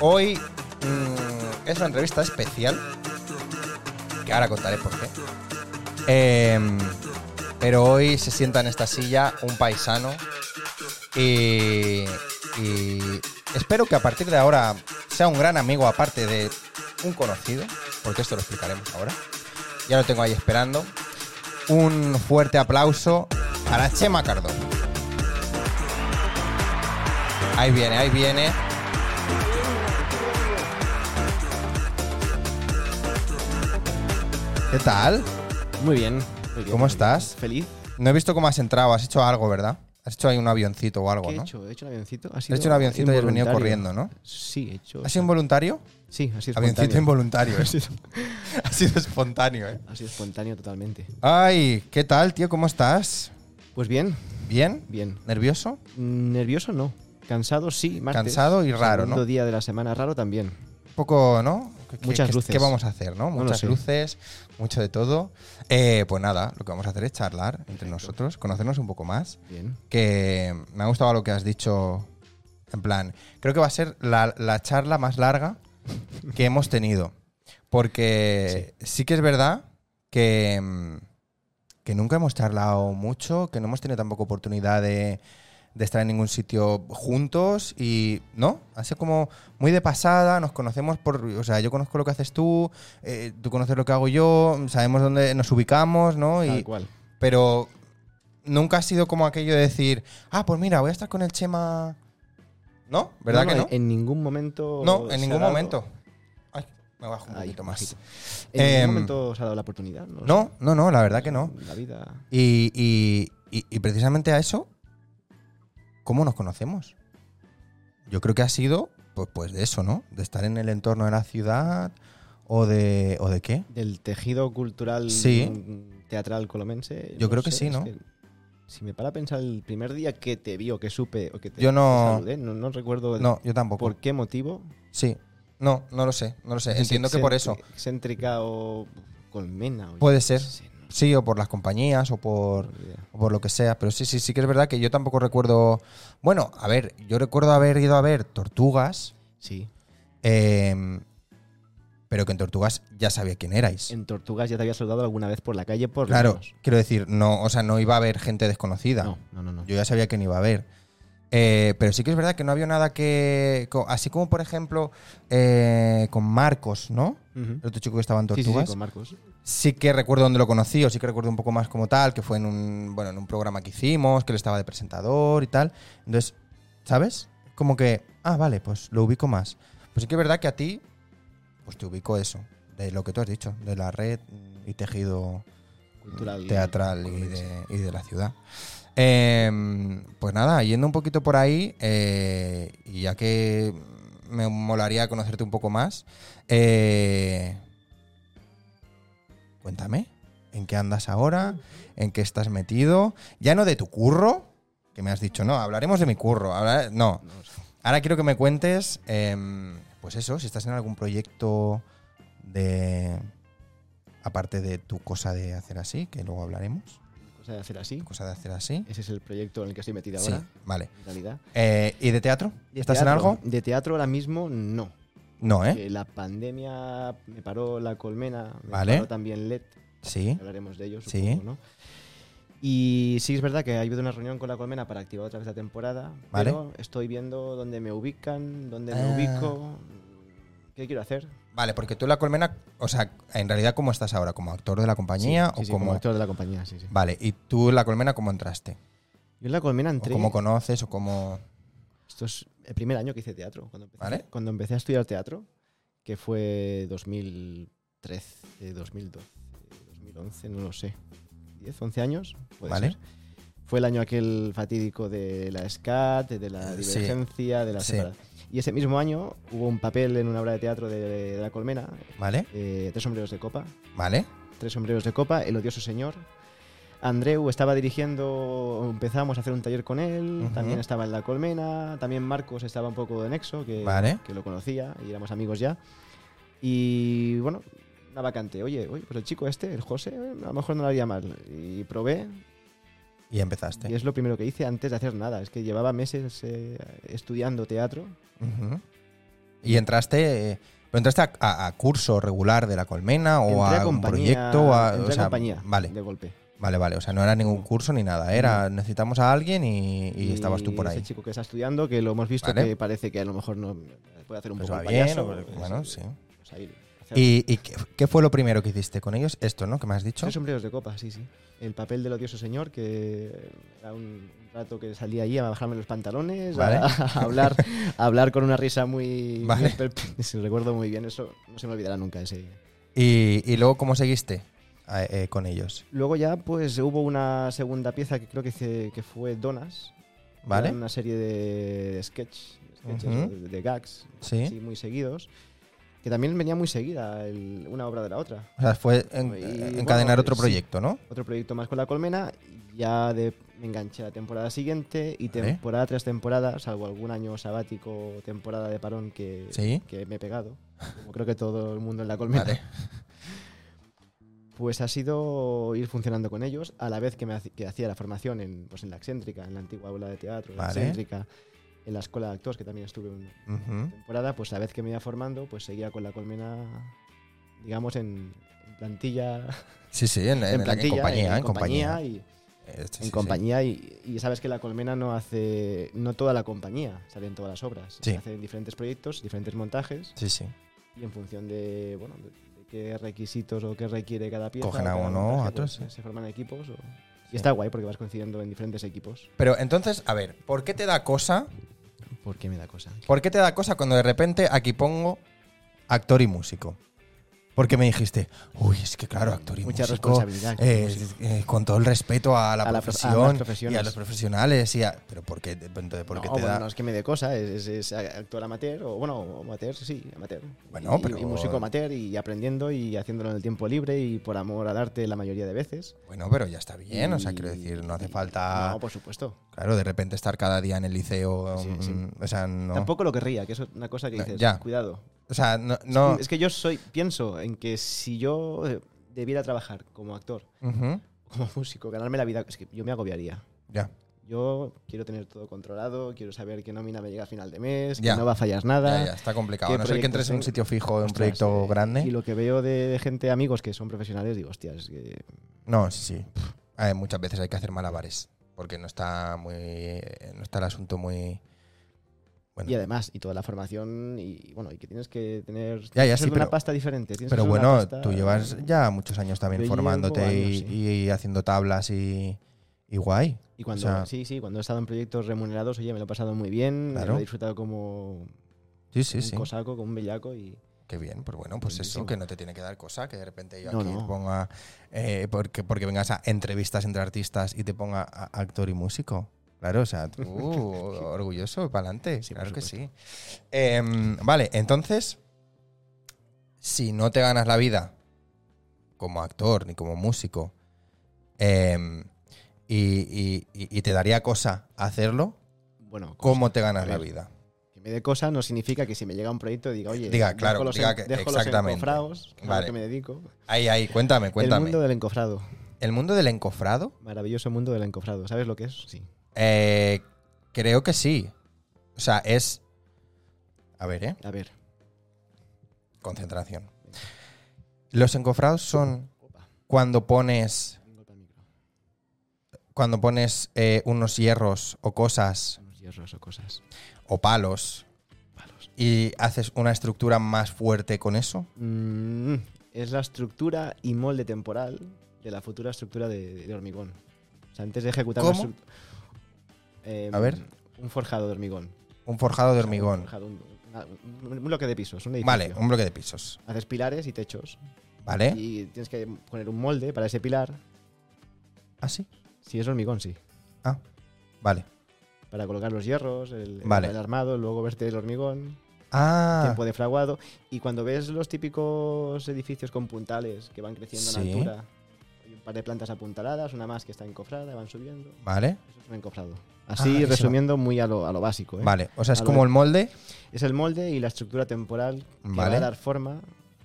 Hoy mm, es una entrevista especial, que ahora contaré por qué. Em, pero hoy se sienta en esta silla un paisano y, y espero que a partir de ahora sea un gran amigo aparte de un conocido, porque esto lo explicaremos ahora. Ya lo tengo ahí esperando. Un fuerte aplauso para Chema Cardo. Ahí viene, ahí viene. ¿Qué tal? Muy bien. muy bien, ¿Cómo muy estás? bien. Feliz. No he visto cómo has entrado, has hecho algo, ¿verdad? Has hecho ahí un avioncito o algo, ¿Qué he ¿no? hecho? He hecho un avioncito. Ha Has hecho sido un avioncito y has venido involuntario. Pues corriendo, ¿no? Sí, he hecho. ¿Has sido involuntario? Sí, ha sido Avioncito espontáneo. involuntario. ¿eh? ha sido espontáneo, ¿eh? Ha sido espontáneo totalmente. Ay, ¿qué tal, tío? ¿Cómo estás? Pues bien, ¿Bien? bien. ¿Nervioso? Mm, Nervioso no. Cansado sí, martes. Cansado y raro, Segundo ¿no? día de la semana raro también. Un poco, ¿no? ¿Qué- qué- Muchas qué- luces. ¿Qué vamos a hacer, no? No lo Muchas sé. luces, mucho de todo. Eh, pues nada, lo que vamos a hacer es charlar entre nosotros, conocernos un poco más. Bien. Que me ha gustado lo que has dicho. En plan, creo que va a ser la, la charla más larga que hemos tenido. Porque sí, que es verdad que, mm, que nunca hemos charlado mucho, que no hemos tenido tampoco oportunidad de, de estar en ningún sitio juntos y no, hace como muy de pasada, nos conocemos por, o sea, yo conozco lo que haces tú, eh, tú conoces lo que hago yo, sabemos dónde nos ubicamos, ¿no? Tal Y, cual. pero nunca ha sido como aquello de decir, ah, pues mira, voy a estar con el Chema. ¿No? ¿Verdad No, que no, no? En ningún momento. no, se ha en ningún dado- momento. Ay, me bajo un Ay, poquito más. bajito. En ningún Em, momento se ha dado la oportunidad. No, No, no, no, la verdad que no. La vida. Y, y- y- y precisamente a eso, ¿cómo nos conocemos? Yo creo que ha sido, pues, pues de eso, ¿no? De estar en el entorno de la ciudad o de, o de qué. Del tejido cultural Sí. mm, teatral colomense. Yo creo que sí, es ¿no? si me para a pensar el primer día que te vi o que supe o que te Yo no- saludé, no, no recuerdo No, yo tampoco. Pues, por qué motivo. Sí. No, no lo sé, no lo sé. Entiendo que por eso. Excéntrica- Excéntrica o colmena. o Puede yo ser. qué sé, no Sí, o por las compañías o por, tengo ni idea. o por lo que sea. Pero sí, sí, sí que es verdad que yo tampoco recuerdo. Bueno, a ver, yo recuerdo haber ido a ver Tortugas, Sí. eh, pero que en Tortugas ya sabía quién erais. En Tortugas ya te había saludado alguna vez por la calle, por lo Claro, menos. quiero decir, no, o sea, no iba a haber gente desconocida. No, no, no. no. Yo ya sabía que no iba a haber. Eh, pero sí que es verdad que no había nada que. co- Así como, por ejemplo, eh, con Marcos, ¿no? Ujú. El otro chico que estaba en Sí, sí, sí, Tortugas. con Marcos. Sí que recuerdo dónde lo conocí, o sí que recuerdo un poco más como tal, que fue en un, bueno, en un programa que hicimos, que él estaba de presentador y tal. Entonces, ¿sabes? Como que, ah, vale, pues lo ubico más. Pues sí que es verdad que a ti, pues te ubico eso, de lo que tú has dicho, de la red y tejido Cultural. y teatral y colomense. de, y de la ciudad. Em, pues nada, yendo un poquito por ahí, eh, y ya que me molaría conocerte un poco más, eh, cuéntame, ¿en qué andas ahora? ¿En qué estás metido? Ya no de tu curro, que me has dicho, no, hablaremos de mi curro, habla- no, No sé. Ahora quiero que me cuentes, em, pues eso, si estás en algún proyecto de. Aparte de tu cosa de hacer así, que luego hablaremos. Cosa de hacer así. tu Cosa de hacer así. Ese es el proyecto en el que estoy metido Sí, ahora, vale. en realidad. Eh, ¿Y de teatro? De ¿Estás en teatro- algo? De teatro ahora mismo no. No, ¿eh? Que la pandemia me paró la colmena, me Vale. paró también LED, Sí. hablaremos de ellos, Sí. supongo, ¿no? Y sí es verdad que ha habido una reunión con la colmena para activar otra vez la temporada, Vale. pero estoy viendo dónde me ubican, dónde Ah. me ubico, qué quiero hacer. Vale, porque tú en la colmena, o sea, en realidad, ¿cómo estás ahora? ¿Como actor de la compañía Sí, o sí, como.? actor de la compañía, sí, sí. Vale, ¿y tú en la colmena cómo entraste? Yo en la colmena ¿O entré, cómo conoces o cómo.? esto es el primer año que hice teatro, cuando empecé, Vale. cuando empecé a estudiar teatro, que fue 2013, 2012, 2011, no lo sé, 10, 11 años, puede Vale. ser. Fue el año aquel fatídico de la SCAT, de la Eh, Sí. divergencia, de la Sí. separación. Y ese mismo año hubo un papel en una obra de teatro de, de La Colmena, Vale, eh, Tres sombreros de copa, vale. Tres sombreros de copa, El odioso señor. Andreu estaba dirigiendo, empezamos a hacer un taller con él, Ujú. también estaba en La Colmena, también Marcos estaba un poco de nexo, que, Vale. que lo conocía y éramos amigos ya. Y bueno, una vacante, oye, oye, pues el chico este, el José, eh, a lo mejor no lo haría mal. Y probé, Y empezaste. y es lo primero que hice antes de hacer nada, es que llevaba meses eh, estudiando teatro Ujú. Y entraste, eh, pero entraste a, a- a curso regular de la colmena o Entré a un compañía- proyecto. o a- entré o a sea, compañía Vale, de golpe. vale, vale. O sea, no era ningún curso ni nada. Era necesitamos a alguien y, y estabas tú por ahí. Ese chico que está estudiando, que lo hemos visto, Vale. que parece que a lo mejor no puede hacer un Pues poco va el bien, payaso, o- pues, bueno, sí. pues ahí, hacer- ¿Y, y qué, qué fue lo primero que hiciste con ellos? Esto, ¿no? Que me has dicho. Tres sombreros de copa, sí, sí. El papel del odioso señor, que era un rato que salía ahí a bajarme los pantalones, a- Vale. a, hablar, a hablar con una risa muy... muy Vale. esper- sí, recuerdo muy bien eso, no se me olvidará nunca ese día. Y, y luego, ¿cómo seguiste eh, eh, con ellos? Luego ya, pues hubo una segunda pieza que creo que, hice- que fue Donas, que ¿Vale? era una serie de, de sketch, de sketches Ujú. o de, de gags, Sí. así muy seguidos, que también venía muy seguida el- una obra de la otra. O sea, fue en- eh, Y, encadenar bueno, pues otro sí. proyecto, ¿no? otro proyecto más con la colmena y ya de, me enganché a la temporada siguiente y Vale. temporada tras temporada, salvo algún año sabático o temporada de parón que, Sí. que me he pegado, como creo que todo el mundo en la colmena, Vale. pues ha sido ir funcionando con ellos a la vez que, me haci- que hacía la formación en, pues en la excéntrica, en la antigua aula de teatro, en la Vale. excéntrica, en la escuela de actores que también estuve una Ujú. temporada, pues a la vez que me iba formando, pues seguía con la colmena, digamos, en, en plantilla, Sí, sí, en, en en la- en plantilla, compañía, en, compañía. y Eh, sí, en sí, compañía y- Y, sabes que la colmena no hace no toda la compañía salen todas las obras Sí. Se hacen diferentes proyectos diferentes montajes Sí, sí. y en función de bueno de, de qué requisitos o qué requiere cada pieza Cogen o a cada uno, a montaje, otros, pues, sí. se forman equipos o- Sí. y está guay porque vas coincidiendo en diferentes equipos Pero entonces, a ver, ¿por qué te da cosa? ¿por qué me da cosa ¿Por qué te da cosa cuando de repente aquí pongo actor y músico? Porque me dijiste, uy, es que claro, actor y Mucha músico. responsabilidad, actor y eh, músico". eh, con todo el respeto a la A la prof- a las profesión y a profesiones. los profesionales. Y a, pero ¿por qué, entonces, ¿por qué no, te bueno, da? no es que me dé cosa, es, es- es actor amateur, o bueno, amateur, sí, amateur. Bueno, Y- pero- y músico amateur, y aprendiendo y haciéndolo en el tiempo libre y por amor al arte la mayoría de veces. Bueno, pero ya está bien, o sea, quiero decir, no hace falta, No, por supuesto. claro, de repente estar cada día en el liceo, Sí, mm, sí. o sea, no, Tampoco lo querría, que eso es una cosa que No, dices, ya. cuidado. o sea, no, no- Es que yo soy, pienso en que si yo eh, debiera trabajar como actor, Ujú, como músico, ganarme la vida, es que yo me agobiaría. ya, Yo quiero tener todo controlado, quiero saber qué nómina me llega a final de mes, Ya. que no va a fallar ya, nada. ya, está complicado, ¿Qué a no ser que proyectos entres en un tengo? sitio fijo, en un Ostras, proyecto eh, grande, Y lo que veo de, de gente, amigos que son profesionales, digo, hostia, es que no, sí, sí. Eh, muchas veces hay que hacer malabares, porque no está muy, eh, no está el asunto muy, bueno, Y además, y toda la formación, y bueno, y que tienes que tener Ya, ya, tienes que sí, hacer una pero- pasta diferente. tienes que pero hacer una bueno, pasta- tú llevas ya muchos años también Yo llevo formándote y, años, sí. y haciendo tablas y, y guay, Y cuando, sea- sí, sí, cuando he estado en proyectos remunerados, oye, me lo he pasado muy bien, Claro. lo he disfrutado como sí, sí, un sí. cosaco, como un bellaco y... Qué bien, pues bueno, pues eso, Buenísimo. que no te tiene que dar cosa, que de repente yo No, aquí no. ponga, eh, porque, porque vengas a entrevistas entre artistas y te ponga a- actor y músico. Claro, o sea, tú, orgulloso, para adelante, Sí, por claro que sí. Em, vale, entonces, si no te ganas la vida como actor ni como músico, em, y, y- y- y te daría cosa hacerlo, Bueno, cosa- ¿cómo te ganas A la ver, vida? Que me dé cosa no significa que si me llega un proyecto diga, oye, Diga, dejo claro, los diga en- que- dejo exactamente. los encofrados, que es a lo Vale. que me dedico. Ahí, ahí, cuéntame, cuéntame. El mundo del encofrado, ¿El mundo del encofrado? maravilloso mundo del encofrado, ¿sabes lo que es? Sí. Eh, creo que sí. O sea, es. A ver, ¿eh? A ver, Concentración. Los encofrados son cuando pones. un golpe al micro, Cuando pones eh, unos hierros o cosas unos hierros o cosas, o palos palos. y haces una estructura más fuerte con eso. Mm, es la estructura y molde temporal de la futura estructura de, de hormigón. O sea, antes de ejecutar una ¿Cómo? estru- Em, A ver. Un forjado de hormigón. Un forjado de O sea, un hormigón. forjado, un, una- un- un bloque de pisos, un edificio. Vale, un ¿Eh? bloque de pisos. Haces pilares y techos. ¿Vale? Y tienes que poner un molde para ese pilar. Así. Si es hormigón, sí. Ah, vale. Para colocar los hierros, el, el- Vale. el armado, luego verte el hormigón, Ah, tiempo de fraguado. Y cuando ves los típicos edificios con puntales que van creciendo Sí. en altura, hay un par de plantas apuntaladas, una más que está encofrada, van subiendo. vale. Eso es un encofrado. Ah, Así eso. resumiendo muy a lo, a lo básico. ¿eh? Pues, Vale. O sea, es A lo como de- el molde, Es el molde y la estructura temporal que Vale. va a dar forma.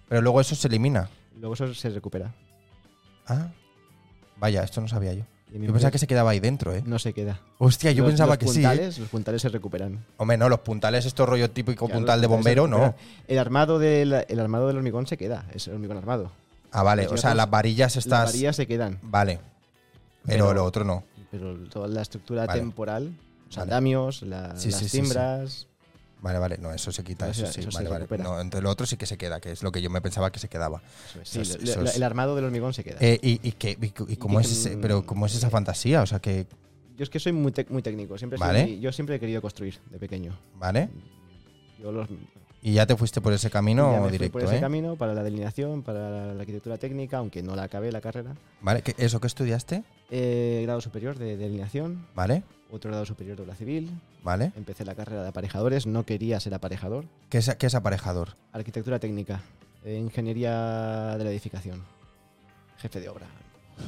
pero luego eso se elimina. Luego eso se recupera. Ah, vaya, esto no sabía yo. Y mi Yo pensaba mujer que se quedaba ahí dentro, ¿eh? No se queda. Hostia, yo Los- pensaba los que sí. ¿eh? puntales, Los puntales se recuperan. Hombre, no, los puntales, esto rollo típico Claro, puntal de los puntales se bombero, no. recuperan. El armado, del, el armado del hormigón se queda. Es el hormigón armado. Ah, vale, Los o sea, hierros, las varillas Las estas. varillas se quedan. Vale. Pero, Pero- lo otro no. Pero toda la estructura Vale. temporal, los Vale. andamios, la- Sí, las sí, sí, sí. timbras. Vale, vale, no, eso se quita, No, eso, eso- sí, eso se vale, vale. recupera. No, entonces lo otro sí que se queda, que es lo que yo me pensaba que se quedaba. eso es, sí, Eso es- lo- eso lo- es. El armado del hormigón se queda. Eh, y, y que- y cu- y cómo que- es mm, ese- pero cómo es esa fantasía, o sea que, Yo es que soy muy, tec- muy técnico. Siempre soy Vale. muy- yo siempre he querido construir de pequeño. ¿vale? Yo los, Y ya te fuiste por ese ya camino me fui directo, por ese ¿eh? camino para la delineación, para la arquitectura técnica, aunque no la acabé la carrera. ¿Vale? ¿Qué- ¿Eso que estudiaste? Eh, grado superior de delineación, ¿Vale? otro grado superior de obra civil. ¿Vale? Empecé la carrera de aparejadores, no quería ser aparejador. ¿Qué es, qué es aparejador? Arquitectura técnica, eh, ingeniería de la edificación, jefe de obra.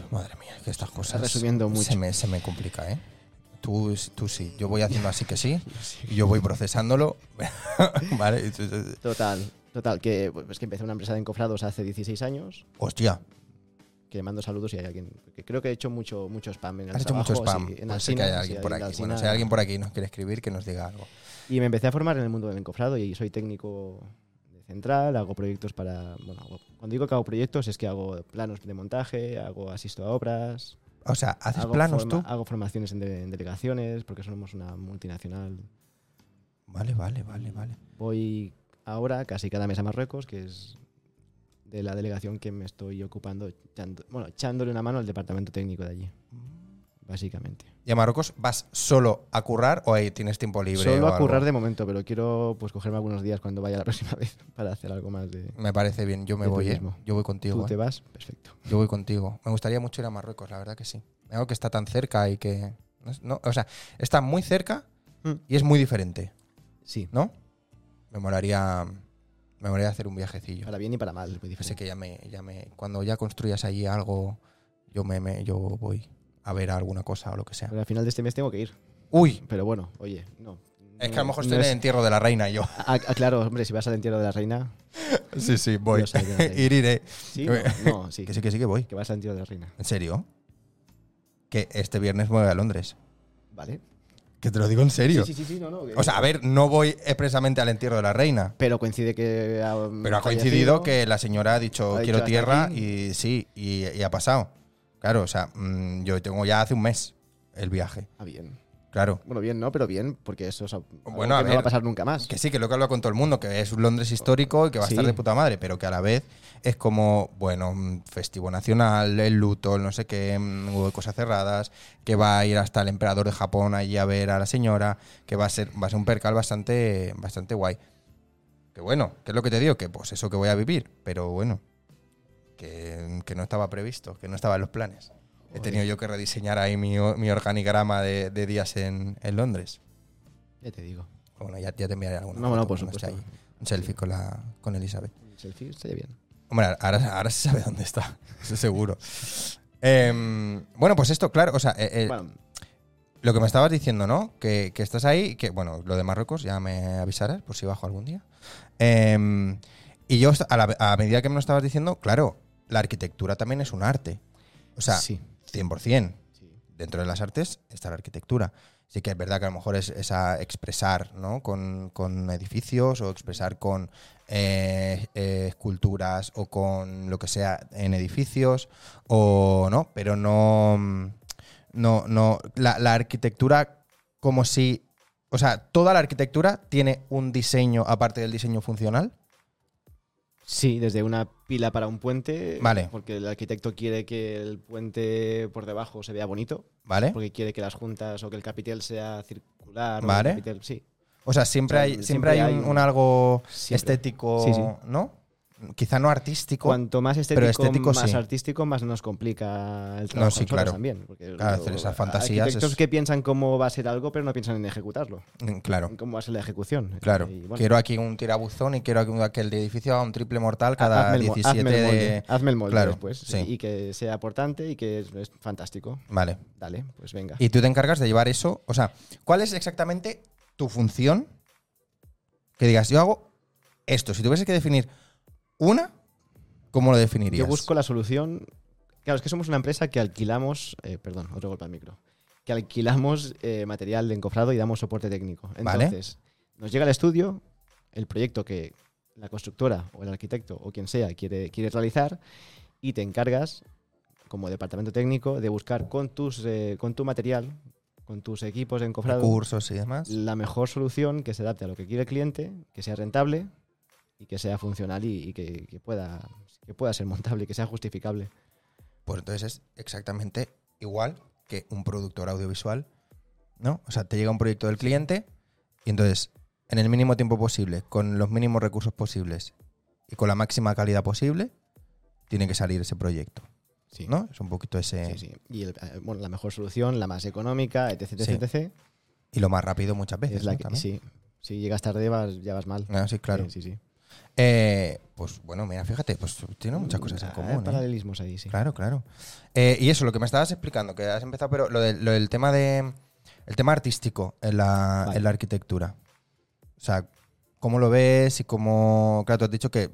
Madre mía, que estas cosas. resumiendo Se mucho. me, se me complica, ¿eh? Tú, tú sí. Yo voy haciendo así que sí. Y yo voy procesándolo. ¿Vale? Total, total, que, pues, que empecé una empresa de encofrados hace 16 años, Hostia, que mando saludos si hay alguien, que creo que he hecho mucho, mucho spam en el has hecho trabajo, mucho spam. sí, en Puede ser que Alsina, haya sí, alguien ahí por en aquí. Bueno, Alsina. si hay alguien por aquí que nos quiere escribir, que nos diga algo. Y me empecé a formar en el mundo del encofrado y soy técnico de central, hago proyectos para... Bueno, hago- cuando digo que hago proyectos es que hago planos de montaje, hago asisto a obras, O sea, ¿haces hago, planos forma- tú? hago formaciones en, de- en delegaciones, porque somos una multinacional. Vale, vale, vale, vale. Voy ahora casi cada mes a Marruecos, que es de la delegación que me estoy ocupando, echando- bueno, echándole una mano al departamento técnico de allí, básicamente. ¿Y a Marruecos vas solo a currar o ahí tienes tiempo libre? Solo o a algo? currar de momento, pero quiero pues cogerme algunos días cuando vaya la próxima vez para hacer algo más de... Me parece bien, yo me de voy, ¿eh? turismo. Yo voy Tú contigo. te ¿eh? vas, perfecto. Yo voy contigo. Me gustaría mucho ir a Marruecos, la verdad que sí. Algo que está tan cerca y que. no es- no, o sea, está muy cerca Mm. y es muy diferente, Sí, ¿no? Me molaría. Me molaría hacer un viajecillo. para bien y para mal. muy diferente. Así que ya me, ya me. Cuando ya construyas allí algo, yo me, me- yo voy a ver alguna cosa o lo que sea. Pero al final de este mes tengo que ir. Uy, Pero bueno, oye, no. es que No- a lo mejor no estoy en es- el entierro de la reina y yo. Ah, ah, claro, hombre, si vas al entierro de la reina. Sí, sí, voy. Yo soy de la reina. Ir, iré. Sí, no, no, sí. Que sí, que sí, que voy. Que vas al entierro de la reina. ¿En serio? Que este viernes me voy a Londres. Vale. Que te lo digo en serio. sí, sí, no, no. que- O sea, a ver, no voy expresamente al entierro de la reina. Pero coincide que. ha, mm, Pero ha fallecido. coincidido que la señora ha dicho Ha dicho, quiero "Hasta tierra aquí". y sí, y, y ha pasado. Claro, o sea, mm, yo tengo ya hace un mes el viaje. Ah, bien. Claro. Bueno, bien, no, pero bien, porque eso es. Bueno, Bueno, a que ver. no va a pasar nunca más. Que sí, que lo que hablo con todo el mundo, que es un Londres histórico y que va a estar Sí. de puta madre, pero que a la vez es como, bueno, mm, festivo nacional, el luto, el no sé qué, mm, hubo cosas cerradas, que va a ir hasta el emperador de Japón allí a ver a la señora, que va a ser, va a ser un percal bastante, bastante guay. Que bueno, que es lo que te digo, que pues eso que voy a vivir, pero bueno, que, que no estaba previsto, que no estaba en los planes. He Joder. tenido yo que rediseñar ahí mi, o- mi organigrama de, de días en, en Londres. Ya te digo. Bueno, ya, ya te enviaré alguna. No, no, foto por cuando esté supuesto. ahí. Un selfie con, la, con Elizabeth. Un selfie estaría bien. Hombre, ahora, ahora se sabe dónde está, eso seguro. Em, bueno, pues esto, claro, o sea, eh, eh, Bueno, lo que me estabas diciendo, ¿no? Que, que estás ahí, y que, bueno, lo de Marruecos ya me avisarás por si bajo algún día. Em, y yo, a, la- a medida que me lo estabas diciendo, claro, la arquitectura también es un arte. O sea, sí. 100%. sí. dentro de las artes está la arquitectura. Sí que es verdad que a lo mejor es esa expresar ¿no? con, con edificios o expresar con eh, eh, esculturas o con lo que sea en edificios o no, pero no, mm, no, no, la, la arquitectura como si, o sea, toda la arquitectura tiene un diseño aparte del diseño funcional. Sí, desde una pila para un puente. Vale. Porque el arquitecto quiere que el puente por debajo se vea bonito. ¿Vale? porque quiere que las juntas o que el capitel sea circular. o Vale. el capitel- sí, O sea, siempre O sea, hay, siempre siempre hay, hay un, un- un algo siempre. estético, Sí, sí. ¿no? Quizá no artístico. Cuanto más estético, Oh, estético más sí. artístico, más nos complica el trabajo sí, a nosotros claro. también. Porque Claro, lo- hacer esas fantasías Arquitectos es- que piensan cómo va a ser algo, pero no piensan en ejecutarlo, Mm, Claro. en cómo va a ser la ejecución. Claro, Y, bueno, quiero aquí un tirabuzón y quiero aquí un- que el edificio haga un triple mortal cada hazme el mo- 17 hazme el molde, de... hazme el molde Claro, después sí. y que sea aportante y que es, es fantástico. Vale. Dale, pues venga. Y tú te encargas de llevar eso. O sea, ¿cuál es exactamente tu función? Que digas, yo hago esto. Si tuviese que definir una, ¿cómo lo definirías? Yo busco la solución Claro, es que somos una empresa que alquilamos, eh, perdón, otro golpe al micro, que alquilamos eh, material de encofrado y damos soporte técnico. Vale. Entonces, nos llega al estudio el proyecto que la constructora o el arquitecto o quien sea quiere, quiere realizar y te encargas, como departamento técnico, de buscar con, tus, eh, con tu material, con tus equipos de encofrado, Cursos y demás. la mejor solución que se adapte a lo que quiere el cliente, que sea rentable y que sea funcional y, y que, que pueda, que pueda ser montable, que sea justificable. Pues entonces es exactamente igual que un productor audiovisual, ¿no? O sea, te llega un proyecto del cliente y entonces, en el mínimo tiempo posible, con los mínimos recursos posibles y con la máxima calidad posible, tiene que salir ese proyecto, Sí, ¿no? Es un poquito ese... sí, sí. Y el- eh, bueno, la mejor solución, la más económica, etc. etc, Sí, etc, Y lo más rápido muchas veces, es la ¿no? que, También. sí, si llegas tarde vas, ya vas mal. Ah, sí, claro. Sí, sí, sí. Eh, pues bueno, mira, fíjate, pues tiene muchas cosas en Ah, común. ¿eh? paralelismos ahí, sí. Claro, claro. Eh, y eso, lo que me estabas explicando, que has empezado, pero lo, de- lo del tema de el tema artístico en la, Vale. en la arquitectura. O sea, ¿cómo lo ves y cómo. Claro, tú has dicho que,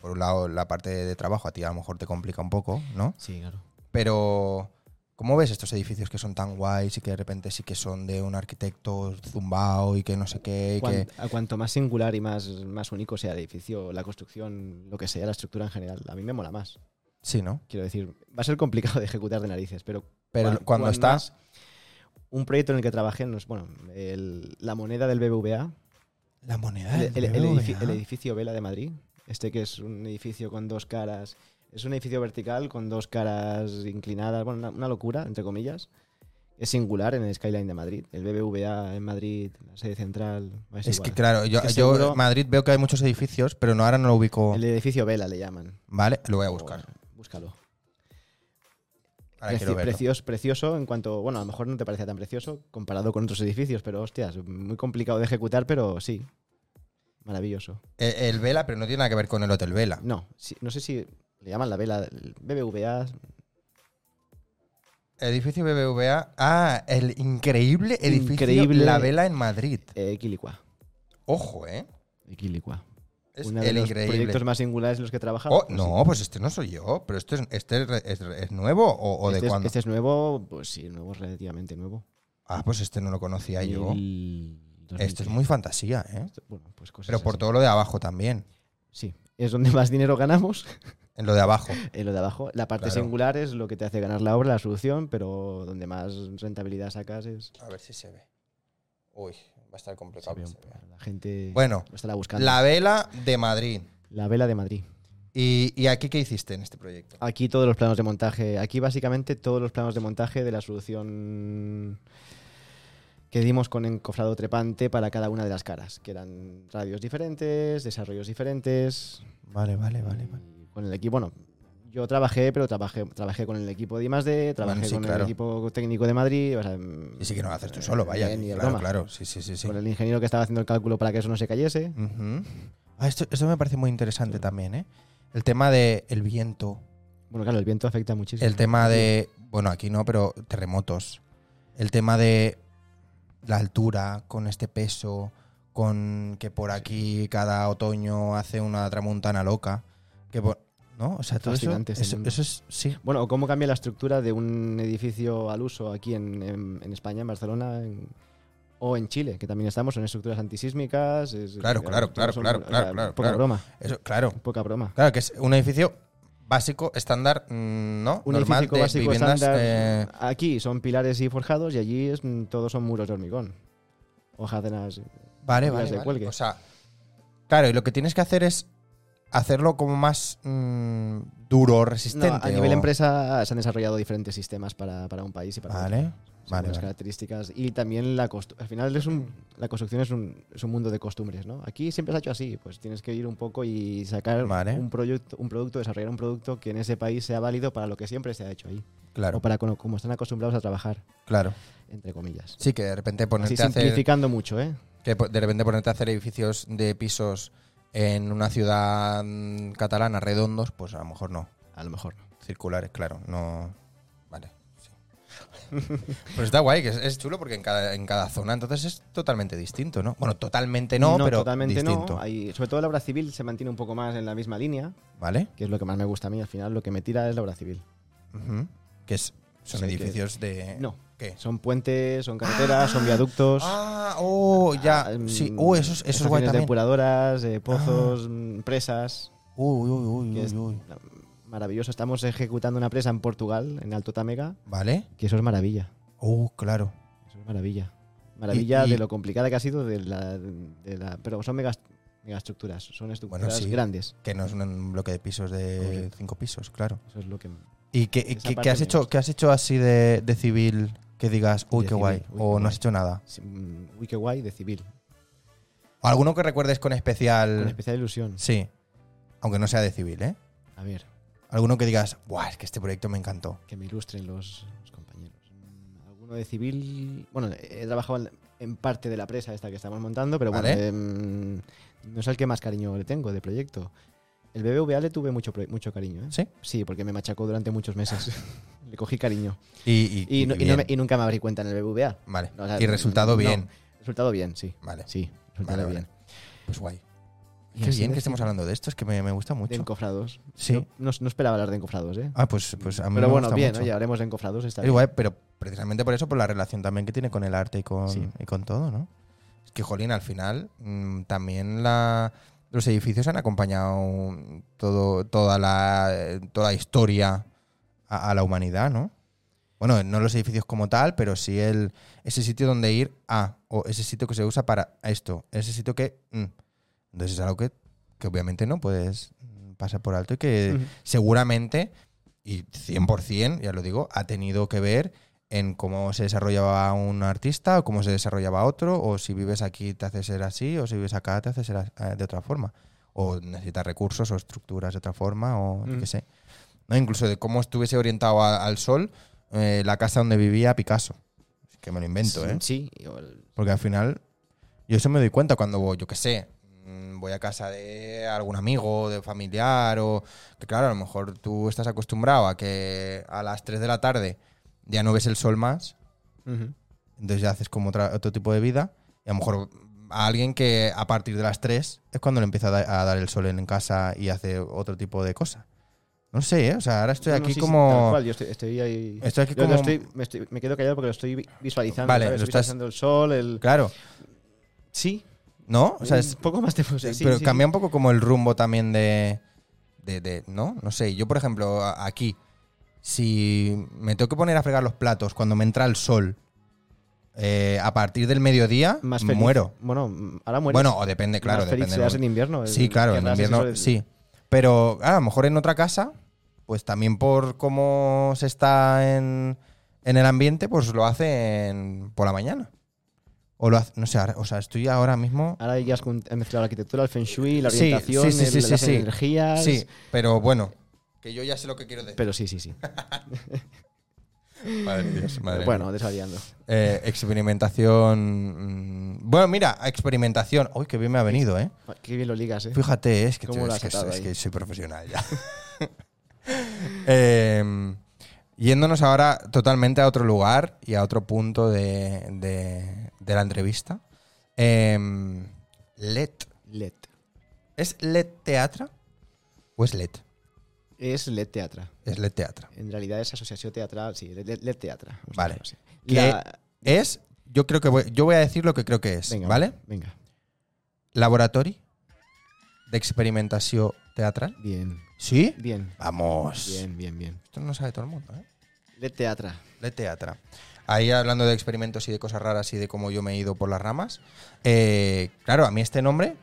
por un lado, la parte de trabajo a ti a lo mejor te complica un poco, ¿no? Sí, claro. Pero, ¿cómo ves estos edificios que son tan guays y que de repente sí que son de un arquitecto zumbao y que no sé qué? y Cuan- que, a cuanto más singular y más, más único sea el edificio, la construcción, lo que sea, la estructura en general, a mí me mola más. sí, ¿no? Quiero decir, va a ser complicado de ejecutar de narices, pero Pero cuan- cuando cuan está- más- un proyecto en el que trabajé, nos- bueno, el- la moneda del BBVA, La moneda. el, Ah, del el- el edifi- BBVA. el edificio Vela de Madrid, este que es un edificio con dos caras, es un edificio vertical con dos caras inclinadas, bueno, una, una locura, entre comillas. Es singular en el skyline de Madrid. El BBVA en Madrid, la sede central. es Es igual. que claro, yo, que yo seguro- en Madrid veo que hay muchos edificios, pero no ahora no lo ubico. El edificio Vela le llaman. Vale, lo voy a O- buscar. búscalo. Ahora quiero Preci- verlo. precios- precioso en cuanto, bueno, a lo mejor no te parecía tan precioso comparado con otros edificios, pero hostias, muy complicado de ejecutar, pero sí. Maravilloso. El, el Vela, pero no tiene nada que ver con el Hotel Vela. No, sí- no sé si le llaman la vela el BBVA. Edificio BBVA. Ah, el increíble edificio Increíble. La Vela en Madrid. Eh, Quilicua. Ojo, ¿eh? Quilicua. Es Uno de el los increíble. proyectos más singulares en los que he trabajado. Oh, Pues sí. no, pues este no soy yo, pero este es, este es, es- es nuevo o, o este de es, cuándo. Este es nuevo, pues sí, nuevo, relativamente nuevo. Ah, pues este no lo conocía yo. El Esto Este es 2015. muy fantasía, ¿eh? Esto- Bueno, pues cosas Pero por así. todo lo de abajo también. Sí, es donde más dinero ganamos. En lo de abajo. En lo de abajo, la parte Claro. singular es lo que te hace ganar la obra, la solución, pero donde más rentabilidad sacas es. A ver si se ve. Uy, va Pues a estar complicado. se ve que un se vea. poco, La gente Bueno, lo estará buscando. La... La Vela de Madrid. vela de Madrid. ¿Y, y aquí qué hiciste en este proyecto? Aquí todos los planos de montaje. Aquí básicamente todos los planos de montaje de la solución que dimos con encofrado trepante para cada una de las caras, que eran radios diferentes, desarrollos diferentes. Vale, vale, Y Con el equipo, bueno, yo trabajé, pero trabajé, trabajé con el equipo de I+.D., trabajé Bueno, sí, con claro. el equipo técnico de Madrid. O sea, mm, Y sí que no lo haces tú solo, vaya. eh, ni de claro, broma. claro. Sí, sí, sí. sí. Con el ingeniero que estaba haciendo el cálculo para que eso no se cayese. Ujú. Ah, esto, esto me parece muy interesante también, ¿eh? El tema del el viento, Bueno, claro, el viento afecta muchísimo. el tema de, bueno, aquí no, pero terremotos, el tema de la altura con este peso, con que por aquí cada otoño hace una tramontana loca, que por- ¿no? O sea, todo eso, Fascinante este eso, mundo. eso es, sí, Bueno, o cómo cambia la estructura de un edificio al uso aquí en, en- en España, en Barcelona, en- o en Chile, que también estamos, son estructuras antisísmicas. es- Claro, eh, claro, claro, son- claro, o sea, claro, claro, Poca claro. broma, eso, claro, poca broma. claro, que es un edificio básico, estándar, mm, ¿no? Un Normal edificio de básico viviendas, estándar, eh, aquí son pilares y forjados y allí es, mm, todos son muros de hormigón. Hojas de las... Vale, Cuelgas vale, de vale. cuelgue. O sea, claro, y lo que tienes que hacer es hacerlo como más mm, duro, resistente. No, a nivel o- empresa se han desarrollado diferentes sistemas para, para un país y para otro. Vale, Según vale. las vale. características y también la costu- al final es un, la construcción es un, es un mundo de costumbres no aquí siempre se ha hecho así pues tienes que ir un poco y sacar Vale. un proyecto un producto desarrollar un producto que en ese país sea válido para lo que siempre se ha hecho ahí Claro, o para cono- como están acostumbrados a trabajar claro. entre comillas Sí, que de repente así ponerte a hacer, simplificando mucho eh que po- de repente ponerte a hacer edificios de pisos en una ciudad mm, catalana redondos, pues a lo mejor no. a lo mejor Circulares, claro, no. Vale. sí. Pues está guay, que es, es chulo porque en cada, en cada zona entonces es totalmente distinto, ¿no? Bueno, totalmente no, pero totalmente distinto. no Hay- sobre todo la obra civil se mantiene un poco más en la misma línea ¿Vale? que es lo que más me gusta a mí al final lo que me tira es la obra civil Ujú. Que es- son Sí, que- edificios de. No. ¿Qué? Son puentes, son carreteras, son viaductos. Ah, oh, ya. ah, Sí, mm, oh, eso, es- eso es guay estaciones también. Ah. depuradoras, eh, pozos, mm, presas. Uy, uy, uy, que es uy, uy. Maravilloso. Estamos ejecutando una presa en Portugal, en Alto Támega, ¿Vale? que eso es maravilla. Uh, claro. Eso es maravilla. Maravilla Y- y- de lo complicada que ha sido de la, de la- pero son megas, megaestructuras, son estructuras sí. grandes. Que no es un bloque de pisos de Correcto. cinco pisos, claro. Eso es lo que ¿Y qué, y Esa qué- qué parte has, me hecho, gusta. qué has hecho así de, de civil que digas, uy, qué De civil, guay? uy, qué o no has guay. hecho nada. sí, mm, uy, qué guay de civil, ¿Alguno que recuerdes con especial. con especial ilusión. Sí. Aunque no sea de civil, ¿eh? A ver, Alguno que digas, ¡buah! Es que este proyecto me encantó. que me ilustren los, los compañeros. Mm, Alguno de civil, bueno, he trabajado en, en parte de la presa esta que estamos montando, pero bueno, Vale. eh, mm, no es el que más cariño le tengo de proyecto. El BBVA le tuve mucho, pro- mucho cariño, ¿eh? ¿Sí? Sí, porque me machacó durante muchos meses. le cogí cariño. Y, y- Y, no- y y bien. no me- y nunca me abrí cuenta en el BBVA. Vale. O sea, y resultado no. bien. Resultado bien, sí. Vale. Sí, Vale, resultado vale. bien. Pues guay. Y Qué así bien de que estemos civil. hablando de esto, es que me, me gusta De mucho. encofrados. Sí. Yo No, no esperaba hablar de encofrados, ¿eh? Ah, pues, pues a mí Pero me bueno, gusta bien, mucho. oye, haremos de encofrados. Está Es guay, pero precisamente por eso, por la relación también que tiene con el arte y con, Sí. y con todo, ¿no? Es que, jolín, al final mm, también la, los edificios han acompañado todo, toda, la, toda la historia a, a la humanidad, ¿no? Bueno, no los edificios como tal, pero sí el, ese sitio donde ir a, o ese sitio que se usa para esto, ese sitio que... mm. Entonces es algo que, que obviamente no puedes mm, pasar por alto y que Ujú. seguramente, y 100%, ya lo digo, ha tenido que ver en cómo se desarrollaba un artista o cómo se desarrollaba otro, o si vives aquí te hace ser así, o si vives acá te hace ser as- eh, de otra forma, o necesitas recursos o estructuras de otra forma, o yo Mm. qué sé. ¿No? Incluso de cómo estuviese orientado a- al sol eh, la casa donde vivía Picasso. Es que me lo invento, ¿eh? Sí, sí, o el- Porque al final, yo eso me doy cuenta cuando voy, yo qué sé, mm, voy a casa de algún amigo, de familiar, o que claro, a lo mejor tú estás acostumbrado a que a las 3 de la tarde ya no ves el sol más, Ujú. entonces ya haces como otra- otro tipo de vida, y a lo mejor a alguien que a partir de las 3 es cuando le empieza a, da- a dar el sol en casa y hace otro tipo de cosa. No sé, ¿eh? o sea, ahora estoy No, no, aquí sí, sí, tal como... cual, yo estoy, estoy ahí. Estoy aquí Yo lo como- estoy- me, estoy- me quedo callado porque lo estoy vi- visualizando. Vale, ¿sabes? lo Estoy estás- visualizando el sol, el. Claro, Sí. ¿no? O sea, es, un poco más de. Sí, sí, pero sí, cambia un poco como el rumbo también de, de, de- ¿No? No sé. Yo, por ejemplo, a- aquí, si me tengo que poner a fregar los platos cuando me entra el sol eh, a partir del mediodía, sí. Más feliz. muero. Bueno, mm, ahora mueres. Bueno, o depende, Más claro, feliz depende. serás del- en invierno. Sí, el- claro, que en habrás invierno eso, el- sí. Pero claro, a lo mejor en otra casa, pues también por cómo se está en, en el ambiente, pues lo hacen por la mañana. O lo hace- no sé, ahora- o sea, estoy ahora mismo Ahora ya has junt- has mezclado la arquitectura, el feng shui, la Sí, orientación, sí, sí, sí, el- sí, las sí. energías. Sí, pero bueno, que yo ya sé lo que quiero decir. Pero sí, sí, sí. Madre de Dios, madre mía. bueno, desvariando. Eh, experimentación. mm, Bueno, mira, experimentación. Uy, qué bien me ha venido, ¿eh? Ah, Qué bien lo ligas, ¿eh? Fíjate, es que, ¿Cómo tío, lo es, has que soy, atado es ahí? que soy profesional ya. Eh, yéndonos ahora totalmente a otro lugar y a otro punto de, de- de la entrevista. Eh, LED. LED. ¿Es LED Teatra? ¿O es LED? Es LED Teatra. Es LED Teatra. En realidad es asociación teatral, sí, E LED, LED Teatra. Hostia, Vale. no sé. Que- La- Es, yo creo que voy, yo voy a decir lo que creo que es, venga, ¿vale? Venga. Laboratori de experimentación teatral. Bien. ¿Sí? Bien. Vamos. Bien, bien, bien. Esto no lo sabe todo el mundo, ¿eh? LED Teatra. De teatra. Ahí hablando de experimentos y de cosas raras y de cómo yo me he ido por las ramas. eh, claro, a mí este nombre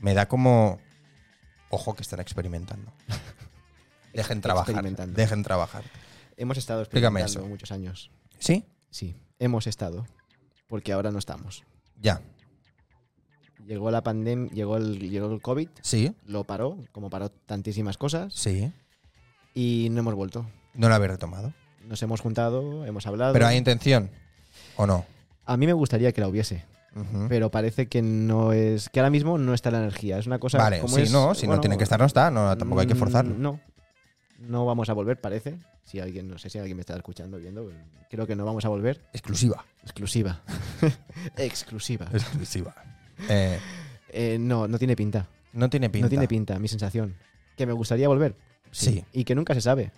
me da como. Ojo que están experimentando. Dejen trabajar. Experimentando. Dejen trabajar. Hemos estado Explícame experimentando eso. muchos años. ¿Sí? Sí, hemos estado. Porque ahora no estamos. Ya. Llegó la pandemia, llegó el, llegó el COVID, Sí. lo paró, como paró tantísimas cosas, Sí. y no hemos vuelto. No lo habré retomado. Nos hemos juntado, hemos hablado. Pero hay intención. ¿O no? A mí me gustaría que la hubiese, Ujú. pero parece que no es. que ahora mismo no está la energía. Es una cosa. vale, como si es- no, si bueno, no tiene que estar, no está, no, tampoco hay que mm, forzarlo. No. No vamos a volver, parece. Si alguien, no sé si alguien me está escuchando, viendo, creo que no vamos a volver. Exclusiva. Exclusiva. Exclusiva. Exclusiva. Eh, Eh, no, no tiene pinta. no tiene pinta. No tiene pinta, mi sensación. Que me gustaría volver. Sí. Y que nunca se sabe.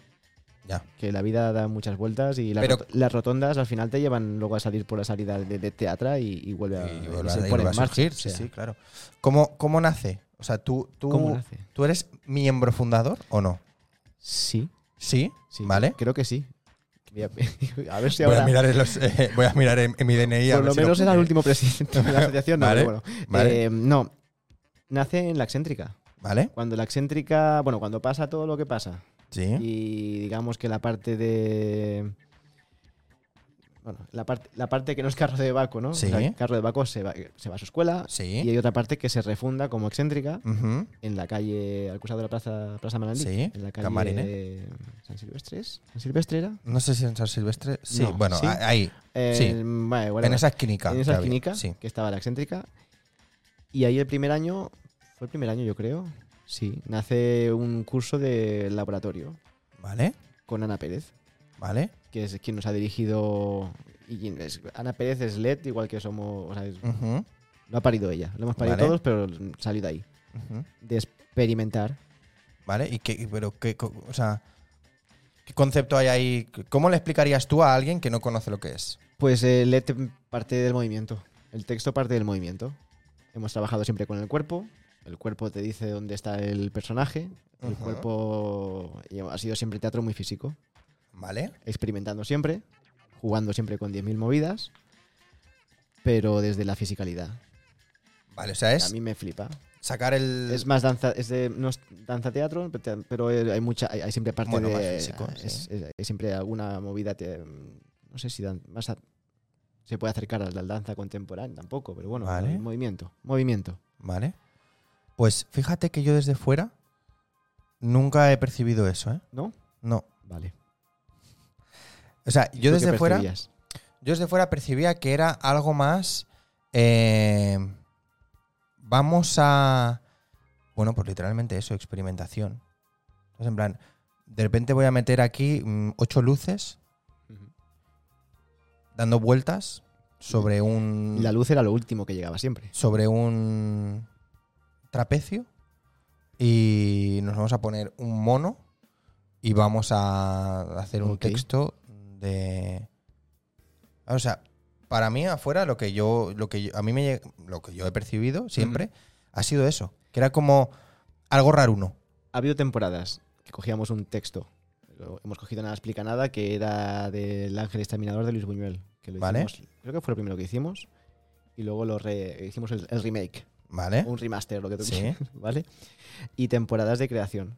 Ya. Que la vida da muchas vueltas y las, Pero- rot- las rotondas al final te llevan luego a salir por la salida de, de teatro y, y vuelve a, Y y vuelve se a- y pone vuelve a en marcha. surgir, o sí, sea, sí, claro. ¿Cómo, cómo nace? O sea, ¿tú, tú, ¿Cómo nace? ¿tú eres miembro fundador o no? Sí, Sí, sí, ¿vale? Creo que sí. Voy A, a ver si Voy ahora. a mirar, en los- eh, voy a mirar en, en mi DNI. a ver por lo si menos era el pone. último presidente de la asociación. No, Vale, pero bueno. Vale, Eh, no, nace en la excéntrica. vale, Cuando la excéntrica, bueno, cuando pasa todo lo que pasa, sí. y digamos que la parte de bueno, la parte, la parte que no es carro de Baco, ¿no? Sí. O sea, el carro de Baco se va, se va a su escuela Sí. y hay otra parte que se refunda como excéntrica Ujú, en la calle, al cruzado de la plaza, plaza Manandí, Sí, en la calle Camarine. de San Silvestre, ¿es? ¿San Silvestre era? No sé si en San Silvestre. Sí, No, bueno, sí. a- ahí, Sí. Eh, vale, bueno, en esa esquinica. en que esa había, esquinica Sí. que estaba la excéntrica. Y ahí el primer año, fue el primer año yo creo, sí, nace un curso de laboratorio Vale, con Ana Pérez. vale. que es quien nos ha dirigido. Y quien es- Ana Pérez es LED, igual que somos. o sea, es- ujú, lo ha parido ella. Lo hemos parido Vale. todos, pero salió de ahí. ujú, De experimentar. Vale, y qué, pero qué, co- o sea, ¿qué concepto hay ahí? ¿Cómo le explicarías tú a alguien que no conoce lo que es? Pues el LED parte del movimiento. El texto parte del movimiento. Hemos trabajado siempre con el cuerpo. El cuerpo te dice dónde está el personaje. El Ujú. cuerpo y ha sido siempre teatro muy físico. Vale, Experimentando siempre. Jugando siempre con 10.000 movidas. Pero desde la fisicalidad. vale, o sea, A es mí me flipa. sacar el. Es más danza, es de, no es danza teatro, pero te- pero hay mucha, hay, hay siempre parte Bueno, de, más físico, es- sí. es- hay siempre alguna movida, te- no sé si dan- más a- se puede acercar a la danza contemporánea, tampoco, pero bueno, Vale. hay movimiento, movimiento. Vale. Pues fíjate que yo desde fuera nunca he percibido eso, ¿eh? ¿No? No. Vale. O sea, yo ¿Tú qué desde fuera. percibías? Yo desde fuera percibía que era algo más. eh, vamos a. Bueno, pues literalmente eso, experimentación. Entonces, en plan, de repente voy a meter aquí mm, ocho luces Ujú. dando vueltas sobre un. Y La luz era lo último que llegaba siempre. sobre un trapecio y nos vamos a poner un mono y vamos a hacer un Ok. texto de ah, o sea para mí afuera lo que yo lo que yo- a mí me lleg- lo que yo he percibido siempre ha sido eso que era como algo raro uno Ha habido temporadas que cogíamos un texto. Lo- Hemos cogido nada explica nada que era del Ángel Exterminador de Luis Buñuel. Que lo Vale. hicimos- creo que fue lo primero que hicimos. Y luego lo re- hicimos el- el remake. vale o un remaster, lo que tú Sí. quieras, ¿vale? Y temporadas de creación.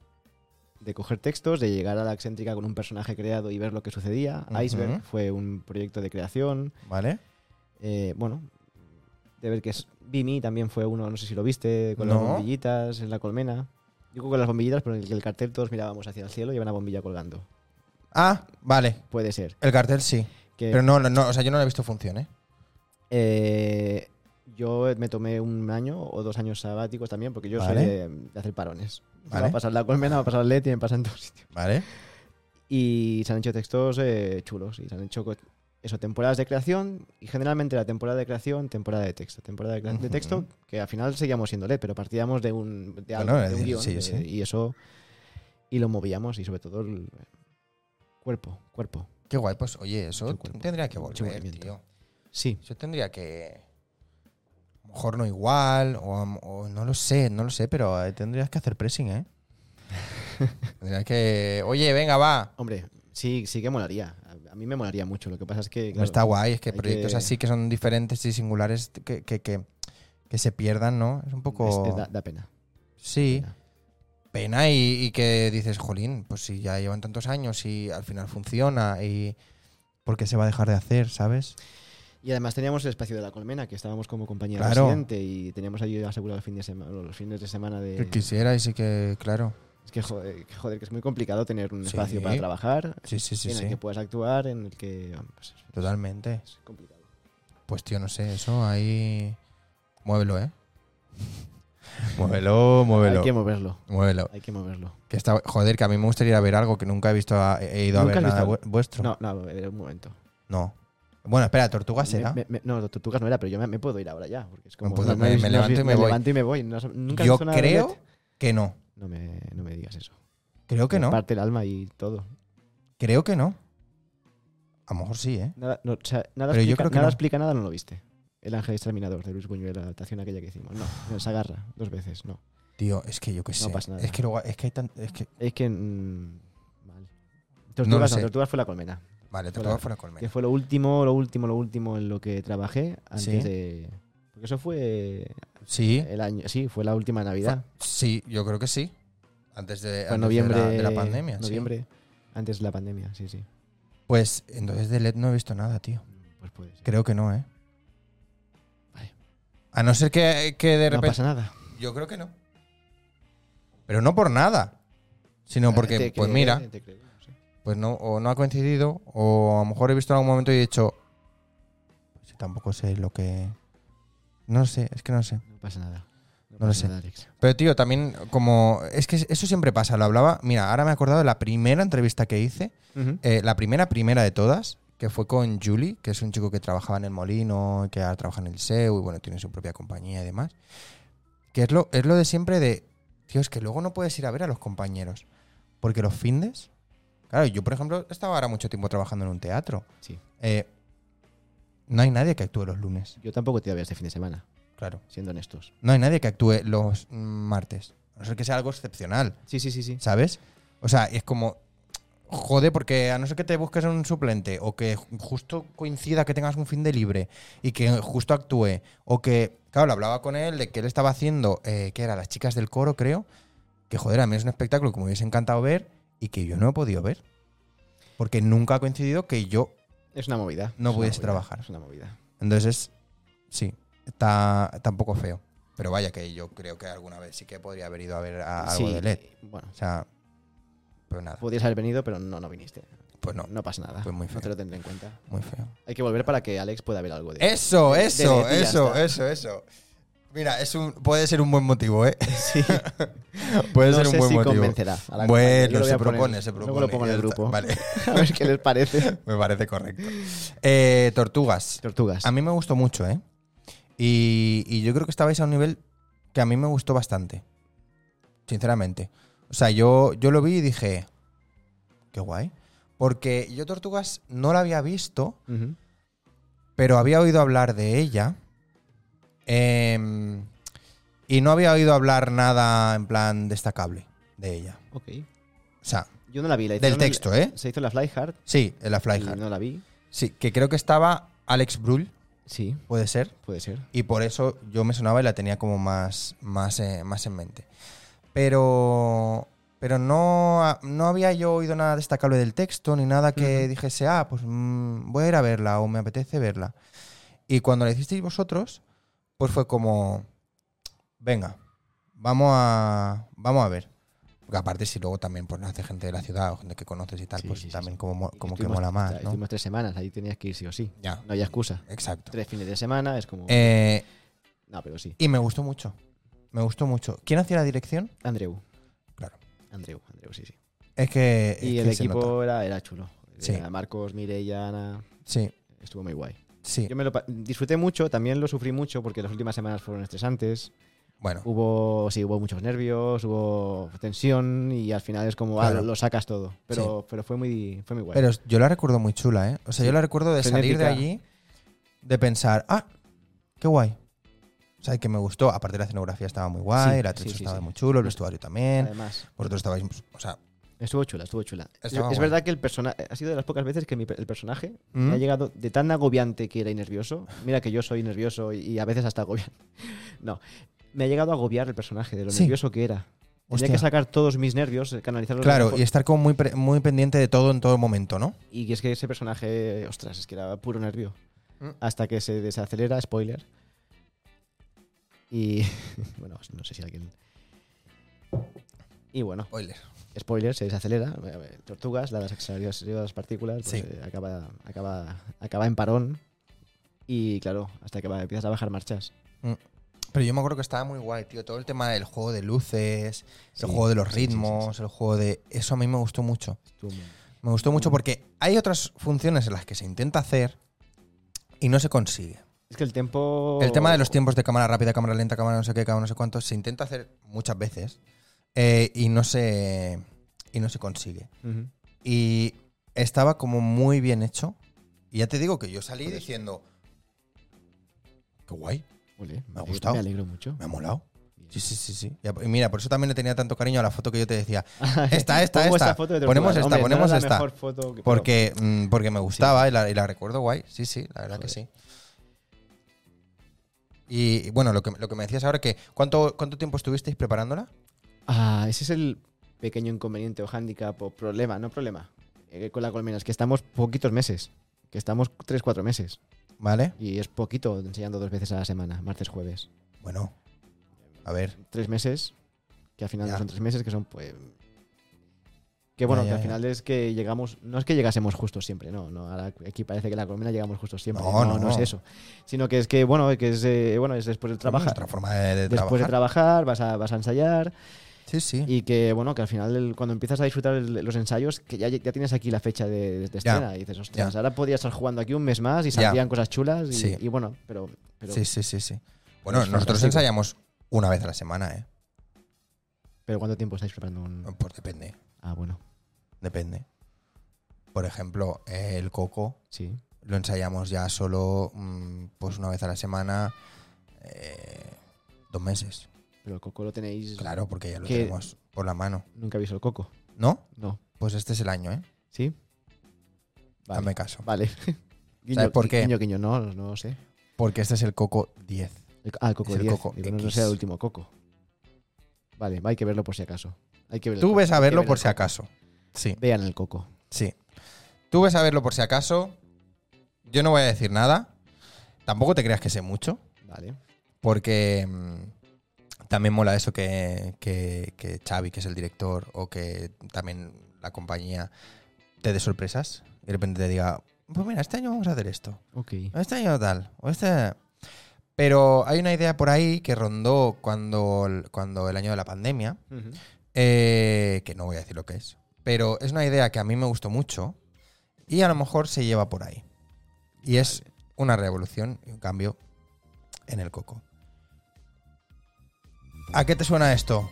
De coger textos, de llegar a la excéntrica con un personaje creado y ver lo que sucedía. Ujú. Iceberg fue un proyecto de creación. vale eh, bueno, de ver que es. Vini también fue uno, no sé si lo viste, con No. las bombillitas en la colmena. Yo con las bombillitas, pero en el que el cartel todos mirábamos hacia el cielo y había una bombilla colgando. ah vale Puede ser. el cartel sí Que, pero no, no, no, o sea yo no lo he visto función ¿eh? eh, yo me tomé un año o dos años sabáticos también, porque yo Vale. soy de, de hacer parones. Me va Vale. a pasar la colmena, me va a pasar el LED y me pasa en todos sitios. vale Y se han hecho textos eh, chulos. Y se han hecho co- eso, temporadas de creación. Y generalmente la temporada de creación, temporada de texto. Temporada de, crea- de texto, Ujú. que al final seguíamos siendo LED, pero partíamos de un, de algo, Bueno, de un eh, guión. sí, de- sí. Y eso. Y lo movíamos y sobre todo el cuerpo, cuerpo. qué guay pues oye eso Mucho cuerpo, tendría que mucho volver movimiento. tío Sí. Yo tendría que. A lo mejor no igual, o, a- o no lo sé, no lo sé, pero eh, tendrías que hacer pressing, ¿eh? tendrías que. Oye, venga, va. Hombre, sí, sí que molaría. A- A mí me molaría mucho. Lo que pasa es que. No claro, está guay, es que hay proyectos que- así que son diferentes y singulares que, que- que- que se pierdan, ¿no? Es un poco. es- es Este, da, da pena. sí, pena. pena y, y que dices, jolín, pues si ya llevan tantos años y al final funciona y. ¿Por qué se va a dejar de hacer, sabes? Y además teníamos el espacio de la colmena, que estábamos como compañía Claro. residente y teníamos allí asegurado el fin de semana, los fines de semana de. Que quisiera y sí que, claro. Es que joder, que joder, que es muy complicado tener un Sí. espacio para trabajar Sí, sí, sí, en el sí. que puedas actuar, en el que. pues, es- Totalmente. es complicado. Pues tío, no sé, eso ahí. Muévelo, ¿eh? muévelo, muévelo. Hay que moverlo. Muévelo. Hay que moverlo. Que está, joder, que a mí me gustaría ir a ver algo que nunca he visto, a- he ido a ¿Nunca ver has nada visto? vu- vuestro. No, no, eh, un momento. No. Bueno, espera, ¿Tortuga Me- será? me- me- no, tortugas no era, pero yo me, me puedo ir ahora ya. Porque es como, puedo, no- no me- me has- no has levanto y visto- me voy. levanto y me voy. No has- nunca has Yo visto nada de creo Bellet. que no. No me, no me digas eso. Creo que Me no. parte el alma y todo. Creo que no. A lo mejor sí, ¿eh? Nada, no, o sea, nada Pero yo explica, creo que nada no. explica nada, no lo viste. El ángel exterminador de Luis Buñuel, la adaptación aquella que hicimos. No, no, se agarra dos veces, no. Tío, es que yo qué sé. pasa nada. Es que luego, es que hay tan, es que, Es que. mm, vale. Tortugas, no, sé. Tortugas fue la colmena. vale, te Fuera- toca fuera Que colmena. fue lo último, lo último, lo último en lo que trabajé antes Sí. de. Porque eso fue Sí, el año. Sí, fue Eh, la última Navidad. Fue- sí, yo creo que sí. Antes de, antes de Fue en la- noviembre. de, la, pandemia. sí. Noviembre. Antes de la pandemia, sí, sí. Pues entonces de LED no he visto nada, tío. Pues puede ser. Creo que no, ¿eh? Vale. A no ser que, que de No repente. pasa nada. yo creo que no. Pero no por nada. Sino porque, Ah, Te pues creeré, mira, te creeré, no sé. pues no, o no ha coincidido, o a lo mejor he visto en algún momento y he dicho. Pues tampoco sé lo que. No sé, es que no sé. No pasa nada. No lo pasa sé. nada, Alex. Pero tío, también como... Es que eso siempre pasa, lo hablaba... Mira, ahora me he acordado de la primera entrevista que hice, eh, la primera primera de todas, que fue con Julie, que es un chico que trabajaba en el Molino, que ahora trabaja en el SEU y bueno, tiene su propia compañía y demás. Que es lo, es lo de siempre de... Tío, es que luego no puedes ir a ver a los compañeros. Porque los findes... Claro, yo por ejemplo estaba ahora mucho tiempo trabajando en un teatro. Sí. Eh, no hay nadie que actúe los lunes, Yo tampoco te iba a ver este fin de semana, claro. siendo honestos. No hay nadie que actúe los mm, martes. A no ser que sea algo excepcional. Sí, sí, sí, sí. ¿Sabes? O sea, es como. Jode, porque a no ser que te busques un suplente o que ju- justo coincida que tengas un fin de libre y que justo actúe o que. Claro, lo hablaba con él de que él estaba haciendo, eh, que era las chicas del coro, creo. Que joder, a mí es un espectáculo que me hubiese encantado ver y que yo no he podido ver. Porque nunca ha coincidido que yo. Es una movida. No Es una pudides movida, trabajar. Es una movida. Entonces, sí, está, está un poco feo. Pero vaya, que yo creo que alguna vez sí que podría haber ido a ver a- algo Sí, de E LED. Bueno, O sea, pues nada, podías haber venido, pero no, no viniste. pues no, No pasa nada. Fue muy No te feo. lo tendré en cuenta. muy feo. Hay que volver para que Alex pueda ver algo de Eso, de- eso, de- de- ya eso, está. eso, eso. Mira, es un, puede ser un buen motivo, ¿eh? Sí. Puede no ser un sé buen si motivo. convencerá. a la compañía. Yo Bueno, lo voy se a poner- propone, se propone. Luego lo pongo en ya el está. grupo. Vale, A ver qué les parece. me parece correcto. Eh, tortugas. Tortugas. A mí me gustó mucho, ¿eh? Y, y yo creo que estabais a un nivel que a mí me gustó bastante. Sinceramente. O sea, yo, yo lo vi y dije, qué guay. Porque yo Tortugas no la había visto, Ujú. pero había oído hablar de ella. em, y no había oído hablar nada en plan destacable de ella. Ok. O sea, Yo no la vi. La del hicieron en- texto, ¿eh? Se hizo en la Fly Hard. Sí, en la y Flyhard. No la vi. Sí, que creo que estaba Alex Brull, Sí, puede ser. puede ser. Y por eso yo me sonaba y la tenía como más, más, eh, más en mente. Pero, pero no, ah, no había yo oído nada destacable del texto ni nada que dijese, ah, pues mm, voy a ir a verla o me apetece verla. Y cuando la hicisteis vosotros, pues fue como, venga, vamos a, vamos a ver. Porque aparte si luego también pues, nace gente de la ciudad o gente que conoces y tal, Sí, pues sí, sí, también sí. como, mo- Y como que estuvimos- mola más, ¿no? Estuvimos tres semanas. Ahí tenías que ir sí o sí. Ya, No había excusa. exacto. Tres fines de semana es como. Eh, No, pero sí. Y me gustó mucho. Me gustó mucho. ¿Quién hacía la dirección? Andreu. Claro. Andreu, Andreu, sí, sí. Es que. Y es el que se nota. equipo era, era chulo. Sí. Era Marcos, Mireia, Ana. Sí, Estuvo muy guay. sí. Yo me lo pa- disfruté mucho, también lo sufrí mucho porque las últimas semanas fueron estresantes. Bueno, Uh, Hubo, sí, hubo muchos nervios, hubo tensión y al final es como, ah, Claro. lo, lo sacas todo. Pero, pero fue, muy, fue muy guay. pero yo la recuerdo muy chula, ¿eh? O sea, Sí. yo la recuerdo de salir de Frenética. allí, de pensar, ah, qué guay. O sea, que me gustó. Aparte, la escenografía estaba muy guay, Sí, la atriz sí, sí, estaba sí. muy chulo, el vestuario también. Además, Vosotros estabais. O sea, estuvo chula, estuvo chula. Es, Estaba es guay. verdad que el personaje, ha sido de las pocas veces que mi per- el personaje ¿Mm? me ha llegado de tan agobiante que era y nervioso. Mira que yo soy nervioso y, y a veces hasta agobiante. No, me ha llegado a agobiar el personaje de lo Sí. nervioso que era. Tenía Hostia. que sacar todos mis nervios, eh, canalizarlos. de claro, mejor- y estar como muy, pre- muy pendiente de todo en todo momento, ¿no? Y es que ese personaje, ostras, es que era puro nervio. Mm. Hasta que se desacelera, spoiler. Y bueno, no sé si alguien... Y bueno, Spoiler. spoiler, se desacelera. eh, Tortugas, la desacceleración de las partículas, pues, Sí. eh, acaba, acaba, acaba en parón. Y claro, hasta que va- empiezas a bajar marchas. Pero yo me acuerdo que estaba muy guay, tío. Todo el tema del juego de luces, Sí, el juego de los sí, sí, sí, sí. ritmos, el juego de. Eso a mí me gustó mucho. Estuvo muy- Me gustó Mm. mucho porque hay otras funciones en las que se intenta hacer y no se consigue. Es que el tiempo... El tema de Oh. los tiempos de cámara rápida, cámara lenta, cámara no sé qué, cámara no sé cuánto, se intenta hacer muchas veces eh, y no se y no se consigue. Ujú. Y estaba como muy bien hecho. Y ya te digo que yo salí Por eso. diciendo, qué guay, Ole, Me ha alegro- gustado. Me alegro mucho. me ha molado. Bien. Sí, sí, sí, sí. Y a- Y mira, por eso también le tenía tanto cariño a la foto que yo te decía. Esta, esta, Pongo esta. foto de tortuga. ponemos esta, Hombre, no era ponemos la esta. mejor foto que- Porque, mm, porque me gustaba y, la, y la recuerdo guay. Sí, sí, la verdad que sí. Joder. Y y bueno, lo que, lo que me decías ahora que ¿cuánto, ¿cuánto tiempo estuvisteis preparándola? Ah, ese es el pequeño inconveniente o hándicap o problema, no problema. eh, con la colmena, es que estamos poquitos meses. Que estamos 3-4 meses. ¿Vale? Y es poquito enseñando dos veces a la semana, martes, jueves. Bueno. A ver. Tres meses, que al final Ya. no son tres meses, que son pues. Que bueno, Ya, ya, que al ya. final es que llegamos. No es que llegásemos justos siempre, no. no ahora aquí parece que la colmena llegamos justos siempre. No, No, no. no, es eso. Sino que es que, bueno, que es, eh, bueno, es después del trabajar. Nuestra forma de, de Después de trabajar. trabajar, vas a, vas a ensayar. sí, sí. Y que, bueno, que al final, el- cuando empiezas a disfrutar el- los ensayos, que ya, ya tienes aquí la fecha de, de- de Ya. escena. Y dices, ostras, Ya. ahora podría estar jugando aquí un mes más y saldrían cosas chulas. Y, Sí. y bueno, pero. pero sí, sí, sí, sí. Bueno, es nosotros fantástico. ensayamos una vez a la semana, ¿eh? Pero ¿cuánto tiempo estáis preparando un.? Pues depende, Ah, bueno, depende. Por ejemplo, eh, el coco sí. lo ensayamos ya solo mm, pues una vez a la semana, eh, dos meses. Pero el coco lo tenéis. Claro, porque ya lo Que- tenemos por la mano. Nunca he visto el coco. ¿No? No. Pues este es el año, ¿eh? ¿Sí? Vale. Dame caso. Vale. ¿Sabes por qué? Guiño, guiño, no, no sé. Porque este es el coco 10. El- ah, el coco Es el 10. coco Digo, no, no X. sea el último coco. Vale, hay que verlo por si acaso. Hay que ver el Tú coco, ves a hay que verlo ver por el si coco. acaso. Sí, Vean el coco. sí. Tú ves a verlo por si acaso. Yo no voy a decir nada. Tampoco te creas que sé mucho. Vale. Porque mm, también mola eso que, que, que Xavi, que es el director, o que también la compañía te dé sorpresas y de repente te diga, pues mira, este año vamos a hacer esto, Ok. o este año tal, o este... Pero hay una idea por ahí que rondó cuando, el- cuando el año de la pandemia, Ujú. eh, que no voy a decir lo que es, pero es una idea que a mí me gustó mucho y a lo mejor se lleva por ahí. Y es una revolución y un cambio en el coco. ¿A qué te suena esto?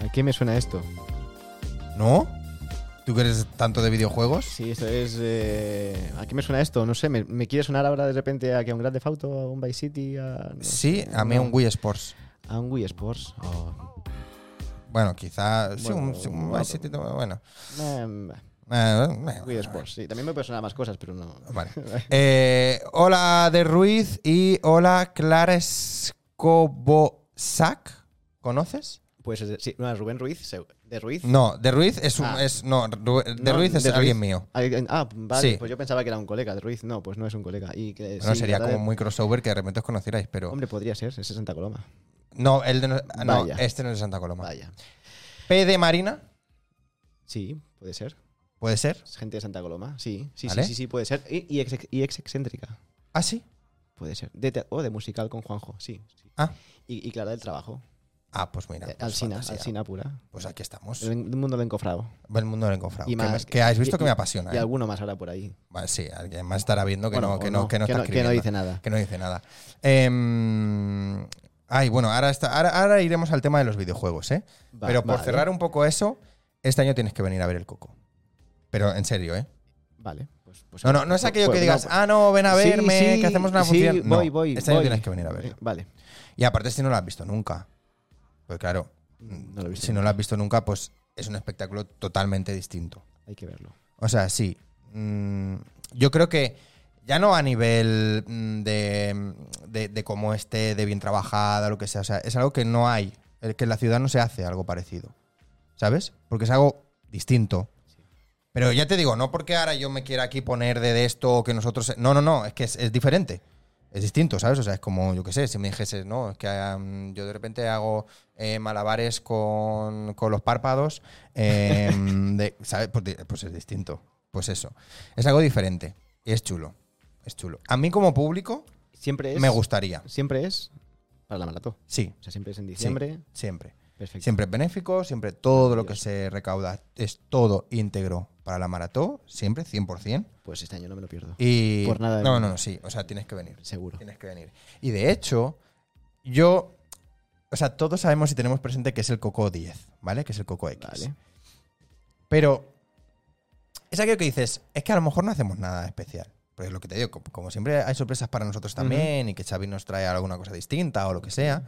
¿A qué me suena esto? ¿No? ¿Tú que eres tanto de videojuegos? Sí, esto es. eh, ¿A qué me suena esto? No sé, ¿me, me quiere sonar ahora de repente a que a un Grand Theft Auto, a un Vice City? A, no Sí, sé, a mí no. un Wii Sports. A un Wii Sports. Oh. Bueno, quizá... sí, Bueno, un- sí, un bueno. Vice City, bueno. Em, Eh, eh, Wii Sports, sí. También me puede sonar más cosas, pero no. Vale. Eh, hola de Ruiz y hola Clara Escobosac. ¿Conoces? Pues eh, sí, no, Rubén Ruiz, se- de Ruiz. No, de Ruiz es un. Ah. es- no, Ru- de No, Ruiz es de Ruiz. alguien mío. Alguien- Ah, vale, Sí. pues yo pensaba que era un colega de Ruiz. No, pues no es un colega. Y que, No sí, sería verdad, como muy crossover que de repente os conocierais, pero. Hombre, podría ser, ese es Santa Coloma. no, el de no, ah, no, Vaya. este no es de Santa Coloma. Vaya. P de Marina, Sí, puede ser. ¿puede ser? Es gente de Santa Coloma, sí. Sí, ¿Vale? sí, sí, sí, puede ser. Y, y ex, y ex excéntrica, Ah, sí. puede ser. De te- o de musical con Juanjo, sí. sí. Ah. Y, y Clara del Trabajo. Ah, pues mira. Eh, pues Alsina, fantasía. Alsina pura. Pues aquí estamos. El en- mundo del encofrado. El mundo del encofrado. Y Que, más- me- que has visto y- que me apasiona. Y ¿eh? alguno más ahora por ahí. Vale, sí, alguien más estará viendo que Bueno, no, o que no, que no está que no escribiendo. dice nada. Que no dice nada. Em, ay, bueno, ahora, está, ahora, ahora iremos al tema de los videojuegos, ¿eh? Va- Pero por vale, cerrar un poco eso, este año tienes que venir a ver el coco. Pero en serio, ¿eh? Vale. Pues, pues- No, no, no es aquello pues- que digas, no, ah, no, ven a Sí, verme, sí, que hacemos una sí, función. No, voy, voy, este año voy. Eh, tienes que venir a verlo. Vale. Y aparte, si no lo has visto nunca. Pues claro, No lo he visto si no lo has visto nunca, pues es un espectáculo totalmente distinto. Hay que verlo. O sea, sí. Mm, yo creo que ya no a nivel mm, de, de, de cómo esté, de bien trabajada, lo que sea. O sea, es algo que no hay. el Que en la ciudad no se hace algo parecido. ¿Sabes? Porque es algo distinto. Pero ya te digo, no porque ahora yo me quiera aquí poner de, de esto o que nosotros. No, no, no, es que es, es diferente. Es distinto, ¿sabes? O sea, es como, yo qué sé, si me dijese, no, es que am, yo de repente hago eh, malabares con, con los párpados, em, de- ¿sabes? Pues, di- pues es distinto. Pues eso. Es algo diferente. Y es chulo. Es chulo. A mí como público Siempre es. me gustaría. Siempre es para la maratón. Sí, O sea, siempre es en sí, diciembre. siempre. Perfecto. Siempre es benéfico, siempre todo lo que Maravilloso. se recauda es todo íntegro para la maratón, siempre, 100%. Pues este año no me lo pierdo. Y Por nada del No, mundo. no, no, sí. O sea, tienes que venir. Seguro. Tienes que venir. Y de hecho, yo. O sea, todos sabemos y tenemos presente que es el Coco 10, ¿vale? Que es el Coco X. Vale. Pero es aquello que dices, es que a lo mejor no hacemos nada especial. Porque es lo que te digo, como, como siempre hay sorpresas para nosotros también y que Xavi nos trae alguna cosa distinta o lo que sea.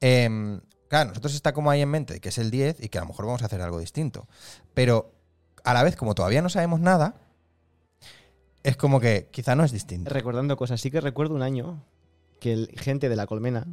em, claro, nosotros está como ahí en mente que es el 10 y que a lo mejor vamos a hacer algo distinto. Pero a la vez, como todavía no sabemos nada, es como que quizá no es distinto, Recordando cosas, sí que recuerdo un año que el gente de la colmena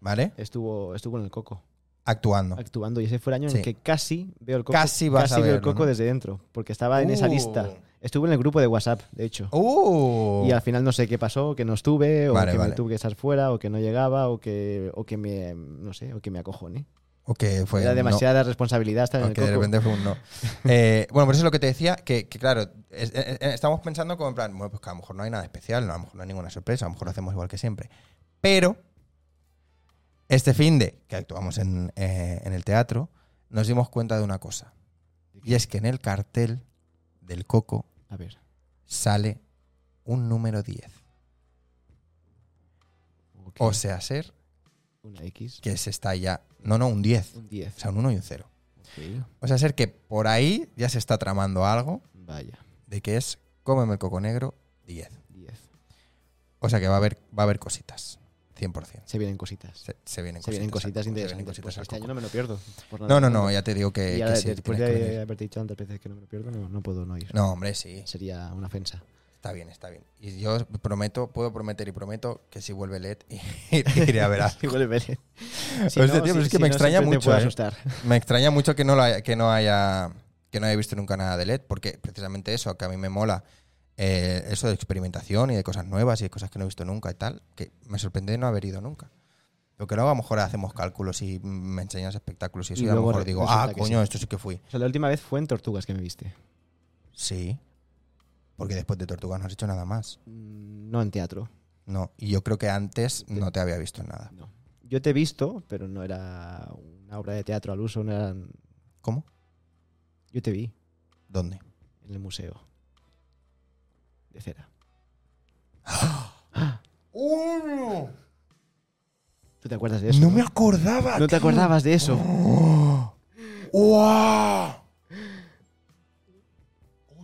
¿vale? estuvo, estuvo en el coco Actuando. actuando y ese fue el año en Sí. el que casi veo el coco, Casi vas a veo el verlo, coco ¿no? desde dentro, porque estaba en esa Uh. lista. Estuve en el grupo de WhatsApp, de hecho. ¡Uh! Y al final no sé qué pasó, que no estuve, o Vale, que vale. me tuve que estar fuera, o que no llegaba, o que, o que me no sé, o que me acojoné. O que fue Era un Pues no. demasiada responsabilidad estar en el Porque de coco. repente fue un no. Eh, bueno, por eso es lo que te decía, que, que claro, es- eh, eh, estamos pensando como en plan, bueno, pues que a lo mejor no hay nada especial, no, a lo mejor no hay ninguna sorpresa, a lo mejor lo hacemos igual que siempre. Pero este fin de que actuamos en, eh, en el teatro, nos dimos cuenta de una cosa. Y es que en el cartel del Coco A ver. sale un número 10. ok, O sea, ser una X, que se está ya... No, no, un 10. un O 10. sea, un 1 y un 0. ok, O sea, ser que por ahí ya se está tramando algo Vaya, de que es cómeme el coco negro 10. 10. O sea que va a haber, va a haber cositas, 100%. Se vienen cositas. Se, se vienen se cositas. vienen cositas se vienen interesantes. cositas Pues al este año coco. no me lo pierdo. por nada no, no, del no, mundo. ya te digo que, Y ya que de- sí, después tienes que de venir. haber dicho tantas veces que no me lo pierdo, no, no puedo no ir. No, hombre, sí, Sería una ofensa. está bien, está bien. Y yo prometo, puedo prometer y prometo que si vuelve LED y, iré a ver algo. Igual el Belén. Si Hostia, Pues tío, pero es que me extraña siempre te mucho, puede ¿eh? asustar. Me extraña mucho que no, lo haya, que no haya que no haya visto nunca nada de LED, porque precisamente eso, que a mí me mola eh, eso de experimentación y de cosas nuevas y de cosas que no he visto nunca y tal, que me sorprende no haber ido nunca. Lo que luego a lo mejor hacemos cálculos y me enseñas espectáculos y eso, Y y, a lo luego mejor re- digo, resulta ah, que coño, sí". esto sí que fui. O sea, la última vez fue en Tortugas que me viste. Sí. Porque después de Tortugas no has hecho nada más. Mm, No en teatro. No, y yo creo que antes no te había visto en nada. No. Yo te he visto, pero no era una obra de teatro al uso, no eran. ¿Cómo? Yo te vi ¿Dónde? en el museo. De cera. ¿Tú te acuerdas de eso? No me acordaba. ¿No te acordabas de eso. ¡Wow!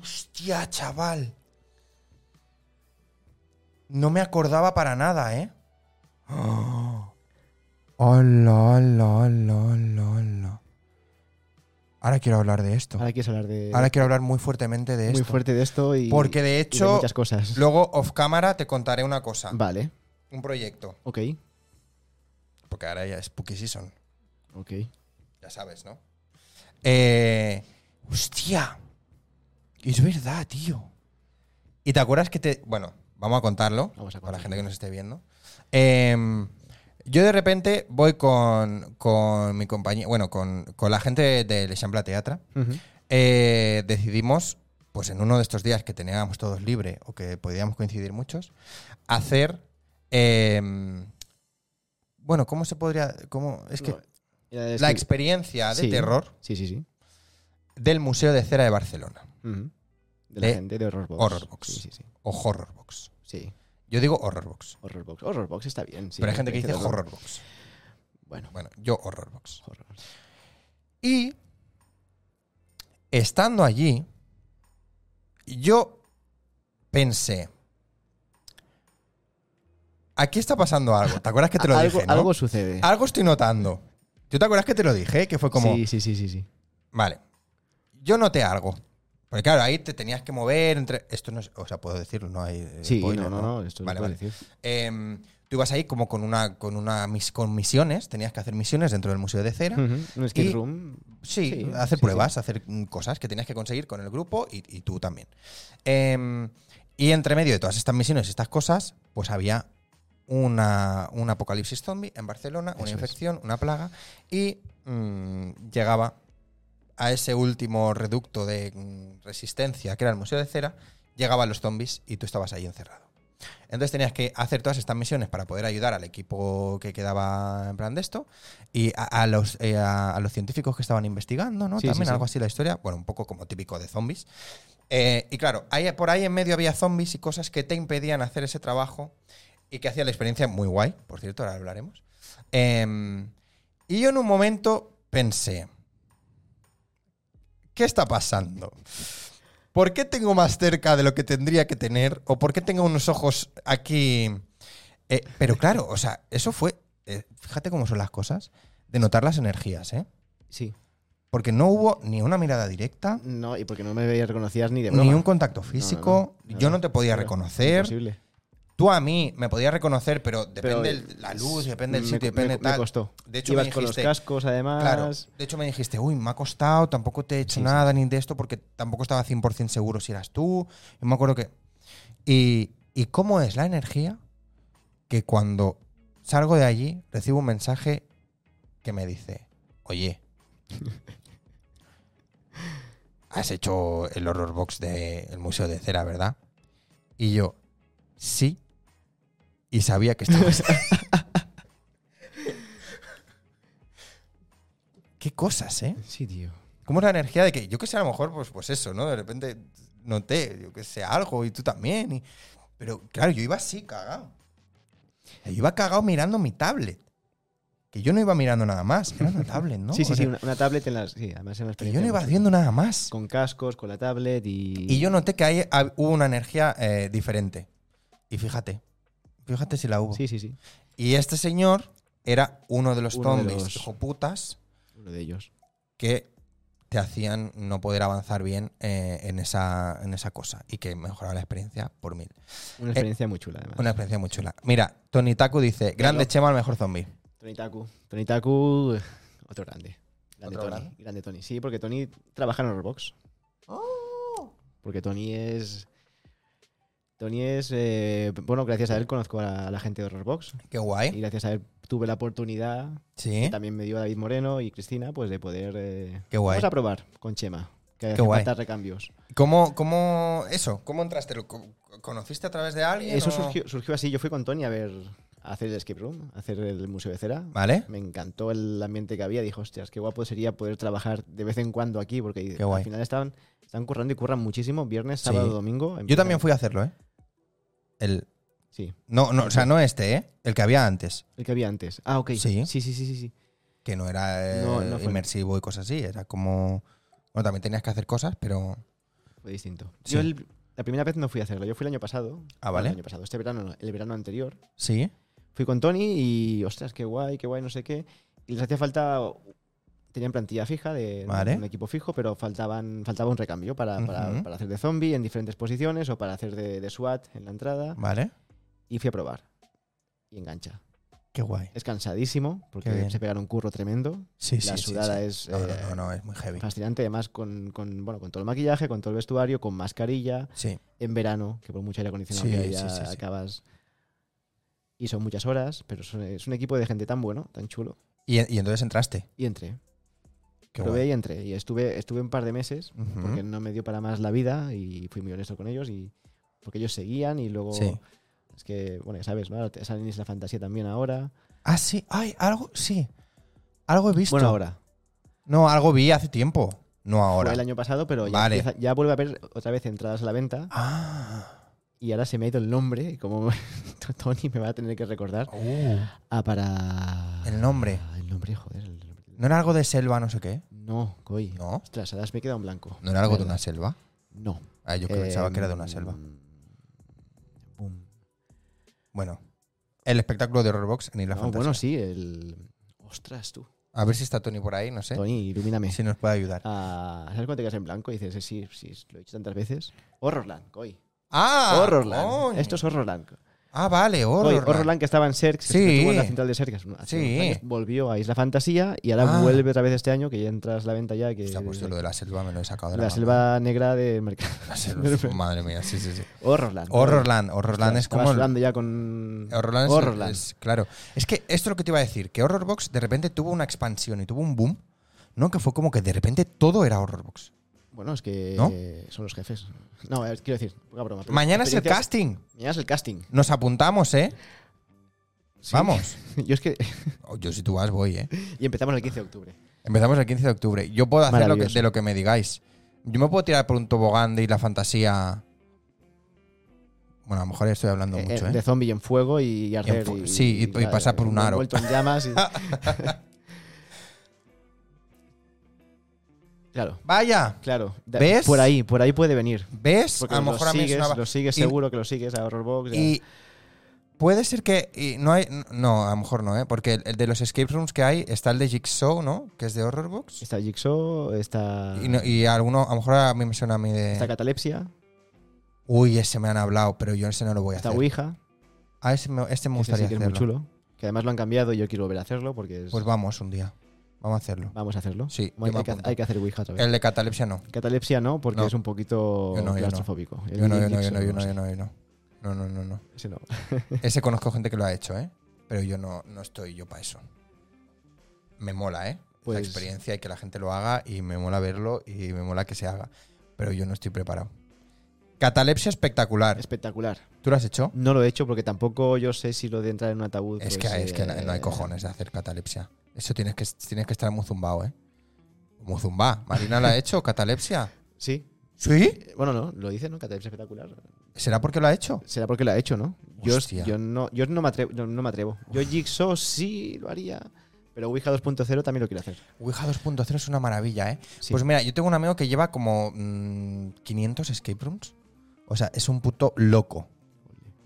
¡Hostia, chaval! No me acordaba para nada, ¿eh? ¡Oh! ¡Hola, hola, hola, hola, hola! Ahora quiero hablar de esto. Ahora quieres hablar de. Ahora quiero hablar muy fuertemente de muy esto. fuerte de esto y. Porque y de de hecho, muchas cosas. luego off cámara te contaré una cosa. Vale. Un proyecto. Ok. Porque ahora ya es Spooky Season. Ok. Ya sabes, ¿no? Eh, hostia. Es verdad, tío. ¿Y te acuerdas que te... Bueno, vamos a contarlo Vamos a para la contarlo. gente que nos esté viendo. Em, yo de repente voy con, con mi compañía, bueno, con, con la gente del Eixample Teatra. Ujú. Eh, decidimos, pues en uno de estos días que teníamos todos libre o que podíamos coincidir muchos, hacer... em, bueno, ¿cómo se podría...? Cómo, es que No, era- es la que- experiencia de sí. terror Sí, sí, sí. del Museo de Cera de Barcelona. Ujú. De la De gente de Horrorbox. Horrorbox. Sí, sí, sí. O Horrorbox. Sí, Yo digo Horrorbox. Horrorbox. Horrorbox está bien. sí, Este pero hay gente que dice horror. Horrorbox. Bueno, Bueno, yo Horrorbox. horror. Y estando allí, yo pensé. Aquí está pasando algo. ¿Te acuerdas que te lo algo, dije? ¿no? algo sucede. Algo estoy notando. ¿Tú te acuerdas que te lo dije? Que fue como. Eh, Sí, sí, sí, sí, sí. Vale. Yo noté algo. Porque claro, ahí te tenías que mover entre. Esto no es. O sea, puedo decirlo, no hay. eh, Sí, spoiler, no, no, no, esto Vale, lo puedo vale. decir. Em, tú ibas ahí como con una. con una mis- con misiones. Tenías que hacer misiones dentro del Museo de Hmm. Cera. Ujú, Un escape Y- room. Sí, Sí, hacer sí, pruebas, hacer mm, cosas que tenías que conseguir con el grupo y, y tú también. Em, y entre medio de todas estas misiones y estas cosas, pues había una, un apocalipsis zombie en Barcelona, una Eso es. infección, una plaga, y mm, llegaba a ese último reducto de mm, resistencia que era el Museo de Cera, llegaban los zombies y tú estabas ahí encerrado. Entonces tenías que hacer todas estas misiones para poder ayudar al equipo que quedaba en plan de esto y a, a los, eh, a, a los científicos que estaban investigando, ¿no? Sí, También sí, sí. algo así la historia, bueno, un poco como típico de zombies. Eh, y claro, ahí, por ahí en medio había zombies y cosas que te impedían hacer ese trabajo y que hacía la experiencia muy guay, por cierto, ahora hablaremos. Em, y yo en un momento pensé, ¿qué está pasando? ¿Por qué tengo más cerca de lo que tendría que tener? ¿O por qué tengo unos ojos aquí? Eh, pero claro, o sea, eso fue, eh, fíjate cómo son las cosas, de notar las energías, ¿eh? Sí. Porque no hubo ni una mirada directa, No, y porque no me veía reconocías ni de broma. ni un contacto físico, no, yo no, no te podía claro, reconocer. Imposible. Tú a mí me podías reconocer, pero depende Pero, eh, el- la luz, depende el me- sitio, me, depende me tal. costó. De hecho, Ibas me con los dijiste, cascos, además. Claro. De hecho, me dijiste, uy, me ha costado, tampoco te he hecho Sí, sí. nada ni de esto, porque tampoco estaba 100% seguro si eras tú. Yo me acuerdo que. Y, y cómo es la energía que cuando salgo de allí recibo un mensaje que me dice, oye, has hecho el horror box del Museo de Cera, ¿verdad? Y yo, sí, y sabía que estabas ahí". Qué cosas, ¿eh? Sí, tío. ¿Cómo es la energía de que, yo que sé, a lo mejor, pues, pues eso, ¿no? De repente noté, yo que sé, algo y tú también. y- pero claro, yo iba así, cagado. Yo iba cagado mirando mi tablet. Que yo no iba mirando nada más, era una tablet, ¿no? sí, sí, O sí. sea, Una, una tablet en las. Sí, además en las que yo no iba viendo nada más. Con cascos, con la tablet y. Y yo noté que ahí hab- hubo una energía eh, diferente. Y fíjate, fíjate si la hubo. Sí, sí, sí. Y este señor era uno de los Uno de zombies, los- hijoputas, Uno de ellos. que te hacían no poder avanzar bien eh, en, esa, en esa cosa y que mejoraba la experiencia por mil. Una experiencia muy chula, además. Eh, Una experiencia muy chula. Mira, Tony Taku dice, grande Chema, el mejor zombie. Tonitaku. Tonitaku, eh, otro grande. Grande ¿Otro Tony. grande? Grande Tony. Sí, porque Tony trabaja en Horrorbox. ¡Oh! Porque Tony es. Tony es. eh, bueno, gracias a él conozco a la gente de Horrorbox. Qué Y guay. gracias a él tuve la oportunidad. Sí. También me dio David Moreno y Cristina, pues de poder. eh, Qué guay. Vamos a probar con Chema. Que hace guay. falta recambios. ¿Cómo, cómo eso? ¿Cómo entraste? ¿Lo co- ¿Conociste a través de alguien? Eso o- surgió, surgió así. Yo fui con Tony a ver. A hacer el escape room, a hacer el museo de cera. ¿Vale? me encantó el ambiente que había. Dije, hostias, qué guapo sería poder trabajar de vez en cuando aquí, porque Qué guay. al final estaban, están currando y curran muchísimo, viernes, Sí. sábado, domingo. en Yo también plan- fui a hacerlo, ¿eh? El... Sí, No, no, o sea, no este, ¿eh? El que había antes, el que había antes. Ah, ok. Sí. Sí, sí, sí, sí. sí. que no era eh, No, no fue. inmersivo y cosas así, era como... Bueno, también tenías que hacer cosas, pero... Fue distinto. Sí. Yo el- la primera vez no fui a hacerlo, yo fui el año pasado. Ah, Bueno, vale. El año pasado, este verano no, el verano anterior. Sí. Fui con Tony y, ostras, qué guay, qué guay, no sé qué. Y les hacía falta... Tenían plantilla fija de Vale. un equipo fijo, pero faltaban, faltaba un recambio para, para- Ujú. para hacer de zombie en diferentes posiciones o para hacer de, de SWAT en la entrada. ¿Vale? y fui a probar. Y engancha. Qué guay. Es cansadísimo Qué porque bien. se pegaron un curro tremendo. Sí, la sí, sí, sudada sí. es No, no, eh, no, no, es muy heavy. fascinante, además con, con, bueno, con todo el maquillaje, con todo el vestuario, con mascarilla, Sí, en verano, que por mucho aire acondicionado Sí, que haya, sí, sí, sí. acabas. Y son muchas horas, pero son- es un equipo de gente tan bueno, tan chulo. Y, y entonces entraste. Y entré. Qué probé guay. y entré. Y estuve, estuve un par de meses Ujú. porque no me dio para más la vida y fui muy honesto con ellos y porque ellos seguían y luego Sí. es que, bueno, ya sabes, ¿no? Ahora te- salen Isla Fantasía también ahora. Ah, sí. Ay, algo, sí. Algo he visto. Bueno, ahora. No, algo vi hace tiempo. No ahora. Fue el año pasado, pero ya, Vale. empieza- ya vuelve a haber otra vez entradas a la venta. Ah. Y ahora se me ha ido el nombre, como Tony me va a tener que recordar. Uh. Ah, para. El nombre. Ah, el nombre, joder. el nombre. ¿No era algo de selva, no sé qué? No, coy. No. Ostras, ahora se me queda un blanco. ¿No era algo de Verdad. una selva? No. Ah, yo pensaba Eh, mm, que era de una selva. Boom. Bueno. El espectáculo de Horrorbox en Isla No, Fantasía. Ah, bueno, sí, el. Ostras, tú. A ver si está Tony por ahí, no sé. Tony, ilumíname. Si nos puede ayudar. Ah, ¿Sabes cuando te quedas en blanco y dices, eh, sí, sí, lo he dicho tantas veces? Horrorland, coy. ¡Ah! Horrorland. coño. Esto es Horrorland. Ah, vale, Oye, Horrorland. Horrorland. que estaba en Serk, Sí. se estuvo en la central de Serk, hace unos Sí. años, volvió a Isla Fantasía y ahora Ah. vuelve otra vez este año, que ya entras a la venta ya, que Está puesto pues lo de la selva, me lo he sacado de la, la manga. selva negra del mercado. La selva, Madre mía, sí, sí, sí. Horrorland. Horrorland. Horrorland Ostras, es estaba como... el- sudando ya con... Horrorland, es- Horrorland. es- claro. Es que esto es lo que te iba a decir, que Horrorbox de repente tuvo una expansión y tuvo un boom, ¿no? Que fue como que de repente todo era Horrorbox. Bueno, es que ¿No? son los jefes. No, a ver, quiero decir, poca broma. pero Mañana es el experiencia- casting. Mañana es el casting. Nos apuntamos, ¿eh? Sí. Vamos. Yo es que... Oh, Yo si tú vas, voy, ¿eh? y empezamos el 15 de octubre. Empezamos el 15 de octubre. Yo puedo hacer lo que, Maravilloso. de lo que me digáis. Yo me puedo tirar por un tobogán de la fantasía... Bueno, a lo mejor estoy hablando Eh, mucho, eh, ¿eh? De zombie en fuego y arder. fu- sí, y- y claro, pasar por un aro. Envuelto en llamas y... Claro, Vaya, claro. Da- ¿Ves? Por ahí, por ahí puede venir. ¿ves? Porque a lo lo mejor a mí es sigues, una- lo sigues y- seguro que lo sigues a Horrorbox. a- Y puede ser que. y no hay. No, a lo mejor no, ¿eh? Porque el, el de los escape rooms que hay está el de Jigsaw, ¿no? Que es de Horrorbox. Está Jigsaw, está, Y, no- eh, y alguno, a lo mejor a mí me suena a mí está de. Catalepsia, Uy, ese me han hablado, pero yo ese no lo voy a está hacer. Ouija, A ese me- este me que ese gustaría sí que es muy hacerlo. chulo. Que además lo han cambiado y yo quiero volver a hacerlo porque es- Pues vamos un día. Vamos a hacerlo. vamos a hacerlo. Sí, yo hay, me que, apunto. hay que hacer Ouija otra vez. El de catalepsia no. Catalepsia no, porque No. es un poquito Yo no, yo no. claustrofóbico. El Yo no, yo no, yo Jigsaw, no, yo no, sí, yo no, yo no. No, no, no, no. ese no. Ese conozco gente que lo ha hecho, ¿eh? Pero yo no, no estoy yo para eso. Me mola, ¿eh? Pues- La experiencia y que la gente lo haga y me mola verlo y me mola que se haga. Pero yo no estoy preparado. Catalepsia espectacular. Espectacular. ¿Tú lo has hecho? No lo he hecho porque tampoco yo sé si lo de entrar en un ataúd. es que, pues, es que no, eh, no hay cojones de hacer catalepsia. Eso tienes que, tienes que estar muy zumbado, ¿eh? Muy zumbá. ¿Marina la ha hecho? ¿Catalepsia? Sí. ¿Sí? Eh, Bueno, no, lo dice, ¿no? Catalepsia espectacular. ¿Será porque lo ha hecho? Será porque lo ha hecho, ¿no? Yo, Hostia. yo no, yo no me atrevo. No, no me atrevo. Yo Jigsaw sí lo haría, pero Ouija 2.0 también lo quiero hacer. Ouija 2.0 es una maravilla, ¿eh? Sí. Pues mira, yo tengo un amigo que lleva como mm, 500 escape rooms. O sea, es un puto loco.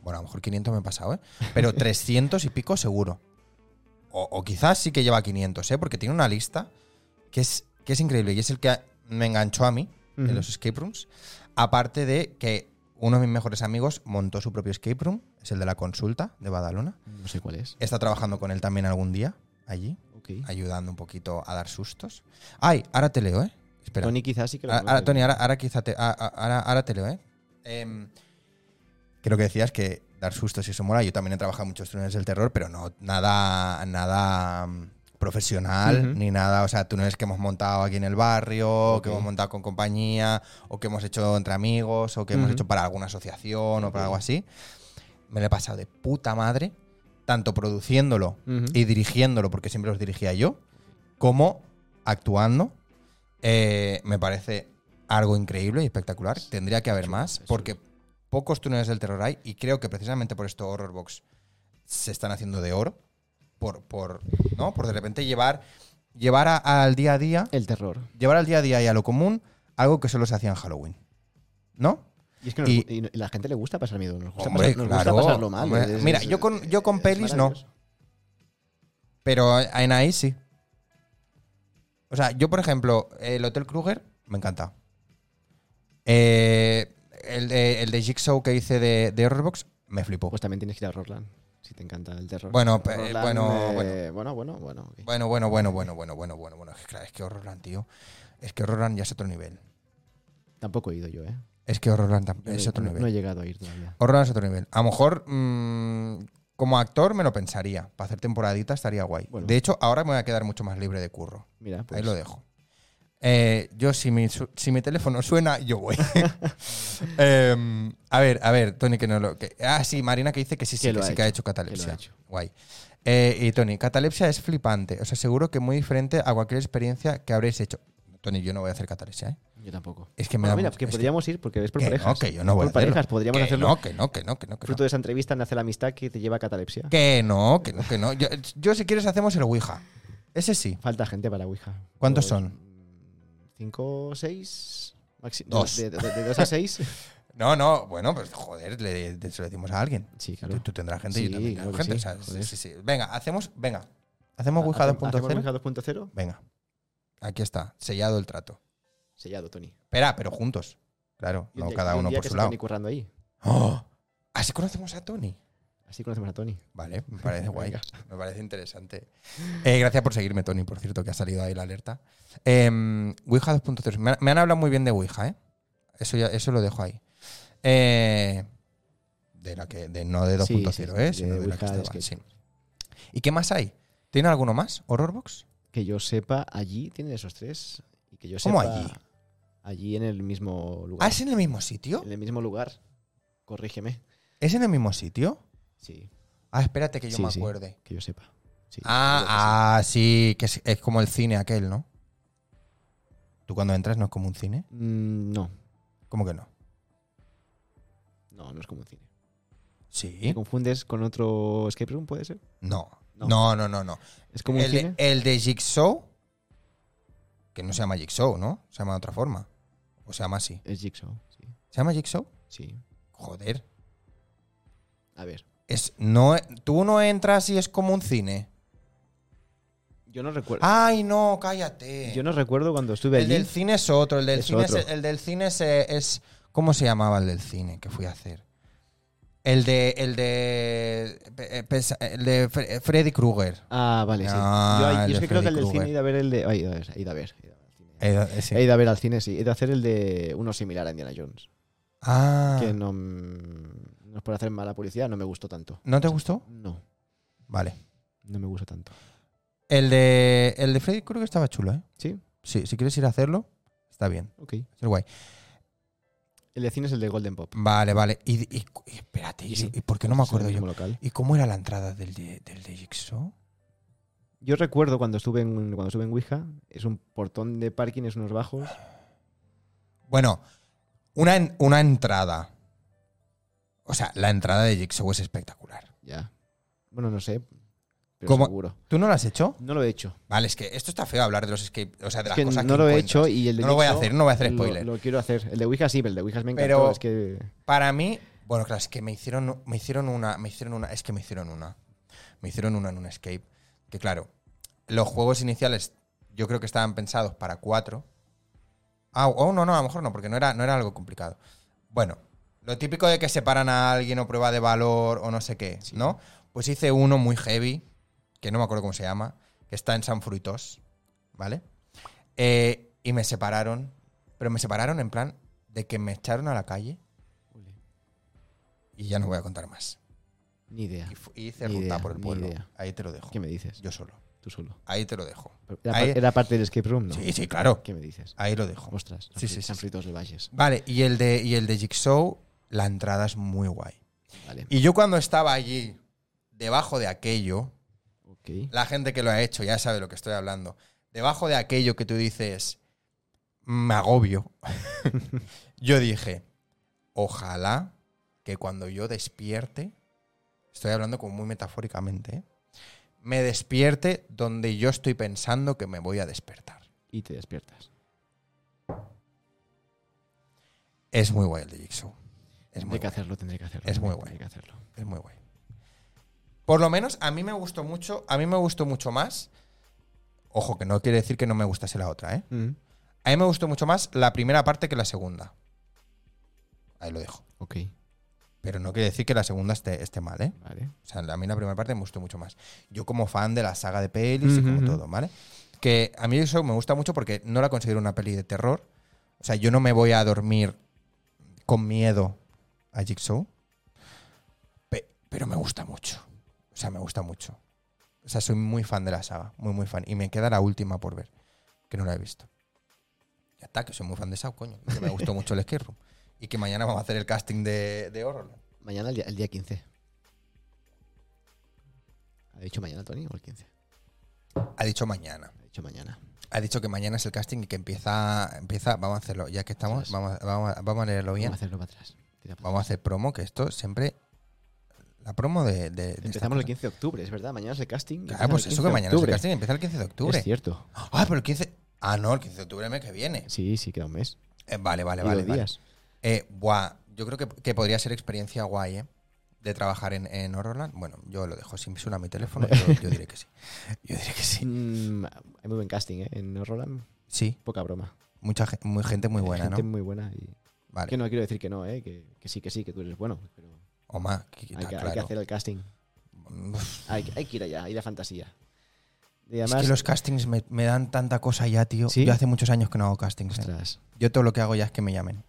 Bueno, a lo mejor 500 me he pasado, ¿eh? Pero 300 y pico seguro. O, o quizás sí que lleva 500, ¿eh? Porque tiene una lista que es, que es increíble y es el que a- me enganchó a mí Ujú. en los escape rooms. Aparte de que uno de mis mejores amigos montó su propio escape room, es el de la consulta de Badalona. No sé cuál es. Está trabajando con él también algún día allí Ok. ayudando un poquito a dar sustos. Ay, ahora te leo, ¿eh? Espera. Tony quizás sí que lo Ah, conoce. ahora, Tony, ahora, ahora quizá te, ah, ah, ahora, ahora te leo, ¿eh? Em, que lo que decías que dar sustos y eso mola. Yo también he trabajado en muchos túneles del terror, pero no nada, nada mm, profesional Ujú. ni nada. O sea, túneles que hemos montado aquí en el barrio, o que Ok. hemos montado con compañía, o que hemos hecho entre amigos, o que hemos Ujú. hecho para alguna asociación o Ok. para algo así. Me lo he pasado de puta madre, tanto produciéndolo Ujú. y dirigiéndolo, porque siempre los dirigía yo, como actuando. Eh, me parece algo increíble y espectacular. Tendría que haber Chulo, más, eso. porque pocos túneles del terror hay, y creo que precisamente por esto Horrorbox se están haciendo de oro. Por, por, ¿no? por de repente llevar, llevar a- al día a día, El terror. llevar al día a día y a lo común algo que solo se hacía en Halloween. ¿no? Y es que nos Y- gu- y no- y la gente le gusta pasar miedo. Nos gusta, Hombre, pasar- nos gusta claro, pasarlo mal. hombre. Mira, yo con- yo con es pelis no. maravilloso. Pero en ahí sí. O sea, yo, por ejemplo, el Hotel Kruger me encanta. Eh, el, de, el de Jigsaw que hice de, de Horrorbox me flipó. Pues también tienes que ir a Roland, si te encanta el terror. Bueno, pe- Roland, bueno, eh, bueno, bueno, bueno, ok. Bueno, bueno, bueno, bueno, bueno, bueno, bueno, bueno. Es que, claro, es que Horrorland, tío. Es que Horrorland ya es otro nivel. Tampoco he ido yo, ¿eh? Es que Horrorland tam- Yo es no- otro no, nivel. no he llegado a ir todavía. Horrorland es otro nivel. A lo mejor mm, como actor me lo pensaría. Para hacer temporadita estaría guay. Bueno. De hecho, ahora me voy a quedar mucho más libre de curro. Mira, pues, Ahí lo dejo. Eh, yo, si mi, su- si mi teléfono suena, yo voy. Em, a ver, a ver, Tony, que no lo. que- ah, sí, Marina que dice que sí, sí, Que que, lo ha sí que ha hecho, hecho catalepsia. que lo ha hecho. Guay. Eh, y Tony, catalepsia es flipante. Os aseguro que muy diferente a cualquier experiencia que habréis hecho. Tony, yo no voy a hacer catalepsia, ¿eh? yo tampoco. Es que me Bueno, da Ah, mira, mucho- que es que- podríamos ir porque es por que parejas. no, que yo no voy a Por parejas, hacerlo. podríamos Que hacerlo. No, que no, que no, que no. Que Fruto no. de esa entrevista nace la amistad que te lleva a catalepsia. Que no, que no, que no. Yo, yo, si quieres, hacemos el Ouija. Ese sí. Falta gente para Ouija. ¿Cuántos Pues, son? mm, ¿Cinco, seis? Maxi- Dos. De, de- de- de dos a seis. No, no, bueno, pues joder, le, se lo decimos a alguien. Sí, Tú, claro. tú tendrás gente y yo Sí, también tengo claro que gente. sí, o sea, sí, joder. sí, sí. Venga, hacemos, venga. ¿Hacemos Ouija Hacemos- hacemos 2.0? Ouija 2.0? Venga. Aquí está, sellado el trato. Sellado, Tony. Espera, pero juntos. Claro, Y un no día- cada y un uno día por que su se lado. Tony currando ahí. ¡Oh! Así conocemos a Tony. Así conocemos a Tony. Vale, me parece guay. Venga. Me parece interesante. Eh, gracias por seguirme, Tony, por cierto, que ha salido ahí la alerta. Em, Ouija 2.3. Me, han- me han hablado muy bien de Ouija, ¿eh? Eso, ya, eso lo dejo ahí. Eh, de la que, de, no de 2.0, sí, ¿eh? de Sino de, la que Ouija, estaba, es que- sí. ¿Y qué más hay? ¿Tiene alguno más? ¿Horrorbox? Que yo sepa, allí tienen esos tres. Y que yo ¿Cómo sepa, allí? Allí en el mismo lugar. ¿Ah, es en el mismo sitio? En el mismo lugar. Corrígeme. ¿Es en el mismo sitio? Sí, Ah, espérate que yo Sí, me sí. acuerde. que yo sepa. Sí, creo que Ah, ah, sí, que es, es como el cine aquel, ¿no? Tú cuando entras no es como un cine. sí. Mm, no, ¿Cómo que no? no, no es como un cine. Sí. ¿Te confundes con otro escape room, puede ser? No. No. No, no, no, no. Es como un El cine. de, el de Jigsaw Que no se llama Jigsaw, ¿no? Se llama de otra forma. O se llama así. Es Jigsaw, sí. ¿Se llama Jigsaw? sí. Joder. A ver, Es, no, tú no entras y es como un cine. yo no recuerdo. Ay, no, cállate. Yo no recuerdo cuando estuve Ah, eh. el allí. del cine es otro. El del Es cine, Es, otro. el del cine es, es- ¿Cómo se llamaba el del cine que fui a hacer? El de. El de. eh, pesa- El de Fre- Freddy Krueger. Ah, vale, sí. Ah, yo ahí- el yo de es que creo que el Freddy del cine Krueger. he ido a ver el de. ay, He ido a ver, he ido a ver. He ido a ver al cine. Eh, eh, sí. He ido a ver al cine, sí. He ido a hacer el de uno similar a Indiana Jones. Ah, Que no, mm, no es por hacer mala publicidad, no me gustó tanto. ¿No te gustó? No, Vale. no me gustó tanto. El de, el de Freddy Krueger estaba chulo, ¿eh? ¿Sí? Sí, si quieres ir a hacerlo, está bien. Ok. Es guay. El de cine es el de Golden Pop. Vale, vale. Y, y- y espérate, Y sí. ¿y, y por qué no me Es el acuerdo yo? mismo local. ¿Y cómo era la entrada del de, del de Jigsaw? Yo recuerdo cuando estuve en cuando estuve en Ouija, es un portón de parking, es unos bajos. Bueno, una, en- una entrada. O sea, la entrada de Jigsaw es espectacular. Ya. Bueno, no sé. Pero ¿Cómo? seguro. ¿Tú no lo has hecho? No lo he hecho. Vale, es que esto está feo hablar de los escape, o sea, de Es las que cosas no que lo he encuentras. hecho y el de No lo voy a Jigsaw hacer, no voy a hacer lo- spoiler. Lo, quiero hacer. El de Ouija sí, pero el de Ouija me encantó. Pero- Es que Para mí, bueno, claro, es que me hicieron, me hicieron una, me hicieron una, es que me hicieron una, me hicieron una en un escape, que claro, los juegos iniciales yo creo que estaban pensados para cuatro. Ah, o no, no, a lo mejor no, porque no era, no era algo complicado. Bueno, lo típico de que separan a alguien o prueba de valor o no sé qué, Sí. ¿no? Pues hice uno muy heavy, que no me acuerdo cómo se llama, que está en San Fruitos, ¿vale? Eh, y me separaron, pero me separaron en plan de que me echaron a la calle y ya no voy a contar más. ni idea. Y, fu- y hice Ni ruta idea, por el ni pueblo. idea. Ahí te lo dejo. ¿Qué me dices? Yo solo. Tú solo. Ahí te lo dejo. Era, Ahí- par- era parte del escape room, ¿no? Pues- Sí, sí, claro. ¿Qué me dices? Ahí lo dejo. Ostras. Sí, sí, sí, San sí. Fritos de Valles. Vale, y el de, y el de Jigsaw, la entrada es muy guay. Vale. Y yo cuando estaba allí, debajo de aquello, Ok. la gente que lo ha hecho ya sabe lo que estoy hablando. Debajo de aquello que tú dices, me agobio. yo dije, ojalá que cuando yo despierte, estoy hablando como muy metafóricamente, ¿eh? me despierte donde yo estoy pensando que me voy a despertar. Y te despiertas. Es muy guay el de Jigsaw. Es muy Tendré que guay. hacerlo, tendré que hacerlo. Es muy Tendré guay. que hacerlo. Es muy guay. Por lo menos a mí me gustó mucho, a mí me gustó mucho más. Ojo, que no quiere decir que no me gustase la otra, ¿eh? Mm. A mí me gustó mucho más la primera parte que la segunda. Ahí lo dejo. Ok. Pero no quiere decir que la segunda esté, esté mal, ¿eh? Vale. O sea, a mí la primera parte me gustó mucho más. Yo como fan de la saga de pelis y Ujú, como ujú. todo, ¿vale? Que a mí eso me gusta mucho porque no la considero una peli de terror. O sea, yo no me voy a dormir con miedo a Jigsaw. Pe- pero me gusta mucho. O sea, me gusta mucho. O sea, soy muy fan de la saga. Muy, muy fan. Y me queda la última por ver. Que no la he visto. Ya está, que soy muy fan de esa, coño. Que me gustó mucho el Escape Room. Y que mañana vamos a hacer el casting de, de Horrorland. Mañana el día, el día 15. ¿Ha dicho mañana, Tony, o el 15? Ha dicho mañana. Ha dicho mañana. Ha dicho que mañana es el casting y que empieza, empieza vamos a hacerlo, ya que estamos, Ostras. vamos, a- vamos, a- vamos a leerlo bien. Vamos a hacerlo para atrás. Tira para Vamos a hacer promo, que esto siempre... La promo de... de- de esta atrás. Empezamos el cosa. 15 de octubre, es verdad. Mañana es el casting. Claro, pues eso que mañana es el casting empieza el 15 de octubre. octubre. Es cierto. Ah, pero el 15... Ah, no, el 15 de octubre el mes que viene. Sí, sí, queda un mes. Eh, vale, vale, Y vale. dos vale. días. Eh, buah, yo creo que, que podría ser experiencia guay, ¿eh? De trabajar en, en Horrorland. Bueno, yo lo dejo. Si me suena mi teléfono, yo, yo diré que sí. Yo diré que sí. Mm, hay muy buen casting, ¿eh? En Roland, Sí, poca broma. mucha ge- muy gente muy buena, Gente ¿no? muy buena. Y... Vale. Que no quiero decir que no, ¿eh? Que, que sí, que sí, que tú eres bueno. Pero O más, que- hay, que, hay que claro. Mm, hacer el casting. Uf. Hay, que- hay que ir allá, ir a fantasía. Y Es además. que los castings me, me dan tanta cosa ya, tío. ¿Sí? Yo hace muchos años que no hago castings. ¿eh? Ostras. Yo todo lo que hago ya es que me llamen.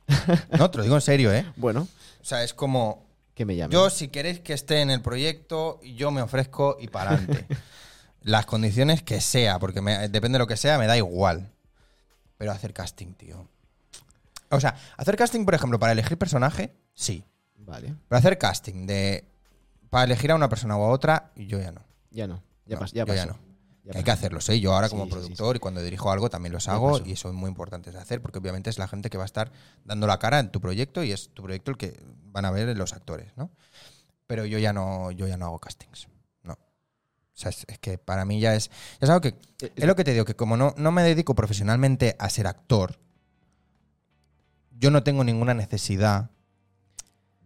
No, te lo digo en serio, ¿eh? Bueno, O sea, es como, que me llamen. yo si queréis que esté en el proyecto, yo me ofrezco y para adelante. Las condiciones que sea, porque me- depende de lo que sea, me da igual. Pero hacer casting, tío. O sea, hacer casting, por ejemplo, para elegir personaje, sí. Vale. Pero hacer casting de para elegir a una persona o a otra, yo ya no. Ya no. Ya, No, pas- ya yo ya pasó. no. Ya Que hay que pasó. hacerlos, ¿eh? Yo ahora como Sí, sí, sí, productor y cuando dirijo algo también los Ya hago pasó. y son muy importantes de hacer porque obviamente es la gente que va a estar dando la cara en tu proyecto y es tu proyecto el que van a ver los actores, ¿no? Pero yo ya no, yo ya no hago castings, no. O sea, es, es que para mí ya es. Ya sabes que. Es lo que te digo, que como no, no me dedico profesionalmente a ser actor, yo no tengo ninguna necesidad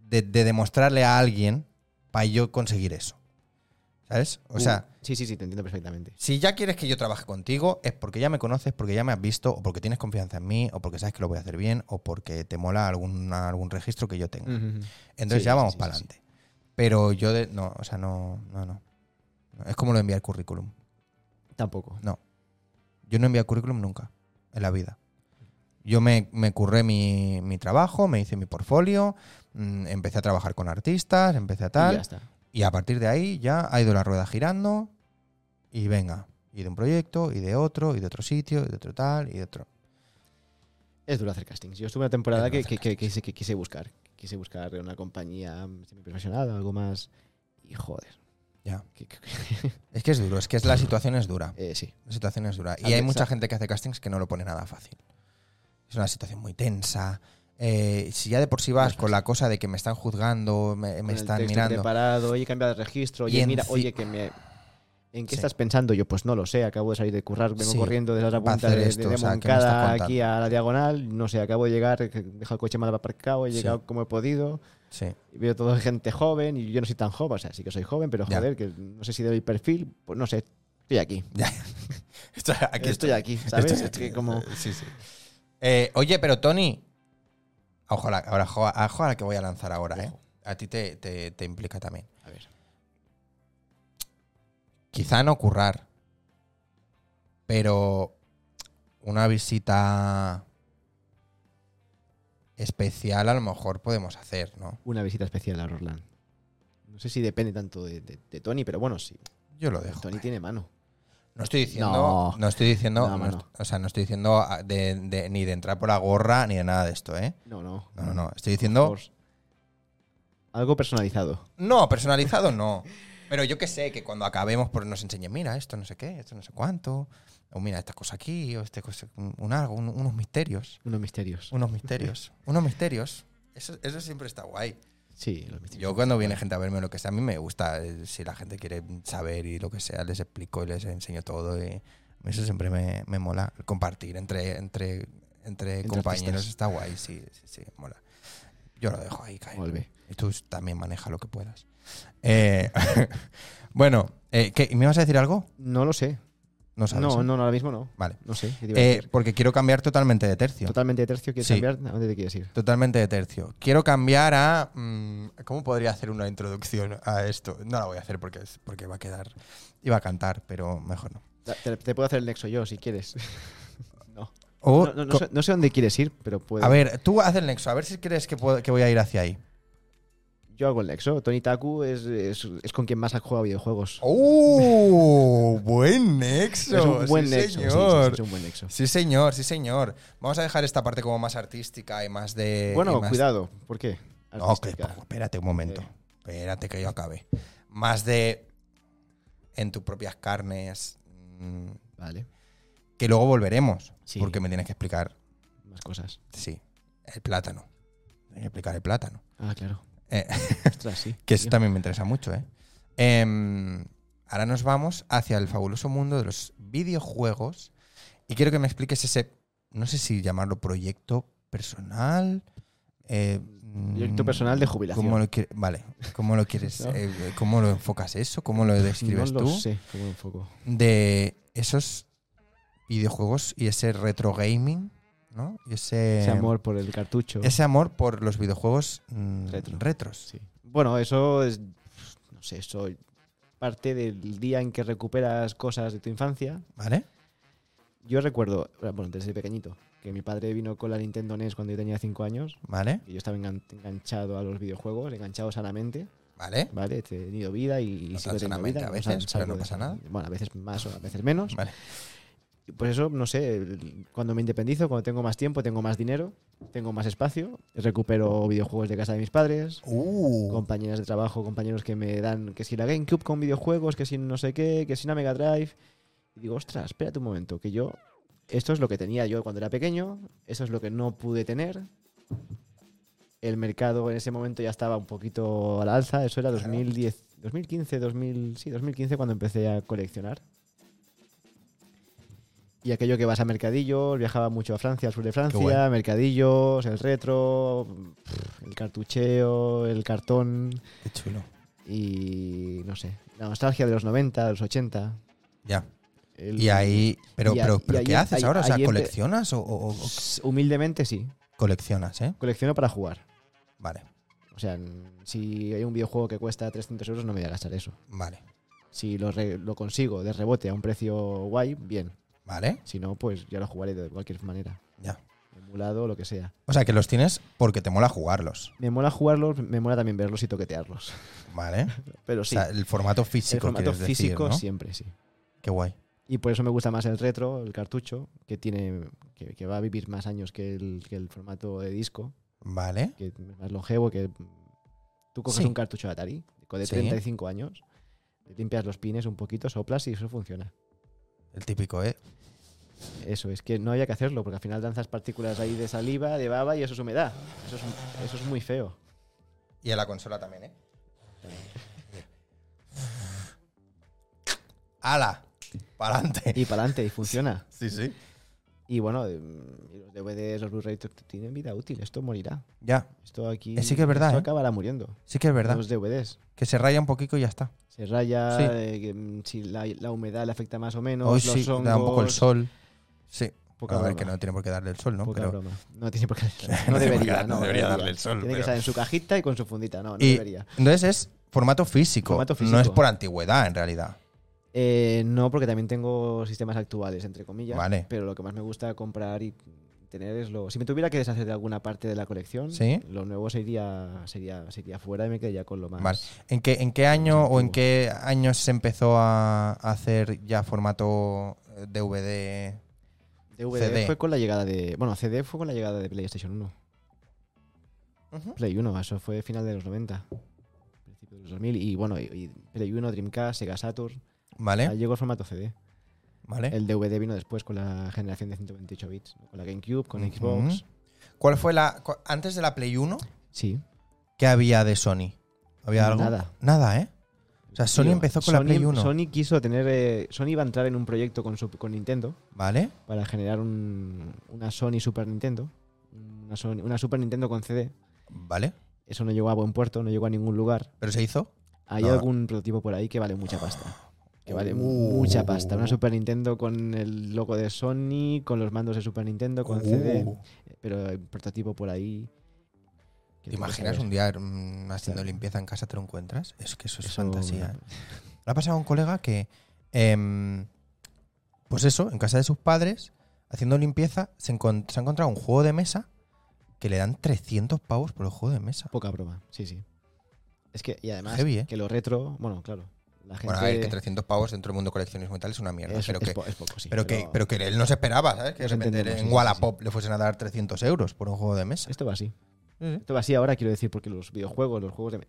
de, de demostrarle a alguien para yo conseguir eso. ¿Sabes? O Uh, sea, sí, sí, sí, te entiendo perfectamente. si ya quieres que yo trabaje contigo, es porque ya me conoces, porque ya me has visto, o porque tienes confianza en mí, o porque sabes que lo voy a hacer bien, o porque te mola alguna- algún registro que yo tenga. Entonces Mm. Sí, ya sí, vamos sí, para sí, adelante. Pero yo, de- no, o sea, no, no, no. Es como lo de enviar currículum. Tampoco. No. Yo no envié currículum nunca en la vida. Yo me, me curré mi, mi trabajo, me hice mi portfolio, mm, empecé a trabajar con artistas, empecé a Y tal. ya está. Y a partir de ahí ya ha ido la rueda girando y venga. Y de un proyecto, y de otro, y de otro sitio, y de otro tal, y de otro. Es duro hacer castings. Yo estuve una temporada Es duro que, hacer que, que- que quise, que quise buscar. Quise buscar una compañía semiprofesional, algo más. Y joder. Ya. que- que- que- Es que es duro, es que es, la situación es dura. eh, sí. La situación es dura. Y Alexa. hay mucha gente que hace castings que no lo pone nada fácil. Es una situación muy tensa. Eh, si ya de por sí vas con la cosa de que me están juzgando, me, me Pues Con el están texto mirando. preparado, oye, cambia de registro, Y oye, enci- mira, oye, que me. ¿En qué Sí. estás pensando? Yo, pues no lo sé, acabo de salir de currar, vengo Sí, corriendo desde la otra va a punta hacer de, de- esto, de o sea, ¿qué me Moncada estás aquí a la diagonal, no sé, acabo de llegar, eh, que dejo el coche mal aparcado, he Sí. llegado como he podido, Sí. y veo toda gente joven, y yo no soy tan joven, o sea, sí que soy joven, pero Ya. joder, que no sé si doy perfil, pues no sé, estoy aquí. Estoy Aquí estoy aquí, ¿sabes? Estoy Es que como... Sí, sí. Eh, oye, pero Tony. Ojo a la, ahora, ojo a- ojo a la que voy a lanzar ahora, ¿eh? Ojo. A ti te, te- te implica también. A ver, Quizá no currar. Pero una visita especial a lo mejor podemos hacer, ¿no? una visita especial a Roland. No sé si depende tanto de, de- de Tony, pero bueno, sí, Yo lo dejo. Tony ahí. tiene mano. No estoy diciendo, no, No. estoy diciendo, No, no mano. est- o sea, no estoy diciendo ah, de- de- ni de entrar por la gorra ni de nada de esto, ¿eh? No, no. No, no, no. Estoy diciendo Por- Algo personalizado. No, personalizado no. Pero yo que sé, que cuando acabemos por nos enseñen, mira, esto no sé qué, esto no sé cuánto, o mira, esta cosa aquí, o este cosa, un, un algo, un- unos misterios. Unos misterios. Unos misterios. unos misterios. Eso, eso siempre está guay. Sí, los misterios. Yo cuando viene gente a verme o lo que sea, a mí me gusta, eh, si la gente quiere saber y lo que sea, les explico y les enseño todo. Y eso siempre me, me mola. Compartir entre, entre, entre, Entre compañeros artistas. está guay, sí, sí, sí, mola. Yo lo dejo ahí, caer. Molt bé. Y tú también maneja lo que puedas. Eh, bueno, eh, ¿qué? ¿me vas a decir algo? No lo sé. No sabes. No, ¿eh? no, no, ahora mismo no. Vale. No sé. ¿qué te iba a Eh, decir? porque quiero cambiar totalmente de tercio. Totalmente de tercio, ¿quieres sí. cambiar? ¿A dónde te quieres ir? Totalmente de tercio. Quiero cambiar a. mm, ¿Cómo podría hacer una introducción a esto? No la voy a hacer porque, es- porque va a quedar. Iba a cantar, pero mejor no. Da- Te, te puedo hacer el nexo yo, si quieres. no. O- No, no- no Oh, co- sé, no sé dónde quieres ir, pero puedo. a ver, tú haz el nexo, a ver si crees que, puedo- que voy a ir hacia ahí. Yo hago el nexo. Tony Taku es, es, es con quien más ha jugado videojuegos. ¡Oh! ¡Buen nexo! es un buen sí, nexo. sí, sí, sí, señor. es un buen nexo. Sí, señor, sí, señor. Vamos a dejar esta parte como más artística y más de. y bueno, más- cuidado. ¿Por qué? No, que- Artística. espérate un momento. Eh. Espérate que yo acabe. Más de. En tus propias carnes. mm, Vale. Que luego volveremos. Sí. Porque me tienes que explicar. Más cosas. Sí. El plátano. Tienes que explicar el plátano. Ah, claro. Eh, Ostras, sí. que eso tío. también me interesa mucho, ¿eh? Em, ahora nos vamos hacia el fabuloso mundo de los videojuegos. Y quiero que me expliques ese. No sé si llamarlo proyecto personal. eh, Proyecto mm, personal de jubilación. ¿Cómo lo quie- vale, ¿cómo lo quieres? ¿No? eh, ¿Cómo lo enfocas eso? ¿Cómo lo describes no lo tú? sé cómo lo enfoco. De esos videojuegos y ese retro gaming, ¿no? Y ese, Ese amor por el cartucho. ese amor por los videojuegos mm, Retro. retros. Sí. Bueno, eso es. No sé, eso parte del día en que recuperas cosas de tu infancia. ¿Vale? Yo recuerdo, bueno, desde pequeñito, que mi padre vino con la Nintendo NES cuando yo tenía 5 años. ¿Vale? Y yo estaba engan- enganchado a los videojuegos, enganchado sanamente, ¿Vale? ¿vale? He tenido vida y No tan sigo teniendo sanamente vida. a o veces, sea, pero salgo no de- pasa nada. Bueno, a veces más o a veces menos. Vale. Y Pues eso, no sé, el- cuando me independizo, cuando tengo más tiempo, tengo más dinero, tengo más espacio, recupero videojuegos de casa de mis padres, Uh, compañeras de trabajo, compañeros que me dan que si la GameCube con videojuegos, que si no sé qué, que si una Mega Drive. Y digo, ostras, espérate un momento, que yo, esto es lo que tenía yo cuando era pequeño, eso es lo que no pude tener. El mercado en ese momento ya estaba un poquito al alza, eso era Claro. 2010, 2015, 2000, sí, 2015 cuando empecé a coleccionar. Y aquello que vas a mercadillos, viajaba mucho a Francia, al sur de Francia, guay. mercadillos, el retro, pff, el cartucheo, el cartón Qué chulo. y no sé, la nostalgia de los 90, de los 80. Ya. el- Y ahí. Pero, y a- pero, y pero ahí- ¿qué haces ahí- ahora? O sea, ahí empe- ¿coleccionas o, o- o- o Humildemente sí, coleccionas, eh? colecciono para jugar. Vale, O sea, n- si hay un videojuego que cuesta 300 euros no me voy a gastar eso. vale, Si lo, re- lo consigo de rebote a un precio guay, bien. vale. Si no, pues ya lo jugaré de cualquier manera. Ya. Emulado, lo que sea. O sea, que los tienes porque te mola jugarlos. Me mola jugarlos, me mola también verlos y toquetearlos. Vale. Pero sí, O sea, el formato físico. el formato quieres decir, físico ¿no? siempre, sí. Qué guay. Y por eso me gusta más el retro, el cartucho, que tiene que, que va a vivir más años que el, que el formato de disco, Vale. que es más longevo, que tú coges Sí. un cartucho de Atari de Sí. 35 años, le limpias los pines un poquito, soplas y eso funciona. El típico, ¿eh? Eso, es que no había que hacerlo, porque al final danzas partículas ahí de saliva, de baba y eso es humedad. Eso es, eso es muy feo. Y a la consola también, ¿eh? ¡Hala! ¡Para adelante! Y para adelante, y funciona. Sí, sí. Y bueno, de- y los DVDs, los Blu-ray t- tienen vida útil, esto morirá. Ya, Esto aquí Eh, sí que es verdad, esto ¿eh? acabará muriendo. sí que es verdad. Los DVDs. Que se raya un poquito y ya está. Se raya, Sí. eh, que, mm, si la, la humedad le afecta más o menos, Hoy los sí, hongos, da un poco el sol. Sí. Poca a ver, broma. que no tiene por qué darle el sol, ¿no? Poca Pero broma. No tiene por qué. No No tiene por qué- debería, no no, debería darle el sol, Tiene pero- que estar en su cajita y con su fundita, no, no Y- debería. Entonces es formato físico. Formato No es físico. por antigüedad, en realidad. Eh, no, porque también tengo sistemas actuales, entre comillas. Vale. Pero lo que más me gusta comprar y tener es lo. Si me tuviera que deshacer de alguna parte de la colección, Sí. lo nuevo sería, sería, sería fuera y me quedaría con lo más. Vale. ¿En qué, en qué año antiguo. o en qué años se empezó a hacer ya formato eh, DVD? DVD CD. fue con la llegada de. Bueno, CD fue con la llegada de PlayStation 1. Play 1, eso fue final de los 90. Principio de los 2000. Y bueno, y, y Play 1, Dreamcast, Sega Saturn. Ahí Vale, llegó el formato CD. vale. El DVD vino después con la generación de 128 bits, ¿no? con la GameCube, con Ujú. Xbox. ¿Cuál fue la. cu- Antes de la Play 1, Sí. ¿qué había de Sony? ¿Había algo? Nada. Nada, ¿eh? O sea, Sony Tío, empezó con la Sony- Play 1. Sony quiso tener. eh, Sony iba a entrar en un proyecto con, su- con Nintendo Vale, para generar un- una Sony Super Nintendo. Una, Sony- una Super Nintendo con CD. vale. Eso no llegó a buen puerto, no llegó a ningún lugar. Pero se hizo. Hay No. algún prototipo por ahí que vale mucha pasta. Que vale Uh. mucha pasta. Una Super Nintendo con el logo de Sony, con los mandos de Super Nintendo, con Uh, CD. Pero hay un prototipo por ahí. que ¿Te tengo que imaginas saber. un día mm, haciendo Claro. limpieza en casa te lo encuentras? Es que eso es Eso, fantasía. ¿eh? bueno, Le ha pasado a un colega que, em, pues eso, en casa de sus padres, haciendo limpieza, se, encon- se ha encontrado un juego de mesa que le dan 300 pavos por el juego de mesa. Poca broma, sí, sí. Es que, y además, Heavy, ¿eh? que lo retro, bueno, claro, la gente. Bueno, a ver, que 300 pavos dentro del mundo coleccionismo y tal es una mierda. es, pero, es que, po- es poco, sí. pero, que, pero que él no se esperaba, ¿sabes? Que de Nos repente entendemos, sí, en sí, Wallapop le fuesen a dar 300 euros por un juego de mesa. Esto va así. Sí, sí. Esto va así ahora, quiero decir, porque los videojuegos, los juegos de.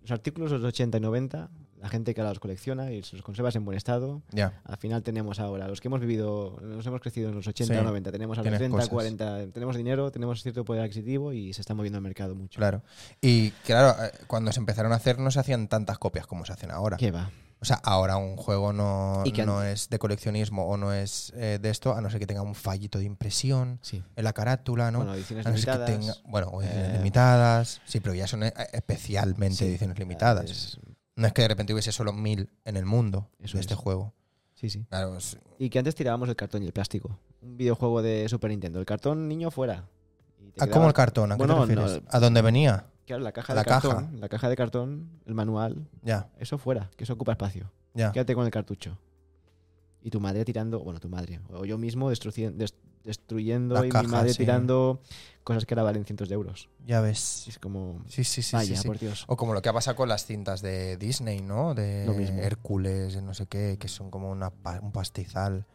Los artículos de los 80 y 90, la gente que ahora los colecciona y se los conservas en buen estado. Ya, Al final tenemos ahora, los que hemos vivido, nos hemos crecido en los 80 Sí. o 90, tenemos ahora Tienes 30, cosas. 40, tenemos dinero, tenemos cierto poder adquisitivo y se está moviendo el mercado mucho. claro. Y claro, eh, cuando se empezaron a hacer no se hacían tantas copias como se hacen ahora. ¿Qué va? O sea, ahora un juego no, Y que no an- es de coleccionismo o no es eh, de esto, a no ser que tenga un fallito de impresión Sí. en la carátula, ¿no? Bueno, ediciones a no ser que limitadas. tenga. Bueno, o ediciones eh, limitadas. Sí, pero ya son eh, especialmente sí, ediciones claro, limitadas. es- No es que de repente hubiese solo mil en el mundo Eso de este es. juego. sí, sí. Claro, es- Y que antes tirábamos el cartón y el plástico. Un videojuego de Super Nintendo. El cartón, niño, fuera. Y te Ah, ¿Cómo el quedaba- cartón? ¿A qué Bueno, te refieres? no. eh, ¿A dónde venía? Claro, la caja la de cartón. caja. La caja de cartón, el manual. Ya, Eso fuera, que eso ocupa espacio. ya. Quédate con el cartucho. Y tu madre tirando, bueno, tu madre, o yo mismo destruci- des- destruyendo La y caja, mi madre sí. tirando cosas que ahora valen cientos de euros. Ya ves. Es como, Sí, sí, sí. vaya, sí, pues. Oh, sí. por Dios. O como lo que ha pasado con las cintas de Disney, ¿no? De Lo mismo. Hércules, de no sé qué, que son como una pa- un pastizal.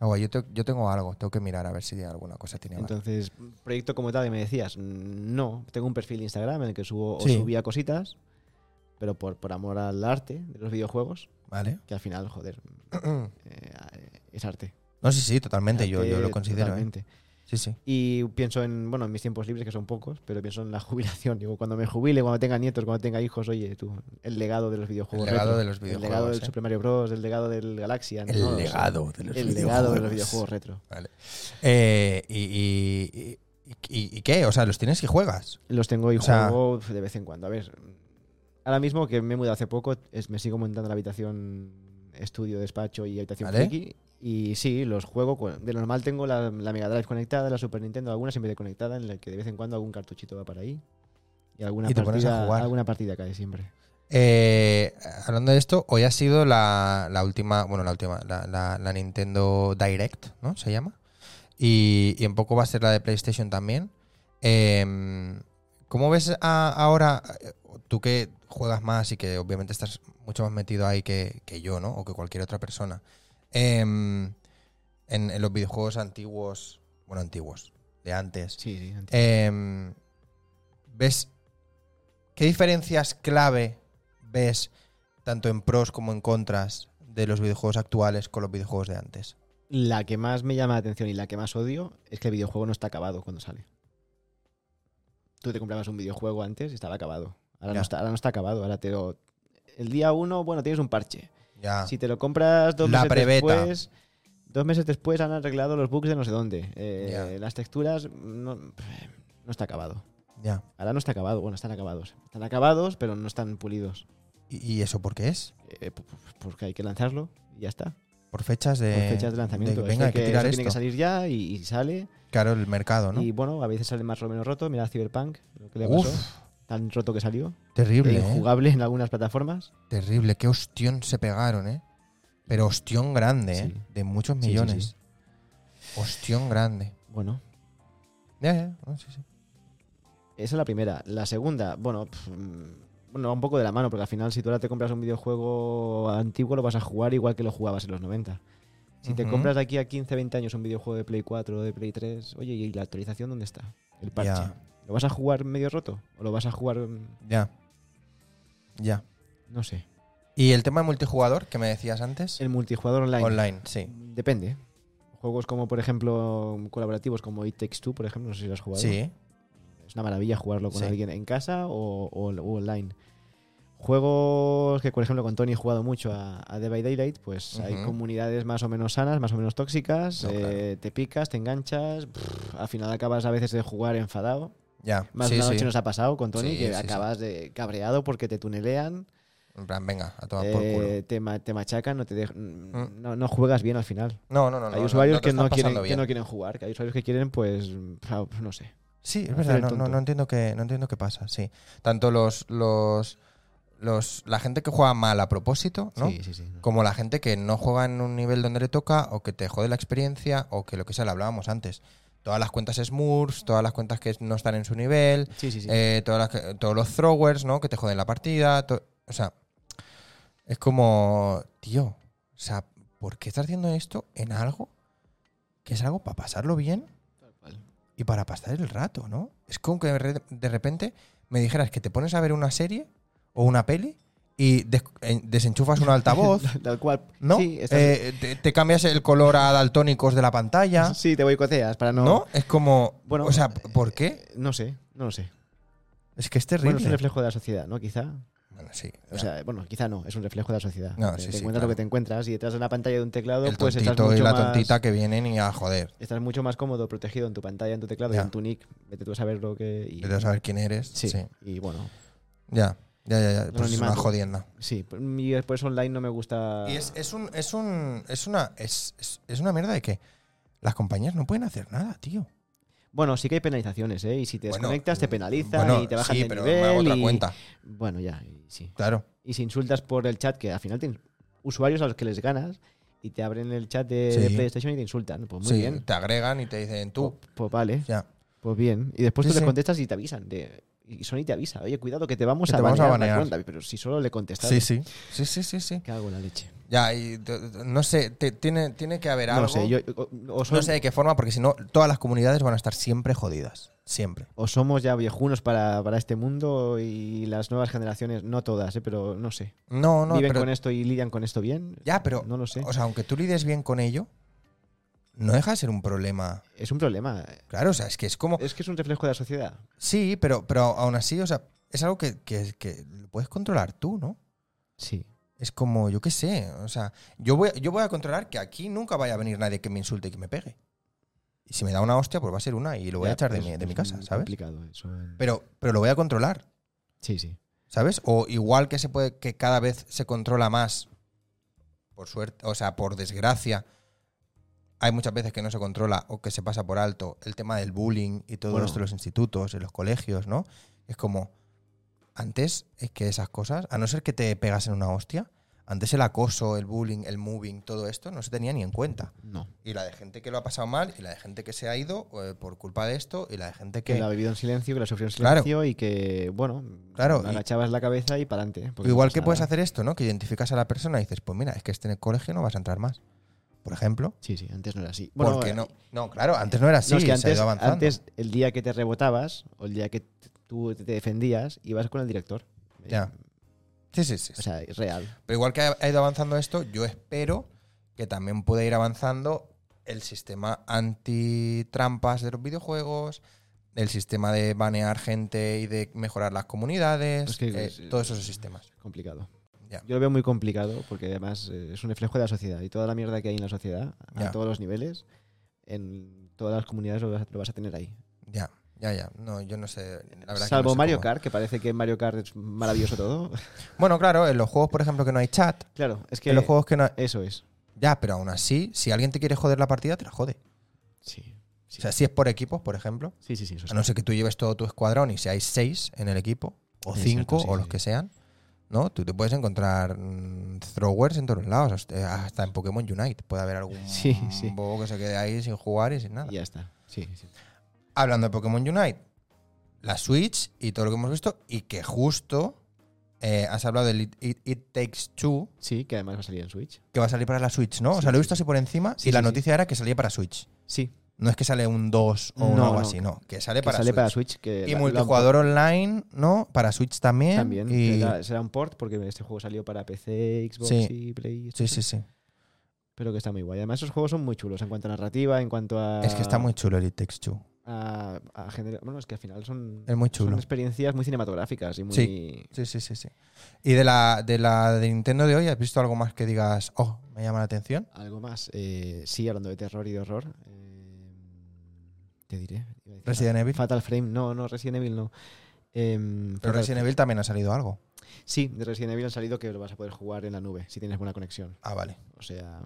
Ah, guay, yo, te- yo tengo algo, tengo que mirar a ver si alguna cosa tiene valor. Entonces, proyecto como tal, y me decías, mm, no, tengo un perfil de Instagram en el que subo o Sí. subía cositas, pero por, por amor al arte de los videojuegos, ¿Vale? que al final, joder, eh, es arte. No, sí, sí, totalmente, yo, Arte yo lo considero. ¿eh? totalmente. Sí, sí. Y pienso en, bueno, en mis tiempos libres, que son pocos, pero pienso en la jubilación. Digo, cuando me jubile, cuando tenga nietos, cuando tenga hijos, oye, tú, el legado de los videojuegos. El legado retro, de los El legado videojuegos, del eh. Super Mario Bros., el legado del Galaxia. El ¿no? O sea, legado de los el videojuegos. legado de los videojuegos retro. Vale. Eh, y, y- y- y- y qué? O sea, los tienes y juegas. Los tengo y O sea- juego de vez en cuando. A ver, ahora mismo que me he mudado hace poco, es- me sigo montando la habitación estudio, despacho y habitación ¿Vale? friki. Y sí, los juego. cu- De normal tengo la, la Mega Drive conectada, la Super Nintendo, alguna siempre desconectada, en la que de vez en cuando algún cartuchito va para ahí. Y alguna, Y te pones a partida, jugar. alguna partida cae siempre. Eh, hablando de esto, hoy ha sido la, la última, bueno, la última, la, la- la Nintendo Direct, ¿no? Se llama. Y, y en poco va a ser la de PlayStation también. Eh, ¿Cómo ves a- ahora, eh, tú que juegas más y que obviamente estás mucho más metido ahí que, que yo, ¿no? O que cualquier otra persona. eh, en, en los videojuegos antiguos, bueno, antiguos, de antes. Sí, sí. entiendo. Eh, ¿Ves qué diferencias clave ves tanto en pros como en contras de los videojuegos actuales con los videojuegos de antes? La que más me llama la atención y la que más odio es que el videojuego no está acabado cuando sale. Tú te comprabas un videojuego antes y estaba acabado. Ya. Ahora, no está, ahora no está acabado. Ahora te lo. El día uno, bueno, tienes un parche. Ya. Si te lo compras dos Ah. La meses prebeta. después. Dos meses después han arreglado los bugs de no sé dónde. Eh, Ya. Las texturas no, no está acabado. ya. Ahora no está acabado. Bueno, están acabados. Están acabados, pero no están pulidos. ¿Y, y eso por qué es? Eh, pu- pu- porque hay que lanzarlo y ya está. Por fechas de. Con fechas de lanzamiento. de- Esto Eh, venga, hay que, tirar eso esto. Tiene que salir ya y, y sale. Claro, el mercado, ¿no? Y bueno, a veces sale más o menos roto. Mira Cyberpunk, lo que le Uf. pasó. Tan roto que salió. Terrible, E ¿eh? Injugable en algunas plataformas. Terrible. Qué ostión se pegaron, ¿eh? Pero ostión grande, ¿eh? Sí. De muchos Sí, sí, millones. Ostión grande. Bueno, Ya, ya. No, sí, sí. esa es la primera. La segunda, bueno, pf, mm, bueno, va un poco de la mano, porque al final si tú ahora te compras un videojuego antiguo lo vas a jugar igual que lo jugabas en los 90. Si te Ujú. compras de aquí a 15, 20 años un videojuego de Play 4 o de Play 3, oye, ¿y la actualización dónde está? El parche. Ya. ¿Lo vas a jugar medio roto? ¿O lo vas a jugar, mm, Ya. Ya. no sé? ¿Y el tema de multijugador que me decías antes? El multijugador Online, sí. Depende. ¿eh? Juegos como, por ejemplo, colaborativos como It Takes Two, por ejemplo, no sé si lo has jugado. Sí. Es una maravilla jugarlo con Sí. alguien en casa o, o- o online. Juegos que, por ejemplo, con Tony he jugado mucho a, a Dead by Daylight, pues hay Ujú. comunidades más o menos sanas, más o menos tóxicas. No, eh, claro. Te picas, te enganchas. pff, al final acabas a veces de jugar enfadado. Ya. Más sí, de una noche sí. nos ha pasado con Tony Sí, que sí, sí. acabas de cabreado porque te tunelean. En plan, venga, a tomar por culo. Mm. eh, te, ma- te machacan, no, te dej- no, no juegas bien al final. No, no, no. no, hay no, usuarios te que, estás no quieren, pasando que bien. no quieren jugar, que hay usuarios que quieren, pues, ah, no sé. Sí, es hacer verdad, el no, no, tonto. no entiendo qué no entiendo qué pasa, sí. Tanto los, los, los la gente que juega mal a propósito, ¿no? Sí, sí, sí. Como la gente que no juega en un nivel donde le toca o que te jode la experiencia o que lo que sea, lo hablábamos antes. Todas las cuentas Smurfs, todas las cuentas que no están en su nivel, Sí, sí, sí. eh, todas las que- todos los throwers, ¿no? Que te joden la partida. to- O sea, es como, tío, o sea, ¿por qué estás haciendo esto en algo que es algo para pasarlo bien y para pasar el rato, ¿no? Es como que de re- de repente me dijeras que te pones a ver una serie o una peli y des- eh, desenchufas un altavoz, Tal cual. ¿no? Sí, estás- Eh, te, te cambias el color a daltónicos de la pantalla, sí, te boicoteas para no. ¿no? Es como, Bueno, o sea, ¿por qué? eh, No sé, no lo sé. Es que es Bueno, es un terrible. reflejo de la sociedad, ¿no? Quizá. Bueno, sí. O sea, bueno, quizá no, es un reflejo de la sociedad. No, te sí, te sí, encuentras claro. lo que te encuentras y detrás de la pantalla de un teclado, el pues estás tontito mucho y la más- tontita que vienen y a joder. Estás mucho más cómodo, protegido en tu pantalla, en tu teclado, y Ya. en tu nick. Vete tú a saber lo que. y- Vete a saber quién eres. Sí. sí. Y bueno, Ya, ya, ya. ya. Pues es una Anonimato. jodienda. sí. pues, Y después online no me gusta. Y es, es un, es un, es una, es, es- es una mierda de que las compañías no pueden hacer nada, tío. Bueno, sí que hay penalizaciones, ¿eh? Y si te Bueno, mm, desconectas, te penalizan bueno, y te bajan sí, de pero nivel. me hago otra y- cuenta. Bueno, ya, y sí. Claro. Y si insultas por el chat, que al final tienes usuarios a los que les ganas y te abren el chat de, Sí. de PlayStation y te insultan. Pues muy sí, bien. te agregan y te dicen tú. Pues, pues vale, Ya. pues bien. Y después Sí, tú sí. les contestas y te avisan. de- y Sony te avisa. Oye, cuidado que te vamos, Que a, te vamos a banear la banear. cuenta. Pero si solo le contestas, Sí, sí. Sí, sí, sí, sí. cago en la leche. Ya, y t- t- no sé, te- tiene, tiene que haber No algo. lo sé, yo, o, o son- no sé de qué forma, porque si no, todas las comunidades van a estar siempre jodidas. Siempre. o somos ya viejunos para, para este mundo y las nuevas generaciones, no todas, ¿eh? pero no sé. No, no, ¿Viven pero con esto y lidian con esto bien? Ya, pero. No lo sé. O sea, aunque tú lides bien con ello, no deja de ser un problema. Es un problema. Claro, o sea, es que es como. Es que es un reflejo de la sociedad. Sí, pero, pero aún así, o sea, es algo que, que, que puedes controlar tú, ¿no? Sí. Es como, yo qué sé, o sea, yo voy, yo voy a controlar que aquí nunca vaya a venir nadie que me insulte y que me pegue. Y si me da una hostia, pues va a ser una y lo voy a Ya, echar de, es- mi, de es mi casa, muy ¿sabes? complicado eso. en- Pero, pero lo voy a controlar, Sí, sí. ¿sabes? O igual que se puede, que cada vez se controla más, por suerte, o sea, por desgracia, hay muchas veces que no se controla o que se pasa por alto el tema del bullying y todo Bueno. esto en los institutos, en los colegios, ¿no? Es como, antes es que esas cosas, a no ser que te pegasen una hostia, antes el acoso, el bullying, el moving, todo esto no se tenía ni en cuenta. No. Y la de gente que lo ha pasado mal, y la de gente que se ha ido eh, por culpa de esto, y la de gente Que que... la ha vivido en silencio, que la sufrió en Claro. silencio y que, bueno, Claro, y- agachabas la cabeza y para adelante. Igual que puedes hacer esto, ¿no? Que identificas a la persona y dices, pues mira, es que este en el colegio no vas a entrar más. Por ejemplo. Sí, sí, antes no era así. Bueno, porque no. No, claro, antes no era así, eh, no, es que se ha antes, ido avanzando. antes, el día que te rebotabas o el día que t- tú te defendías, ibas con el director. Ya. eh, Sí, sí, sí. O sea, es real. Pero igual que ha ha ido avanzando esto, yo espero que también pueda ir avanzando el sistema anti-trampas de los videojuegos, el sistema de banear gente y de mejorar las comunidades, Es que- eh, es- todos esos sistemas. Complicado. Ya. Yo lo veo muy complicado porque además eh, es un reflejo de la sociedad y toda la mierda que hay en la sociedad, Ya. a todos los niveles, en todas las comunidades lo vas, lo vas a tener ahí. Ya, ya, ya. No, yo no sé. la verdad que no Salvo sé Mario cómo. Kart, que parece que en Mario Kart es maravilloso todo. Bueno, claro, en los juegos, por ejemplo, que no hay chat, claro, es que en los juegos que no hay, eso es. Ya, pero aún así, si alguien te quiere joder la partida, te la jode. Sí. Sí. O sea, si es por equipos, por ejemplo, Sí, sí, sí. Eso a Ah, no ser que tú lleves todo tu escuadrón y seáis seis en el equipo, o Exacto, cinco, sí, o sí, los sí. que sean, ¿no? Tú te puedes encontrar mm, throwers en todos lados, hasta hasta en Pokémon Unite. Puede haber algún Sí, sí. bobo que se quede ahí sin jugar y sin nada. Y ya está. Sí, sí. Hablando de Pokémon Unite, la Switch y todo lo que hemos visto, y que justo eh, has hablado del It, It- It Takes Two, Sí, que además va a salir en Switch. que va a salir para la Switch, ¿no? o Sí, sea, lo he sí, visto así por encima, Sí, y la sí, sí. noticia era que salía para Switch. Sí, No es que sale un 2 o un No, algo no. así, no. Que sale, que para, sale Switch. para Switch. Que Y la- multijugador online, ¿no? Para Switch la- también. también. y- que la- será un port porque este juego salió para PC, Xbox Sí. y Play. Sí, sí, sí. Pero que está muy guay. Además, esos juegos son muy chulos en cuanto a narrativa, en cuanto a. Es que está muy chulo el It Takes Two. A, a gener- Bueno, es que al final son. Es muy chulo. Son experiencias muy cinematográficas y muy. Sí, sí, sí, sí. ¿Y de la, de la de Nintendo de hoy has visto algo más que digas, oh, me llama la atención? Algo más. eh, sí, hablando de terror y de horror. eh, te diré. Iba a decir Resident Evil. Fatal Frame. No, no, Resident Evil no. Em, Pero Fatal- Resident Evil también ha salido algo. Sí, de Resident Evil han salido que lo vas a poder jugar en la nube si tienes buena conexión. Ah, vale. O sea,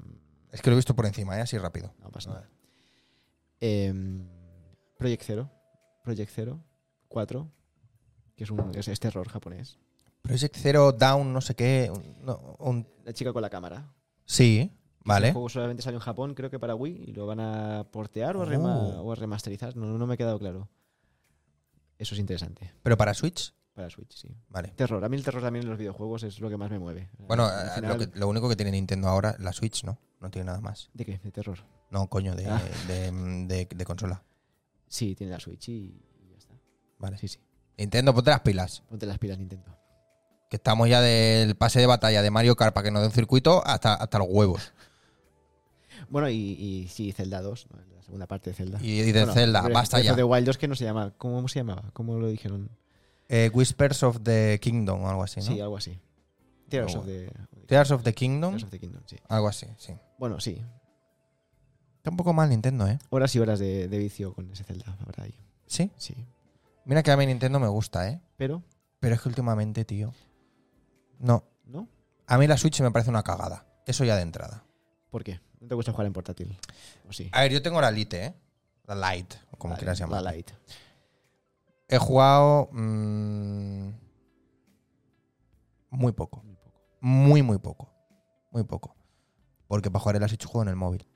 Es que lo he visto por encima, ¿eh? así rápido. no pasa Vale. nada. Em, Project Zero. Project Zero 4. Que es, un, es, es terror japonés. Project Zero Down, no sé qué. un- no, un- La chica con la cámara. sí, El vale. juego solamente salió en Japón, creo que para Wii, y lo van a portear o a, rema- Oh. o a remasterizar. No, no me ha quedado claro. Eso es interesante. Pero para Switch, Para Switch, sí. vale. Terror. A mí el terror también en los videojuegos es lo que más me mueve. Bueno, Al eh, lo, final- que- lo único que tiene Nintendo ahora es la Switch, ¿no? No tiene nada más. ¿De qué? De terror. No, coño, de, Ah. de- de- de consola. Sí, tiene la Switch y, y ya está. Vale. Sí, sí. Nintendo, ponte las pilas. Ponte las pilas, Nintendo. Que estamos ya del pase de batalla de Mario Kart para que nos dé un circuito hasta, hasta los huevos. Bueno, y, y sí, Zelda 2, ¿no? la segunda parte de Zelda. Y, y de Ah. Bueno, Zelda, Breath- basta Breath ya. of the Wild 2 que no se llama. ¿Cómo se llamaba? ¿Cómo lo dijeron? Eh, Whispers of the Kingdom o algo así, ¿no? Sí, algo así. Tears Oh, of the, Tears of the Kingdom, Tears of the Kingdom, sí. algo así, sí. Bueno, sí. Está un poco mal Nintendo, ¿eh? Horas y horas de, de vicio con ese Zelda habrá ahí. Sí. Sí. Mira que a mí Nintendo me gusta, ¿eh? Pero, Pero es que últimamente, tío. No. ¿no? A mí la Switch me parece una cagada. Eso ya de entrada. ¿Por qué? ¿No te gusta jugar en portátil? ¿O sí? A ver, yo tengo la Lite, ¿eh? La Lite, o como La- quieras llamarla. La Light. He jugado mm, muy poco. Muy poco. Muy, muy poco. Muy poco. Porque para jugar en la Switch juego en el móvil.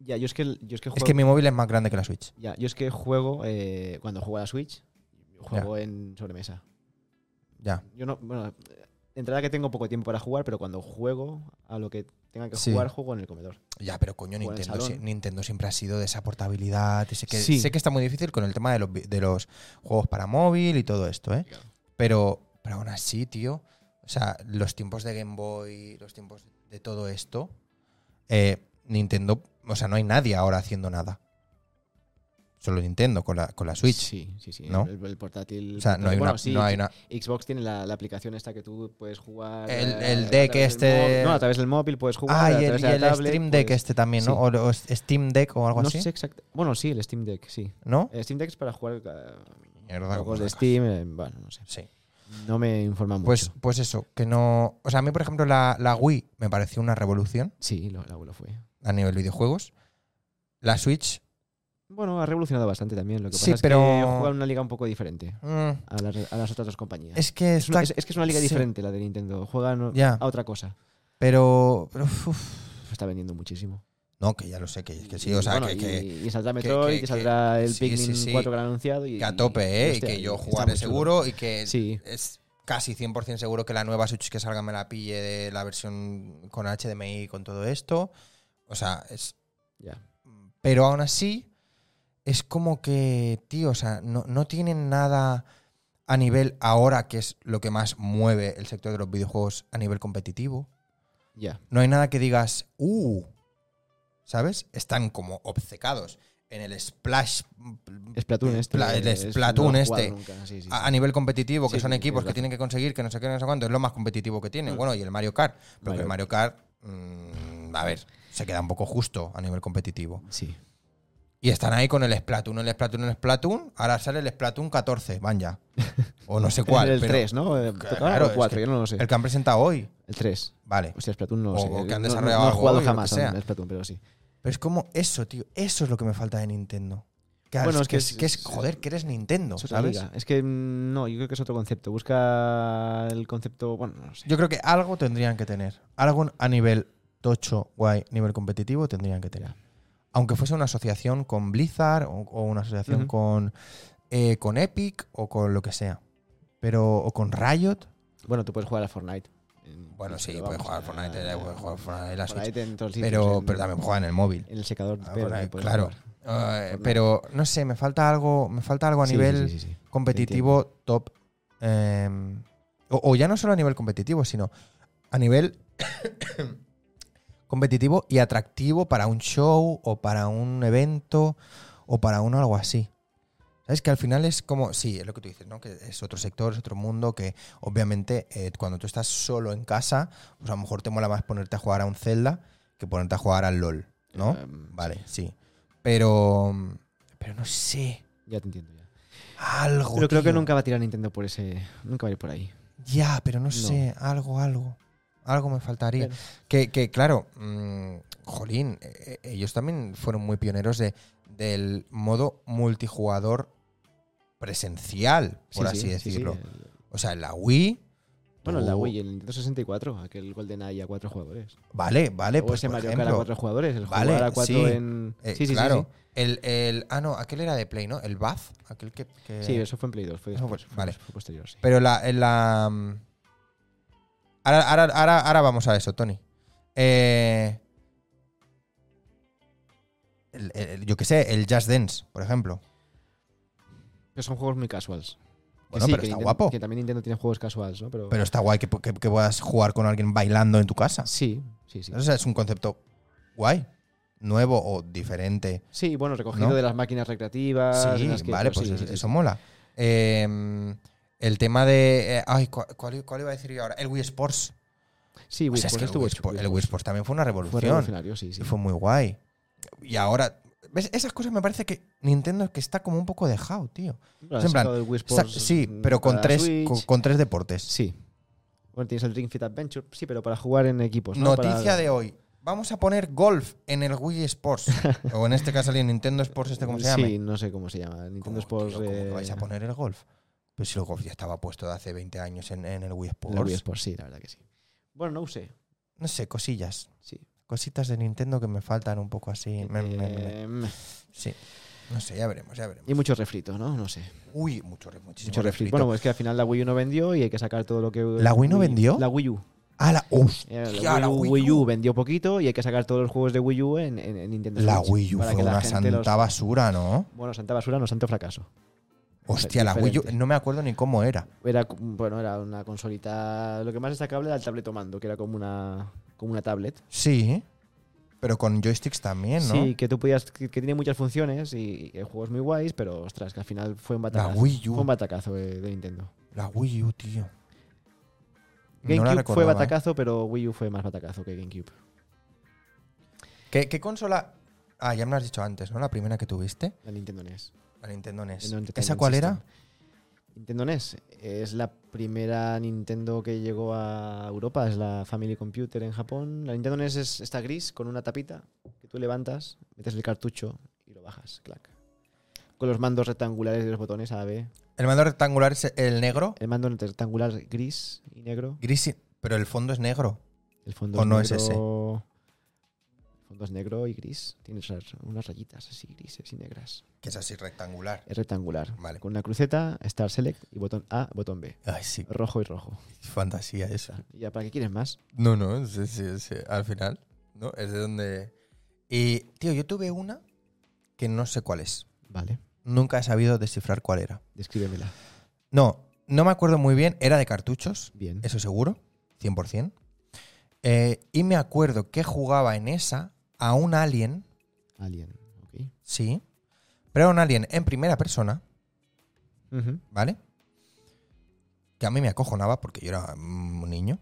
Ya, yo es que, el- yo es que juego... Es que mi móvil es más grande que la Switch. Ya, yo es que juego... eh, cuando juego a la Switch, juego en sobremesa. Ya. Yo no... Bueno, de entrada que tengo poco tiempo para jugar, pero cuando juego a lo que tenga que Sí. jugar, juego en el comedor. Ya, pero coño, O en el Nintendo, si- salón. Nintendo siempre ha sido de esa portabilidad. y Sé que, Sí. sé que está muy difícil con el tema de los, vi- de los juegos para móvil y todo esto, ¿eh? Complicado. Pero, pero aún así, tío. O sea, los tiempos de Game Boy, los tiempos de todo esto. eh, Nintendo, o sea, no hay nadie ahora haciendo nada. Solo Nintendo con la, con la Switch. Sí, sí, sí. ¿no? El, el portátil. O sea, no hay, bueno, una, sí, no hay una- Xbox tiene la, la aplicación esta que tú puedes jugar. El- eh, el a deck través del este- móvil. No, a través del móvil puedes jugar. Ah, a y el, través y de la el tablet, Stream Deck puedes- este también, ¿no? pues, sí. O lo- o Steam Deck o algo No así. sé exacta- Bueno, sí, el Steam Deck, sí. ¿No? El Steam Deck es para jugar eh, Mierda, como juegos una de caja. Steam. eh, bueno, no sé. Sí. No me informan mucho. Pues, pues eso, que no. O sea, a mí, por ejemplo, la, la Wii me pareció una revolución Sí, lo, la- lo fue. a nivel videojuegos. La Switch. Bueno, ha revolucionado bastante también. Lo que pasa Sí, es pero- que juega en una liga un poco diferente mm, a las, a las otras dos compañías. es que Es una- está. es- es que es una liga sí. diferente la de Nintendo. Juegan Ya. a otra cosa. Pero. pero, uf, Está vendiendo muchísimo. no, que ya lo sé, que, que sí. Y O sea, bueno, que- y, que, y saldrá Metroid, que- que, que- saldrá el sí, sí, Pikmin sí. 4 que han anunciado. Y, este que a tope, ¿eh? Y hostia, que yo está jugaré muy chulo. seguro y que Sí. es casi 100% seguro que la nueva Switch que salga me la pille de la versión con HDMI y con todo esto. O sea, es. Ya. Pero aún así, es como que, tío, o sea, no, no tienen nada a nivel ahora, que es lo que más mueve el sector de los videojuegos a nivel competitivo. Ya. No hay nada que digas, uh, ¿sabes? Están como obcecados en el splash Splatoon este. Spla- el eh, es- no lo Splatoon he jugado este. nunca, sí, sí, sí. a, a nivel competitivo, que Sí, son sí, equipos es que verdad. tienen que conseguir que no sé qué, no sé cuánto, es lo más competitivo que tiene. Mm. Bueno, y el Mario Kart, porque el Mario Mario Kart, mm, a ver, se queda un poco justo a nivel competitivo. Sí. Y están ahí con el Splatoon, el Splatoon, el Splatoon, ahora sale el Splatoon 14, van ya. O no sé cuál, el pero 3, ¿no? Eh, Claro, ¿tocaba? es o 4, que yo no lo sé. el que han presentado hoy, El 3. vale. O sea, Splatoon no lo O- sé. eh. o que han No- no- desarrollado No, he algo jugado hoy o lo que jamás sea. a un Splatoon, pero sí. Pero es como eso, tío, eso es lo que me falta de Nintendo. Que, Bueno, es, que es, que es- joder, que eres Nintendo, Es otra ¿sabes? liga. Es que mm, no, yo creo que es otro concepto. Busca el concepto. Bueno, no lo sé. Yo creo que algo tendrían que tener. Algo a nivel tocho, guay, nivel competitivo, tendrían que tener. Ya. Aunque fuese una asociación con Blizzard o, o una asociación Ujú. con, eh, con Epic o con lo que sea. Pero, o con Riot. Bueno, tú puedes jugar a Fortnite. en- Bueno, sí, pero puedes jugar vamos, a Fortnite, a- puedes jugar a Fortnite en la Switch. Fortnite en todos los sitios, pero, en- pero también juegan en el móvil. En el secador. Ah, pero por ahí, también puedes claro. jugar. Eh, Fortnite. pero no sé, me falta algo, me falta algo a Sí, sí, nivel sí, sí, sí. competitivo top. eh, o, o ya no solo a nivel competitivo, sino a nivel competitivo y atractivo para un show o para un evento o para un algo así. ¿Sabes? Que al final es como, sí, es lo que tú dices, ¿no? Que es otro sector, es otro mundo, que obviamente eh, cuando tú estás solo en casa, pues a lo mejor te mola más ponerte a jugar a un Zelda que ponerte a jugar al LOL, ¿no? Um, vale, sí. Pero, pero no sé, Ya te entiendo. Ya. algo. Pero creo que tío. nunca va a tirar Nintendo por ese. Nunca va a ir por ahí. Ya, pero no, No. sé, algo, algo. Algo me faltaría. Bueno. Que, que, claro, mm, jolín, eh, eh, ellos también fueron muy pioneros de, del modo multijugador presencial, por Sí, así sí, sí, sí. decirlo. Oh. El- O sea, en la Wii. Bueno, en la tú- Wii, en el Nintendo 64, aquel GoldenEye a cuatro jugadores. Vale, vale, o pues ese por Mario Kart a ejemplo, cuatro jugadores, el Vale, jugar a cuatro sí. en. eh, sí, sí, sí, claro. El, el- ah, no, aquel era de Play, ¿no? El Bath, aquel que... que- sí, sí. eso fue en Play 2. Fue Eso después. fue- fue- Eh, pues, vale. fue posterior, sí. Pero la. en la mm, ahora, ahora, ahora, ahora vamos a eso, Tony. Eh, el- el- yo qué sé, el Just Dance, por ejemplo. Pero son juegos muy casuals. Que Bueno, sí, pero que está Ninten- guapo. Que también Nintendo tiene juegos casuals, ¿no? Pero. Pero está guay que, que- que puedas jugar con alguien bailando en tu casa. sí, sí, sí. O sea, es un concepto guay, nuevo o diferente. Sí, bueno, recogiendo ¿No? de las máquinas recreativas. Sí, en las Ah, que- vale, pero pues sí, eso, sí, sí, eso mola. Eh, el tema de. eh, ay, ¿cuál, cuál- cuál iba a decir yo ahora? El Wii Sports. Sí, O Wii sea, es Sports que el estuvo pues Wii Spo- el Wii Sports también fue una Fue revolución. revolucionario, sí, sí. Y fue muy guay. Y ahora. ¿Ves? Esas cosas me parece que Nintendo es que está como un poco dejado, tío. Bueno, Es Pues en han plan, sacado el Wii O sea, Sports, sí, mm, pero con para tres, Switch. con, con tres deportes. Sí. Bueno, tienes el Ring Fit Adventure, sí, pero para jugar en equipos. pues, ¿no? Noticia Para- de hoy. Vamos a poner golf en el Wii Sports. o en este caso el Nintendo Sports, este como se llama. Sí, no sé cómo se llama. Nintendo Sports. eh, vais a poner el golf? Pues si el golf ya estaba puesto de hace 20 años en, en el Wii la Wii Sports. Sports, sí, la verdad que sí. Bueno, no sé. No sé, cosillas. Sí. Cositas de Nintendo que me faltan un poco así. Me- me- me- me- Eh, mm. Sí. No sé, ya veremos, ya veremos. Y mucho refrito, ¿no? No sé. Uy, mucho, re- muchísimo Mucho refrito. refrito. Bueno, pues es que al final la Wii U no vendió y hay que sacar todo lo que. ¿La Wii no vendió? La Wii U. Ah, la, Eh, hostia, la, Wii, U, Wii U vendió poquito y hay que sacar todos los juegos de Wii U en, en- en Nintendo La Switch Wii U para fue que la una gente santa los- basura, ¿no? Bueno, santa basura, no santo fracaso. Hostia, la Wii U, diferente. no me acuerdo ni cómo era. Era, cu- bueno, era una consolita. Lo que más destacable era el tabletomando, que era como una, como una tablet. Sí, pero, Pero con joysticks también, ¿no? Sí, que tú podías, que, que tiene muchas funciones y, y el juego es muy guays, pero ostras, que al final fue un batacazo. Wii U. Fue un batacazo eh, de Nintendo. La Wii U, tío. No la GameCube fue recordaba. ¿eh? batacazo, pero Wii U fue más batacazo que GameCube. ¿Qué, qué consola? Ah, ya me lo has dicho antes, ¿no? La primera que tuviste. La Nintendo E NES. La Nintendo NES. Nintendo ¿Esa Entertainment cuál System. era? Nintendo NES. Es la primera Nintendo que llegó a Europa, es la Family Computer en Japón. La Nintendo NES es, está gris con una tapita que tú levantas, metes el cartucho y lo bajas, clac. Con los mandos rectangulares de los botones A, B. El mando rectangular es el negro. El mando rectangular gris y negro. Gris, y- pero el fondo es negro. El fondo ¿O es no es negro. ese? El fondo es negro y gris. Tiene esas- unas rayitas así grises y negras. Que es así rectangular. Es rectangular. Vale. Con una cruceta, Star Select y botón A, botón B. Ay, sí, Rojo y rojo. fantasía eso. Ya, Ya, ¿para qué quieres más? No, no, sí, sí, sí, al final, ¿no? Es de donde... Y, tío, yo tuve una que no sé cuál es. Vale, Nunca he sabido descifrar cuál era. descríbemela. No, no me acuerdo muy bien, era de cartuchos, Bien. eso seguro, 100%. Eh, y me acuerdo que jugaba en esa a un alien, Alien. ok. sí, pero era un alien en primera persona, ¿vale? Que a mí me acojonaba porque yo era mm, un niño.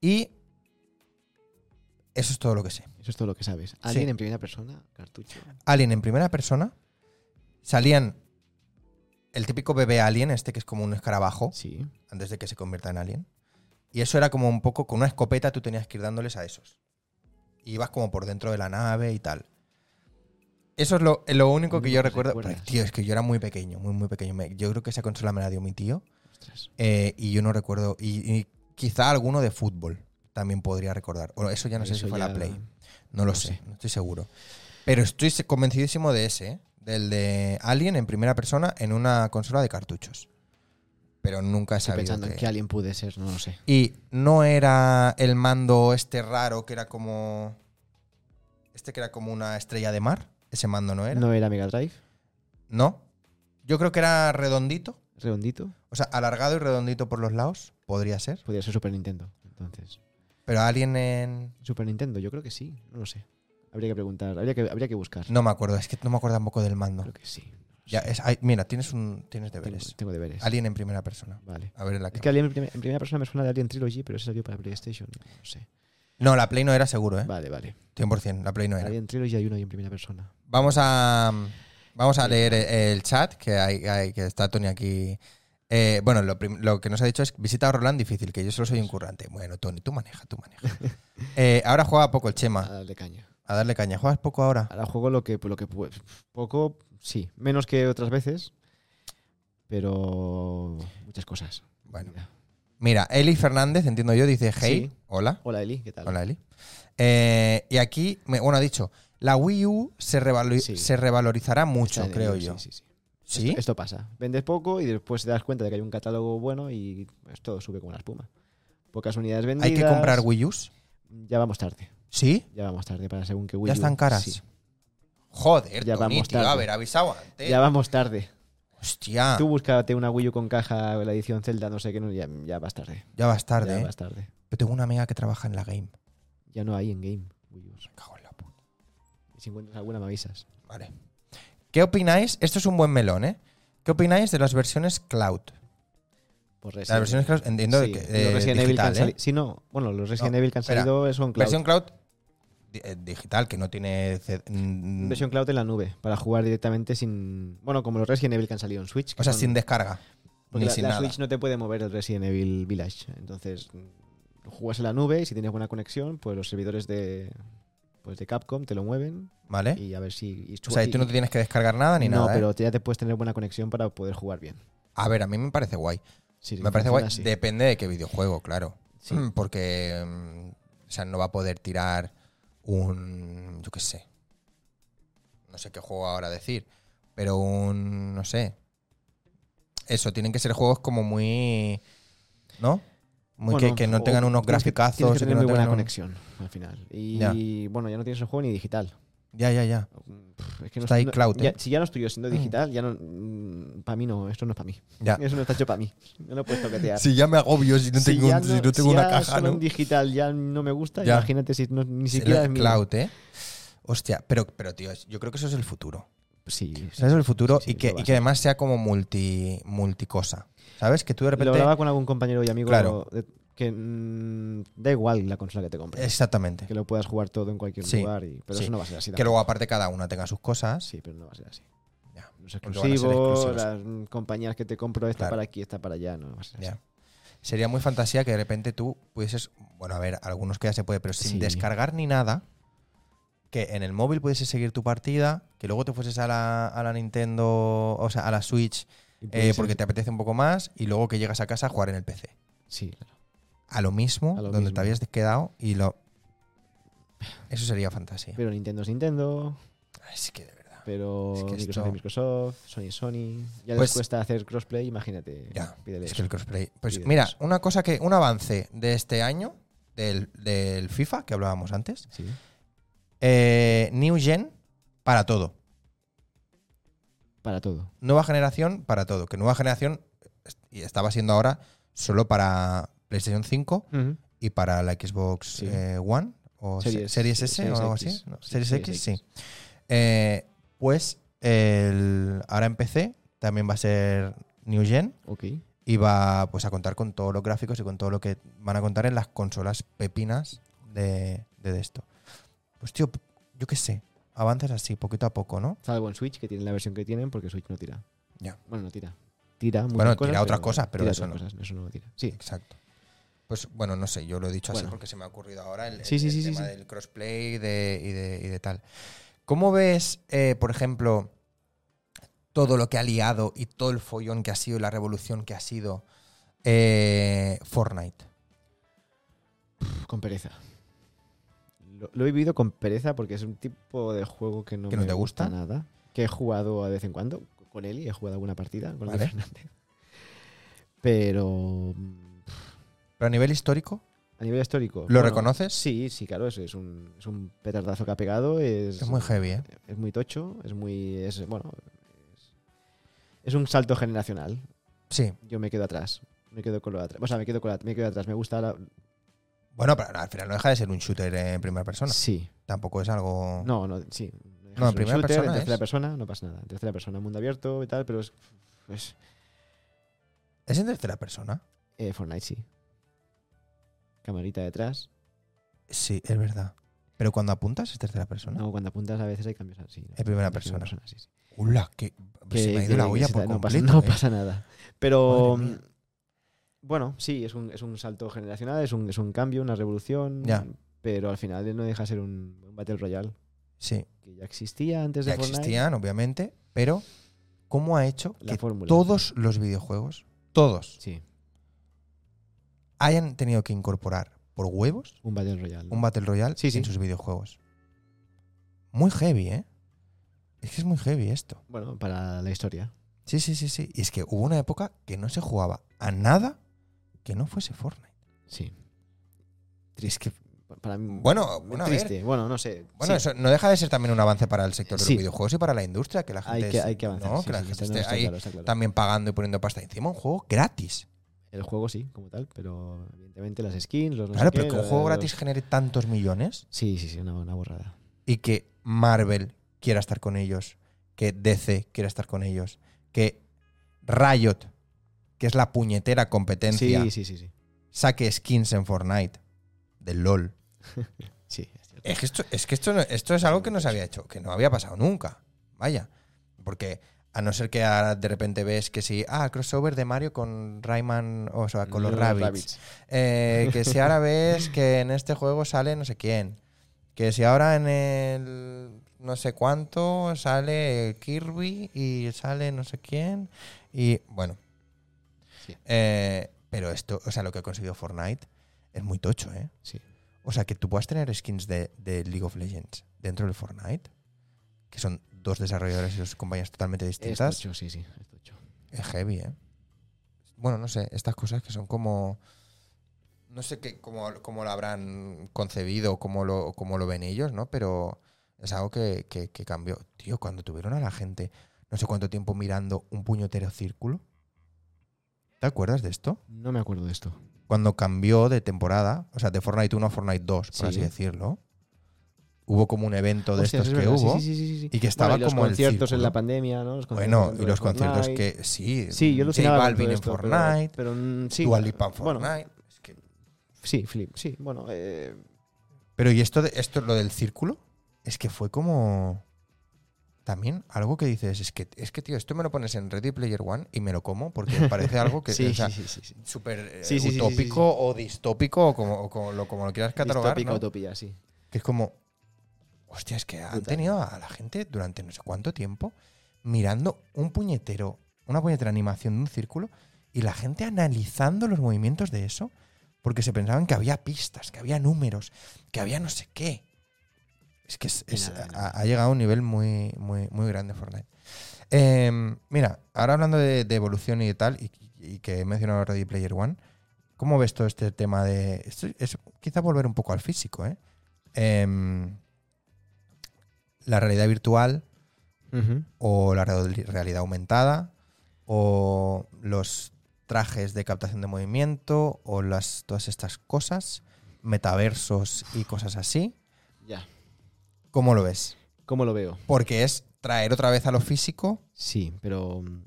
Y eso es todo lo que sé. Eso es todo lo que sabes. Alien en primera persona, cartucho. Alien en primera persona. Salían el típico bebé alien, este que es como un escarabajo, Sí. antes de que se convierta en alien. Y eso era como un poco, con una escopeta tú tenías que ir dándoles a esos. Y ibas como por dentro de la nave y tal. Eso es lo, lo único que yo Único que recuerdo. recuerdas. Pero, tío, es que yo era muy pequeño, muy, muy pequeño. Me- Yo creo que esa consola me la dio mi tío. Ostras. eh, y yo no recuerdo. Y, y quizá alguno de fútbol también podría recordar. O eso ya no sé Eso si fue ya- la Play. No lo No sé, sé. no estoy seguro. Pero estoy se- convencidísimo de ese, ¿eh? del de Alien en primera persona en una consola de cartuchos. Pero nunca he Estoy sabido pensando en que- qué alien pude ser, no lo sé. Y no era el mando este raro que era como... Este que era como una estrella de mar. Ese mando no era. No. ¿No era Mega Drive? Yo creo que era redondito. ¿Redondito? O sea, alargado y redondito por los lados. Podría ser. Podría ser Super Nintendo, entonces. Pero Alien en... Super Nintendo, yo creo que sí, no lo sé. Habría que preguntar, habría que, habría que buscar. No me acuerdo. Es que no me acuerdo tampoco del mando. Creo que sí. no lo Ya, sé. es- ay, mira, tienes, un, tienes tengo, deberes. tengo deberes. Alien en primera persona. Vale. A ver en la Es que- que Alien en primera, en primera persona me suena de Alien Trilogy, pero ese salió para PlayStation. No lo sé. ¿Eh? No, la Play no era seguro, ¿eh? Vale, vale. 100%, la Play no era. Alien Trilogy hay uno ahí en primera persona. Vamos a, vamos a leer e- el chat, que, hay, hay- que está Tony aquí. Eh, bueno, lo, prim- lo que nos ha dicho es visita a Roland difícil, que yo solo soy un currante. Bueno, Tony, tú maneja, tú maneja. Eh, ahora juega poco el A Chema, darle caña. a darle caña. ¿Juegas poco ahora? Ahora juego lo que, pues, lo que pu- poco, sí, menos que otras veces, pero muchas cosas. Bueno. Mira. Mira, Eli Fernández, entiendo yo, dice, hey, Sí. hola. Hola Eli, ¿qué tal? Hola, Eli. Eh, y aquí, me- bueno, ha dicho, la Wii U se, revalo- Sí. se revalorizará Está mucho, en creo ello, yo. Sí, sí, sí. ¿Sí? Esto, esto pasa. Vendes poco y después te das cuenta de que hay un catálogo bueno y pues, todo sube como la espuma. Pocas unidades vendidas. ¿Hay que comprar Wii U's? Ya vamos tarde. ¿Sí? Ya vamos tarde para según que Wii ya U. están caras. Sí. Joder, Ya Tony, vamos tío, tarde. a ver, avisado antes. Ya vamos tarde. Hostia, Tú búscate una Wii U con caja, la edición Zelda, no sé qué, no, ya, ya vas tarde. ya vas tarde. Ya ¿eh? vas tarde. Yo tengo una amiga que trabaja en la game. Ya no hay en game Wii Us. Me cago en la puta. Si encuentras alguna me avisas. Vale. ¿Qué opináis? Esto es un buen melón, ¿eh? ¿Qué opináis de las versiones cloud? Por Las versiones cloud, entiendo Sí, que los eh, Resident Evil que han digital, sali- ¿eh? Sí, no. Bueno, los Resident No, Evil que han espera. salido son cloud. Versión cloud di- eh, digital, que no tiene... C- mm, Versión cloud en la nube, para jugar directamente sin... Bueno, como los Resident Evil que han salido en Switch. que o sea, son- sin descarga. porque Ni la, sin la nada. Switch no te puede mover el Resident Evil Village. Entonces, mm, juegas en la nube y si tienes buena conexión, pues los servidores de, pues de Capcom te lo mueven ¿Vale? y a ver si... y ¿Eh? o sea, y tú no te tienes que descargar nada ni No, nada. ¿eh? pero te- ya te puedes tener buena conexión para poder jugar bien. A ver, a mí me parece guay. Sí, Me parece guay. funciona así. Depende de qué videojuego, claro. Sí. Mm, Porque mm, o sea, no va a poder tirar un. Yo qué sé. No sé qué juego ahora decir. Pero un. No sé. Eso, tienen que ser juegos como muy. ¿No? Muy que- Bueno, que, o no tengan unos tienes que- graficazos. Tienes que y que tener no muy buena tengan un- conexión al final. Y bueno, ya no tienes el juego ni digital. Ya, ya, ya. Pff, Es que no Está ahí cloud, ya- ¿eh? Si ya no estoy yo siendo digital, ya no. Para mí no, esto no es para mí. Ya. Eso no está hecho para mí. No lo puedes toquetear. Si ya me agobio si Ah. no Si tengo, ya un- si no tengo si una ya caja, solo ¿no? en digital ya no me gusta, Ya. imagínate si no- ni Sí, siquiera la- es mío. cloud, ¿eh? Hostia, pero, pero tío, es- yo creo que eso es el futuro. Sí, sí. Pues Eso es el futuro Sí, sí, y, que, lo y va a que ser. además sea como multi, multicosa. ¿Sabes? Que tú de Lo repente... hablaba con algún compañero y amigo Claro. de- que mm, da igual la consola que te compres. Exactamente. que lo puedas jugar todo en cualquier Sí, lugar. y- pero sí. eso no va a ser así. Que tampoco. luego aparte cada una tenga sus cosas. Sí, pero no va a ser así. Ya. Los Porque van a ser exclusivos, exclusivos. las mm, compañías que te compro, esta Claro. para aquí, esta para allá, no va a ser así. Ya. Sería muy fantasía que de repente tú pudieses, bueno, a ver, algunos que ya se puede, pero sin Sí. descargar ni nada, que en el móvil pudieses seguir tu partida, que luego te fueses a la, a la Nintendo, o sea, a la Switch, Y eh, puede ser- porque te apetece un poco más, y luego que llegas a casa a jugar en el PC. Sí, claro. A lo mismo, A lo donde te mismo. habías quedado, y lo... Eso sería fantasía. Pero Nintendo es Nintendo, Es que de verdad. pero Es que Microsoft esto- es Microsoft, Sony es Sony. Ya Pues- les cuesta hacer crossplay, imagínate. Ya, pídele es eso. que el crossplay. Pues Pídele mira, eso. una cosa que, un avance de este año, del, del FIFA, que hablábamos antes, Sí. Eh, New Gen para todo. Para todo. Nueva generación para todo. Que nueva generación est- y estaba siendo ahora solo para PlayStation 5 y para la Xbox Sí. eh, One o se- Series- series, S Series o algo X. así. ¿no? Sí, Series Series X, X. sí. Eh, pues el- ahora en PC también va a ser New Gen Ok. y va pues, a contar con todos los gráficos y con todo lo que van a contar en las consolas pepinas de, de esto. Pues tío, yo qué sé, avances así, poquito a poco, ¿no? Salvo en Switch, que tienen la versión que tienen, porque Switch no tira. Ya. Bueno, no tira. Tira muchas Bueno, cosas, tira otras cosas, pero tira eso otras no. cosas, eso no tira. Sí, Exacto. Pues bueno, no sé, yo lo he dicho así Bueno. porque se me ha ocurrido ahora el, Sí, el- sí, el sí, sí, tema sí. del crossplay y de, y, de, y de tal. ¿Cómo ves, eh, por ejemplo, todo lo que ha liado y todo el follón que ha sido y la revolución que ha sido eh, Fortnite? pf, con pereza. Lo, lo he vivido con pereza porque es un tipo de juego que no, ¿Que no me te gusta? nada. Que he jugado de vez en cuando con él y he jugado alguna partida con Luis Vale. Fernández. Pero mm, Pero a nivel histórico, a nivel histórico. ¿Lo reconoces? Sí, sí, claro, es, es un, es un petardazo que ha pegado. Es, es muy heavy, ¿eh? es muy tocho, es muy. Es, bueno, es- es un salto generacional. Sí. yo me quedo atrás. Me quedo con lo de atrás. O sea, me quedo con la, me quedo atrás. Me gusta la. Bueno, pero al final no deja de ser un shooter en primera persona. Sí. Tampoco es algo... No, no, sí. Oh. No, en primera persona En es. tercera persona no pasa nada. En tercera persona, mundo abierto y tal, pero es. es, ¿Es en tercera persona? eh, Fortnite sí. Camarita detrás. Sí, es verdad. Pero cuando apuntas es tercera persona. No, cuando apuntas a veces hay cambios así. ¿no? Es primera En persona. sí, sí. Hola, que Que- Pues se me ha ido que- la que olla se por ta- no pasa- completo. No ¿eh? pasa, nada. Pero. mm, Madre mía. Bueno, sí, es un, es un salto generacional, es un, es un cambio, una revolución. Ya. Pero al final no deja de ser un, un Battle Royale Sí, que ya existía antes ya de Fortnite. existían, obviamente, pero ¿cómo ha hecho La que fórmula. todos los videojuegos, todos, Sí, hayan tenido que incorporar por huevos un Battle Royale. ¿no? un Battle Royale Sí, sí. en sus videojuegos? Muy heavy, ¿eh? Es que es muy heavy esto. Bueno, para la historia. Sí, sí, sí, sí. Y es que hubo una época que no se jugaba a nada que no fuese Fortnite. Sí. Es que, Para mí. bueno, bueno, a ver. triste. Bueno, no sé. Bueno, Sí, eso no deja de ser también un avance para el sector de Sí. los videojuegos y para la industria, que la gente, hay, que, es- hay que avanzar. ¿no? sí, que la sí, gente está- esté no, está ahí claro, está claro. también pagando y poniendo pasta encima. Un juego gratis. El juego sí, como tal, pero evidentemente las skins, los. no claro, sé pero qué, que un los- juego los- gratis genere tantos millones Sí, sí, sí, una, una borrada. y que Marvel quiera estar con ellos, que DC quiera estar con ellos, que Riot, que es la puñetera competencia, Sí, sí, sí, sí. saque skins en Fortnite del LOL. Sí, es cierto. Es que esto, es que esto, no- esto es algo que no se había hecho, que no había pasado nunca. Vaya. Porque a no ser que ahora de repente ves que sí, ah, crossover de Mario con Rayman, o sea, con los, rabbits. Eh, que si ahora ves que en este juego sale no sé quién. Que si ahora en el no sé cuánto sale Kirby y sale no sé quién. Y bueno. Sí. Eh, pero esto, o sea, lo que ha conseguido Fortnite es muy tocho, ¿eh? Sí. O sea, que tú puedas tener skins de, de League of Legends dentro del Fortnite, que son dos desarrolladores y dos compañías totalmente Es distintas, tocho, sí, sí. Es tocho. es heavy, ¿eh? Bueno, no sé, estas cosas que son como... No sé qué, cómo, cómo lo habrán concebido, cómo lo, cómo lo ven ellos, ¿no? Pero Es algo que, que- que cambió. Tío, cuando tuvieron a la gente no sé cuánto tiempo mirando un puñetero círculo. ¿Te acuerdas de esto? No me acuerdo de esto. Cuando cambió de temporada, o sea, de Fortnite 1 a Fortnite 2, por Sí. así decirlo. Hubo como un evento de Hostias, estos es que verdad, sí, hubo. sí, sí, sí, sí. y que estaba Bueno, y los como el conciertos en círculo. la pandemia, ¿no? Los Bueno, conciertos y los de conciertos Fortnite. que sí. Sí, yo J alucinaba con Balvin todo en esto, pero- Fortnite, Pero, mm, sí. Dua Lipa en Bueno, Fortnite. es que- sí, Flip, sí. Bueno, eh, Pero y esto, de, esto, lo del círculo, es que fue como también algo que dices, es que, es que tío, esto me lo pones en Ready Player One y me lo como porque me parece algo que sí, o sea, sí, sí, sí, sí. súper eh, Sí, sí, sí, sí, utópico sí, sí. o distópico o como, o como lo, como lo quieras catalogar, Distópica ¿no? utopía, sí. que es como, hostia, es que han Brutal. tenido a la gente durante no sé cuánto tiempo mirando un puñetero, una puñetera animación de un círculo y la gente analizando los movimientos de eso porque se pensaban que había pistas, que había números, que había no sé qué. Es que es- Y es- nada, y ha- nada. ha, llegado a un nivel muy, muy, muy grande Fortnite. Eh, mira, ahora hablando de, de evolución y de tal, y, y que he mencionado Ready Player One, ¿cómo ves todo este tema de... esto es quizá volver un poco al físico, ¿eh? Em, la realidad virtual o la real- realidad aumentada o los trajes de captación de movimiento o las, todas estas cosas, metaversos y cosas así. Ya. ¿Cómo lo ves? ¿Cómo lo veo? Porque es traer otra vez a lo físico Sí, pero. mm,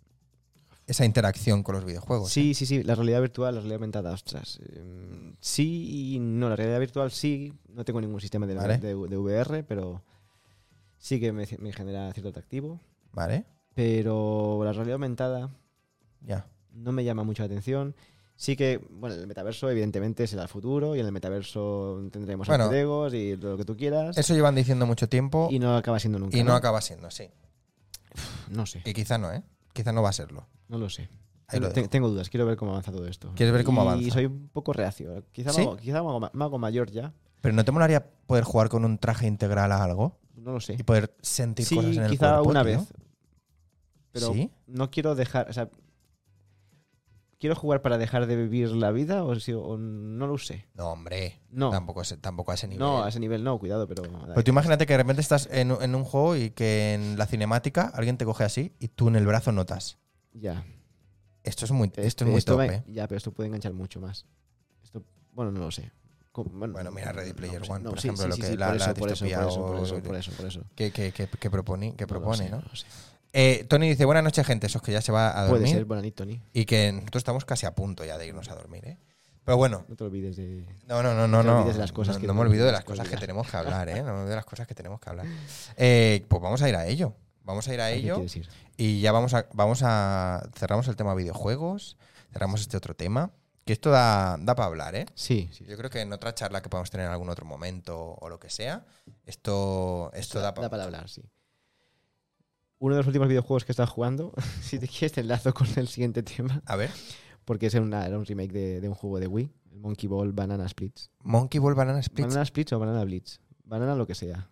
esa interacción con los videojuegos. ¿eh? Sí, sí, sí. La realidad virtual, la realidad aumentada, ostras. eh, sí y no. La realidad virtual sí. No tengo ningún sistema de, la- Vale. de- de VR, pero sí que me, me genera cierto atractivo. ¿Vale? Pero la realidad aumentada Ya. no me llama mucho la atención. Sí que, bueno, el metaverso evidentemente será el futuro y en el metaverso tendremos Bueno. alter egos y lo que tú quieras. Eso llevan diciendo mucho tiempo y no acaba siendo nunca. y no, acaba siendo, sí. No sé, Que quizá no, ¿eh? Quizá no va a serlo. no lo sé. Ahí lo Te- dejo. tengo dudas, quiero ver cómo avanza todo esto. ¿Quieres ver cómo Y avanza? soy un poco reacio. Quizá, ¿Sí? me, hago, quizá me hago ma- me hago mayor ya, Pero ¿no te molaría poder jugar con un traje integral a algo? no lo sé. Y poder sentir Sí, cosas en el quizá cuerpo, una tío. vez. Pero ¿Sí? no quiero dejar, o sea, ¿quiero jugar para dejar de vivir la vida o, si- o no lo sé? No, hombre. No. Tampoco, a ese- tampoco a ese nivel. No, a ese nivel no, cuidado, pero... Pero Pues tú imagínate que de repente estás en, un- en un juego y que en la cinemática alguien te coge así y tú en el brazo notas. Ya. Esto es muy, esto Este- es muy esto top, me- ¿eh? Ya, pero esto puede enganchar mucho más. Esto, bueno, no lo sé. Com- Bueno, mira, Ready no Player lo sé. One, No, por sí, ejemplo, sí, lo sí, que sí, la- la por eso, por eso, distopía por eso, por o- eso, por eso, por eso. Que, que, que- que propone, que No lo propone sé, ¿no? no lo sé. Eh, Tony dice, buenas noches, gente. Eso es que ya se va a Puede dormir. ser, buena nit, Tony. Y que nosotros estamos casi a punto ya de irnos a dormir, ¿eh? Pero bueno, No te olvides de... No, no, no, no. te No, olvides de las cosas no, que no me tenemos olvido de que las cosas que olvidar. tenemos que hablar, ¿eh? No me olvido de las cosas que tenemos que hablar. Eh, pues vamos a ir a ello. Vamos a ir a ¿a qué ello quieres ir? y ya vamos a, vamos a. Cerramos el tema videojuegos, cerramos este otro tema. Que esto da, da para hablar, ¿eh? Sí, sí. Yo creo que en otra charla que podamos tener en algún otro momento o lo que sea, esto, esto da, da para para hablar, sí. Uno de los últimos videojuegos que estás jugando, si te quieres te enlazo con el siguiente tema, A ver, porque es una- era un remake de, de un juego de Wii, el Monkey Ball Banana Splits. Monkey Ball Banana Splits. Banana Splits o Banana Blitz. Banana lo que sea.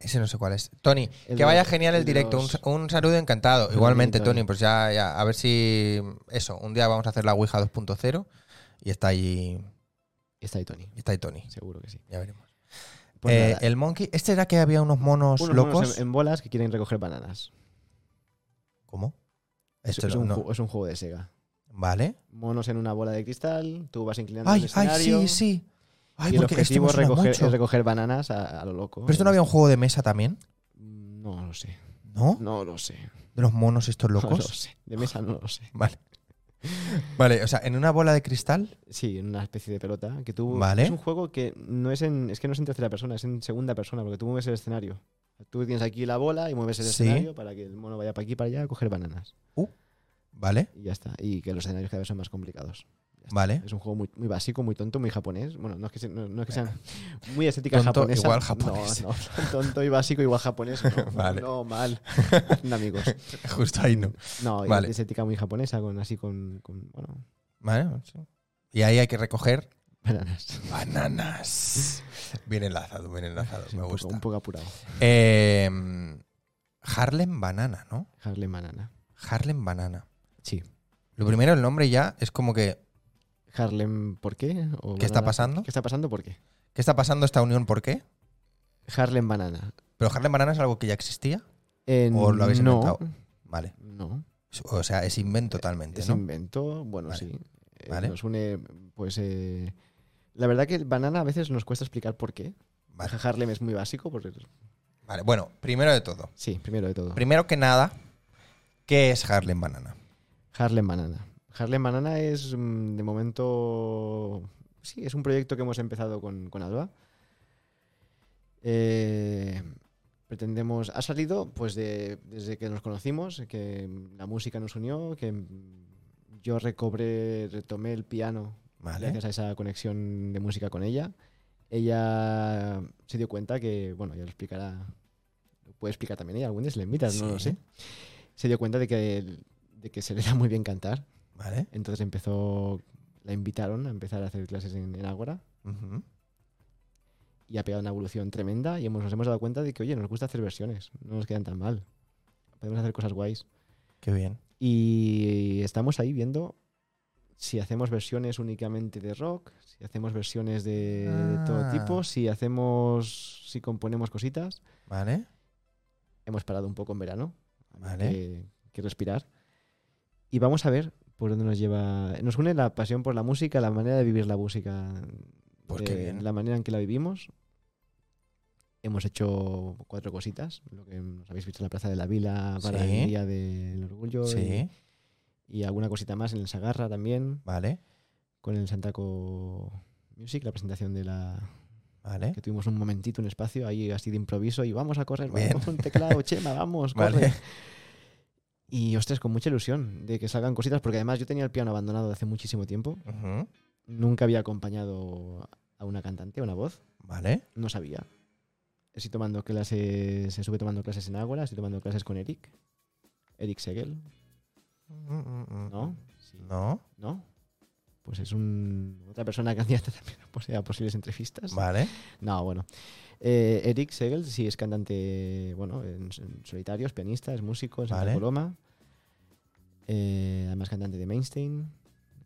Ese no sé cuál es. Tony, que El de- vaya genial el el de directo. Un, los- sa- un saludo encantado. También, Igualmente, Tony, Tony. pues ya, ya, a ver si eso, un día vamos a hacer la Ouija 2.0 y está ahí, Está ahí Tony, está ahí Tony. seguro que sí. Ya veremos. Pues Eh, nada, el Monkey, este era que había unos monos unos monos em- locos. en, en bolas que quieren recoger bananas. ¿Cómo? Es, Esto es no- un, no. ju- es un juego de Sega. Vale. Monos en una bola de cristal, tú vas inclinando el Ay, ay, escenario. sí, sí. Ay, y el porque esto me objetivo es suena recoger, mucho. es recoger bananas a, a lo loco. Mm, Pero esto no había un juego de mesa también, No lo sé. ¿no? No lo sé. De los monos estos No lo locos. sé. De mesa no lo sé. Vale. Vale, o sea, en una bola de cristal. Sí, en una especie de pelota. Que tú, Vale. Es un juego que no es en, es que no es en tercera persona, es en segunda persona, porque tú mueves el escenario. Tú tienes aquí la bola y mueves el Sí. escenario para que el mono vaya para aquí para allá a coger bananas. Vale, Y ya está. Y que los escenarios cada vez son más complicados. vale. Es un juego muy, muy básico, muy tonto, muy japonés. Bueno, no es que, se- no, no es que sean muy estética Tonto japonesa. igual japonés. No, no, tonto y básico igual japonés. No, Vale. no mal. No, amigos. Justo ahí no. No, y Vale. estética muy japonesa, con así con, con bueno, Vale, sí. Y ahí hay que recoger bananas. bananas. Bien enlazado, bien enlazado. Sí, me un, gusta. poco, un poco apurado. Eh, Harlem Banana, ¿no? Harlem Banana. Harlem Banana. Sí. Lo primero, el nombre ya es como que. Harlem, ¿por qué? O ¿Qué está Banana, pasando? ¿Qué está pasando? ¿Por qué? ¿Qué está pasando esta unión? ¿Por qué? Harlem Banana. ¿Pero Harlem Banana es algo que ya existía? Eh, ¿O lo habéis no, inventado? Vale. No. O sea, es invento totalmente, Eh, Es ¿no? invento, bueno, Vale. sí. Eh, Vale. Nos une, pues... eh, la verdad que el banana a veces nos cuesta explicar por qué. Vale. Harlem es muy básico, porque... Vale, Bueno, primero de todo. Sí, primero de todo. Primero que nada, ¿qué es Harlem Banana? Harlem Banana. Harlem Banana es, mm, de momento, sí, es un proyecto que hemos empezado con, con Alba. Eh, pretendemos, ha salido pues de- desde que nos conocimos, que la música nos unió, que mm, yo recobré, retomé el piano Vale. gracias a esa conexión de música con ella. Ella se dio cuenta que, bueno, ya lo explicará, lo puede explicar también ella, algún día se le invitas, no lo Sí. sé. Se dio cuenta de que, de que se le da muy bien cantar, Vale. entonces empezó, la invitaron a empezar a hacer clases en, en Ágora Ujú. y ha pegado una evolución tremenda y hemos, nos hemos dado cuenta de que, oye, nos gusta hacer versiones, no nos quedan tan mal, podemos hacer cosas guays. Qué bien. Y estamos ahí viendo si hacemos versiones únicamente de rock, si hacemos versiones de, de todo Ah. tipo, si hacemos, si componemos cositas. Vale. Hemos parado un poco en verano, hay Vale. que, que respirar. Y vamos a ver por dónde nos lleva. Nos une la pasión por la música, la manera de vivir la música, Pues de- qué bien. la manera en que la vivimos. Hemos hecho cuatro cositas, lo que nos habéis visto en la Plaza de la Vila para Sí. el Día del Orgullo. y- Sí. y alguna cosita más en el Sagarra también, Vale. con el Santaco Music, la presentación de la. Vale. que tuvimos un momentito, un espacio ahí así de improviso y vamos a correr, Bien. vamos con un teclado, Chema, vamos, corre. Vale. Y ostras, con mucha ilusión de que salgan cositas, porque además yo tenía el piano abandonado de hace muchísimo tiempo, Ujú. nunca había acompañado a una cantante, a una voz, Vale. no sabía. Estoy tomando clases, se sube tomando clases en Ágora, estoy tomando clases con Eric, Eric Segel, ¿no? Sí. No. ¿no? Pues es un, otra persona candidata también a pos- a posibles entrevistas. Vale. No, bueno. Eh, Eric Segel sí es cantante, bueno, en, en solitario, es pianista, es músico, es Vale. Santa Coloma. Eh, además cantante de Mainstein,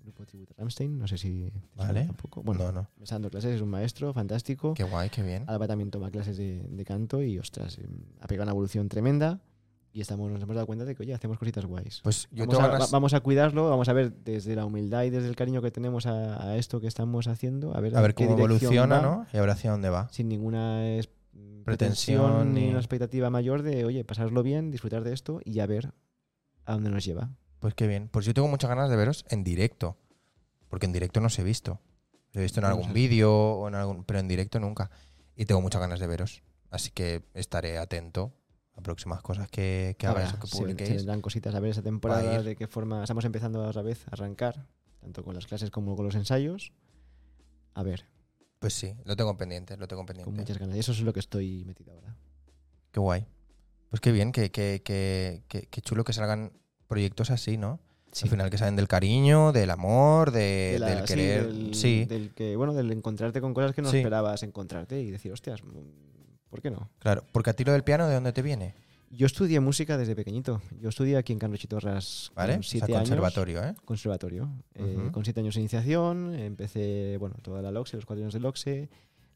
grupo tributo a Rammstein, no sé si te suena Vale. tampoco. Bueno, no, no. me está dando clases, es un maestro fantástico. Qué guay, qué bien. Alba también toma clases de, de canto y, ostras, eh, ha pegado una evolución tremenda y estamos, nos hemos dado cuenta de que, oye, hacemos cositas guays Pues yo vamos, tengo a, va- ganas- vamos a cuidarlo, vamos a ver desde la humildad y desde el cariño que tenemos a, a esto que estamos haciendo, a ver, a ver en qué cómo dirección evoluciona, va, ¿no? Y a ver hacia dónde va. Sin ninguna es- pretensión, Pretensión ni ni- una expectativa mayor de, oye, pasarlo bien, disfrutar de esto y a ver a dónde nos lleva. Pues qué bien. Pues yo tengo muchas ganas de veros en directo. Porque en directo no os he visto. Os he visto en No algún sé. vídeo, o en algún, pero en directo nunca. Y tengo muchas ganas de veros. Así que estaré atento a próximas cosas que, que hagáis Ahora o que se- Se, publiquéis. vendrán cositas a ver esa temporada, ir. de qué forma estamos empezando otra vez a arrancar, tanto con las clases como con los ensayos. A ver, Pues sí, lo tengo pendiente, lo tengo con pendiente. muchas ganas. Y eso es lo que estoy metido ahora. Qué guay. Pues qué bien, que, que, que, que- que chulo que salgan proyectos así, ¿no? Sí. Al final que salen del cariño, del amor, de- de la- eh, del sí, querer. del, sí. del que, bueno, del encontrarte con cosas que no Sí. esperabas encontrarte y decir, hostias, mm, ¿por qué no? Claro, porque a ti lo del piano, ¿de dónde te viene? Yo estudié música desde pequeñito. Yo estudié aquí en Carlos Torres ¿Vale? con O sea, siete años. conservatorio, ¿eh? Conservatorio. Eh, Ujú. con siete años de iniciación, empecé, bueno, toda la LOXE, los cuatro años de LOXE,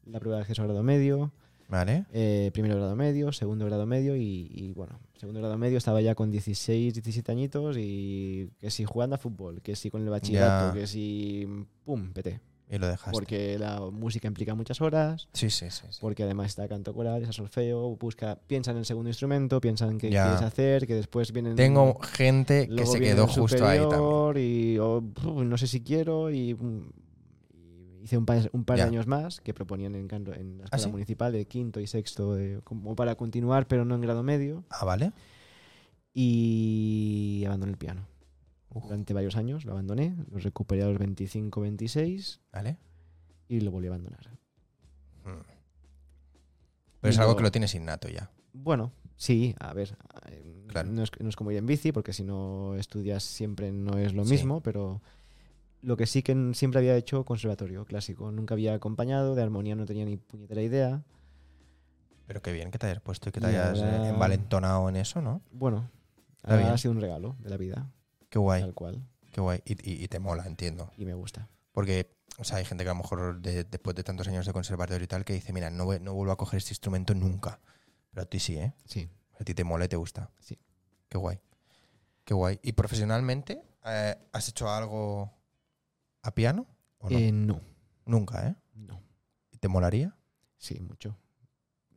la prueba de acceso a grado medio, ¿Vale? eh, primero grado medio, segundo grado medio y, y, bueno, segundo grado medio estaba ya con 16, 17 añitos y que si jugando a fútbol, que si con el bachillerato, Ya. que si... ¡Pum! Vete. Y lo dejaste. Porque la música implica muchas horas, Sí, sí, sí. sí. porque además está canto coral, está solfeo, busca, piensa en el segundo instrumento, piensan en qué Ya. quieres hacer, que después vienen... Tengo gente que luego se viene quedó el justo ahí también. superior Y oh, pf, no sé si quiero y... mm, y Hice un par, un par Ya. ¿Ah, de años más que proponían en, canto- en la escuela sí? municipal de quinto y sexto de- como para continuar, pero no en grado medio. Ah, ¿vale? Y abandoné el piano. Uf. Durante varios años lo abandoné, lo recuperé a los 25, 26 ¿Vale? y lo volví a abandonar. Mm. Pero es Y algo lo- que lo tienes innato ya. Bueno, sí, a ver. eh, Claro. No, es, no es como ir en bici, porque si no estudias siempre no es lo Sí. mismo, pero lo que sí que n- siempre había hecho conservatorio clásico. Nunca había acompañado, de armonía no tenía ni puñetera idea. Pero qué bien que te hayas puesto y que te Y hayas eh, ahora- envalentonado en eso, ¿no? Bueno, Está ha- bien. ha sido un regalo de la vida, Qué guay, tal cual, qué guay. Y, y- y te mola, entiendo. y me gusta. Porque o sea, hay gente que a lo mejor de- después de tantos años de conservatorio y tal que dice, mira, no, voy- no vuelvo a coger este instrumento nunca. Pero Pero a ti sí, ¿eh? Sí. A ti te mola y te gusta. Sí. Qué guay. Qué guay. ¿Y profesionalmente eh, has hecho algo a piano? ¿O no? Eh, no, Nunca, ¿eh? no. ¿Y ¿Te molaría? Sí, mucho.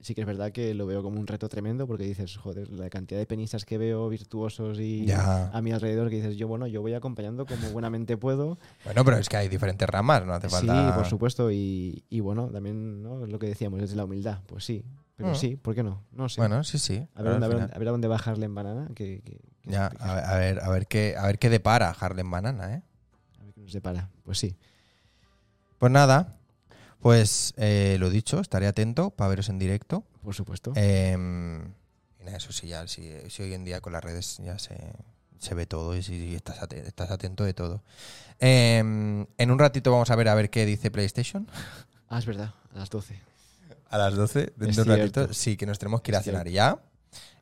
Sí que es verdad que lo veo como un reto tremendo porque dices, joder, la cantidad de penistas que veo virtuosos y Ya. a mi alrededor que dices, yo bueno, yo voy acompañando como buenamente puedo. Bueno, pero es que hay diferentes ramas, no hace falta. Sí, por supuesto. Y, y bueno, también ¿no? lo que decíamos, es la humildad. Pues sí, pero Mm. sí, ¿por qué no? No sé. Bueno, sí, sí. a, Al ver, dónde- a, ver, final. dónde- a ver a dónde va Harlem Banana. Que, que- que- Ya, a ver, a ver, a ver qué, a ver qué depara Harlem Banana, ¿eh? a ver qué nos depara. Pues sí. Pues nada, pues eh, lo dicho, estaré atento para veros en directo. Por supuesto. Em, y nada, eso sí, ya, si, si hoy en día con las redes ya se, se ve todo y si si estás, ate- estás atento de todo. Em, en un ratito vamos a ver a ver qué dice PlayStation. Ah, es verdad, a las 12. A las 12, Es dentro de un ratito. cierto. Sí, que nos tenemos que ir Es a cenar ya.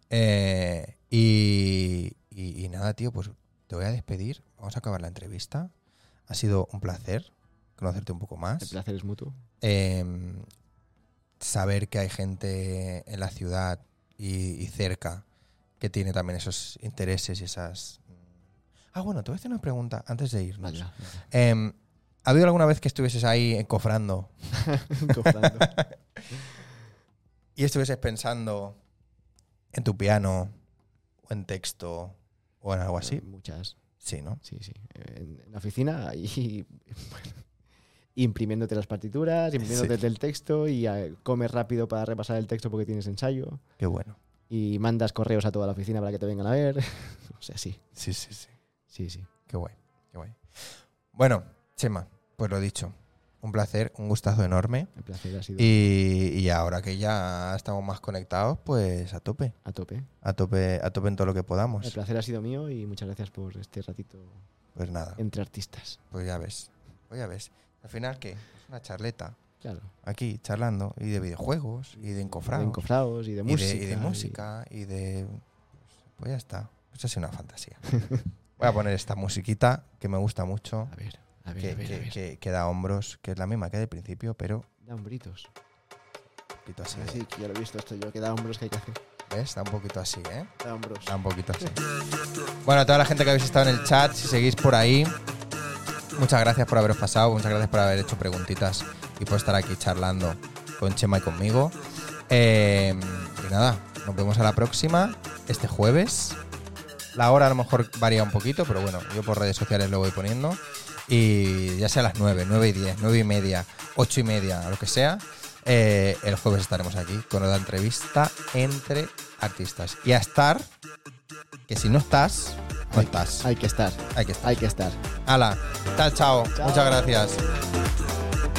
Eh, y, y- y nada, tío, pues te voy a despedir. Vamos a acabar la entrevista. Ha sido un placer conocerte un poco más. El placer es mutuo. Eh, saber que hay gente en la ciudad y, y cerca que tiene también esos intereses y esas... Ah, bueno, te voy a hacer una pregunta antes de irnos. Vale. Em, ¿Ha habido alguna vez que estuvieses ahí encofrando Cofrando. y estuvieses pensando en tu piano o en texto o en algo así? Muchas. Sí, ¿no? Sí, sí. En, en la oficina y bueno, imprimiéndote las partituras, imprimiéndote el texto y eh, comes rápido para repasar el texto porque tienes ensayo Qué bueno. y mandas correos a toda la oficina para que te vengan a ver. o sea, sí, Sí, sí, sí. sí, sí. Qué guay, qué guay. Bueno, Chema, pues lo dicho. Un placer, un gustazo enorme. El placer ha sido Y, y ahora que ya estamos más conectados, pues a tope, a tope. ¿eh? a tope, a tope en todo lo que El podamos. placer ha sido mío y muchas gracias por este ratito Pues nada, entre artistas. pues ya ves, pues ya ves. Al final, ¿qué? Es una charleta, Claro. aquí charlando, y de videojuegos, y de encofrados, De encofrados y de y, música. de, y de música, y de... Pues ya está, eso ha sido una fantasía. Voy a poner esta musiquita que me gusta mucho, A ver, a ver, que, a ver. a que- ver. que- que da hombros, que es la misma que del principio, pero Da hombritos. un poquito así. Así que ya lo he visto esto yo, que da hombros que hay que hacer. ¿Ves? Da un poquito así, ¿eh? Da hombros. Ah, un poquito así. Bueno, a toda la gente que habéis estado en el chat, si seguís por ahí, muchas gracias por haberos pasado, muchas gracias por haber hecho preguntitas y por estar aquí charlando con Chema y conmigo. Eh, y nada, nos vemos a la próxima, este jueves. La hora a lo mejor varía un poquito, pero bueno, yo por redes sociales lo voy poniendo. Y ya sea a las 9, 9 y 10, 9 y media, 8 y media, lo que sea, eh, el jueves estaremos aquí con una entrevista entre artistas. Y a estar, que si no estás, no estás. Hay que estar, Hay que estar. hay que estar. Hala, chao, chao. Chao. Muchas gracias.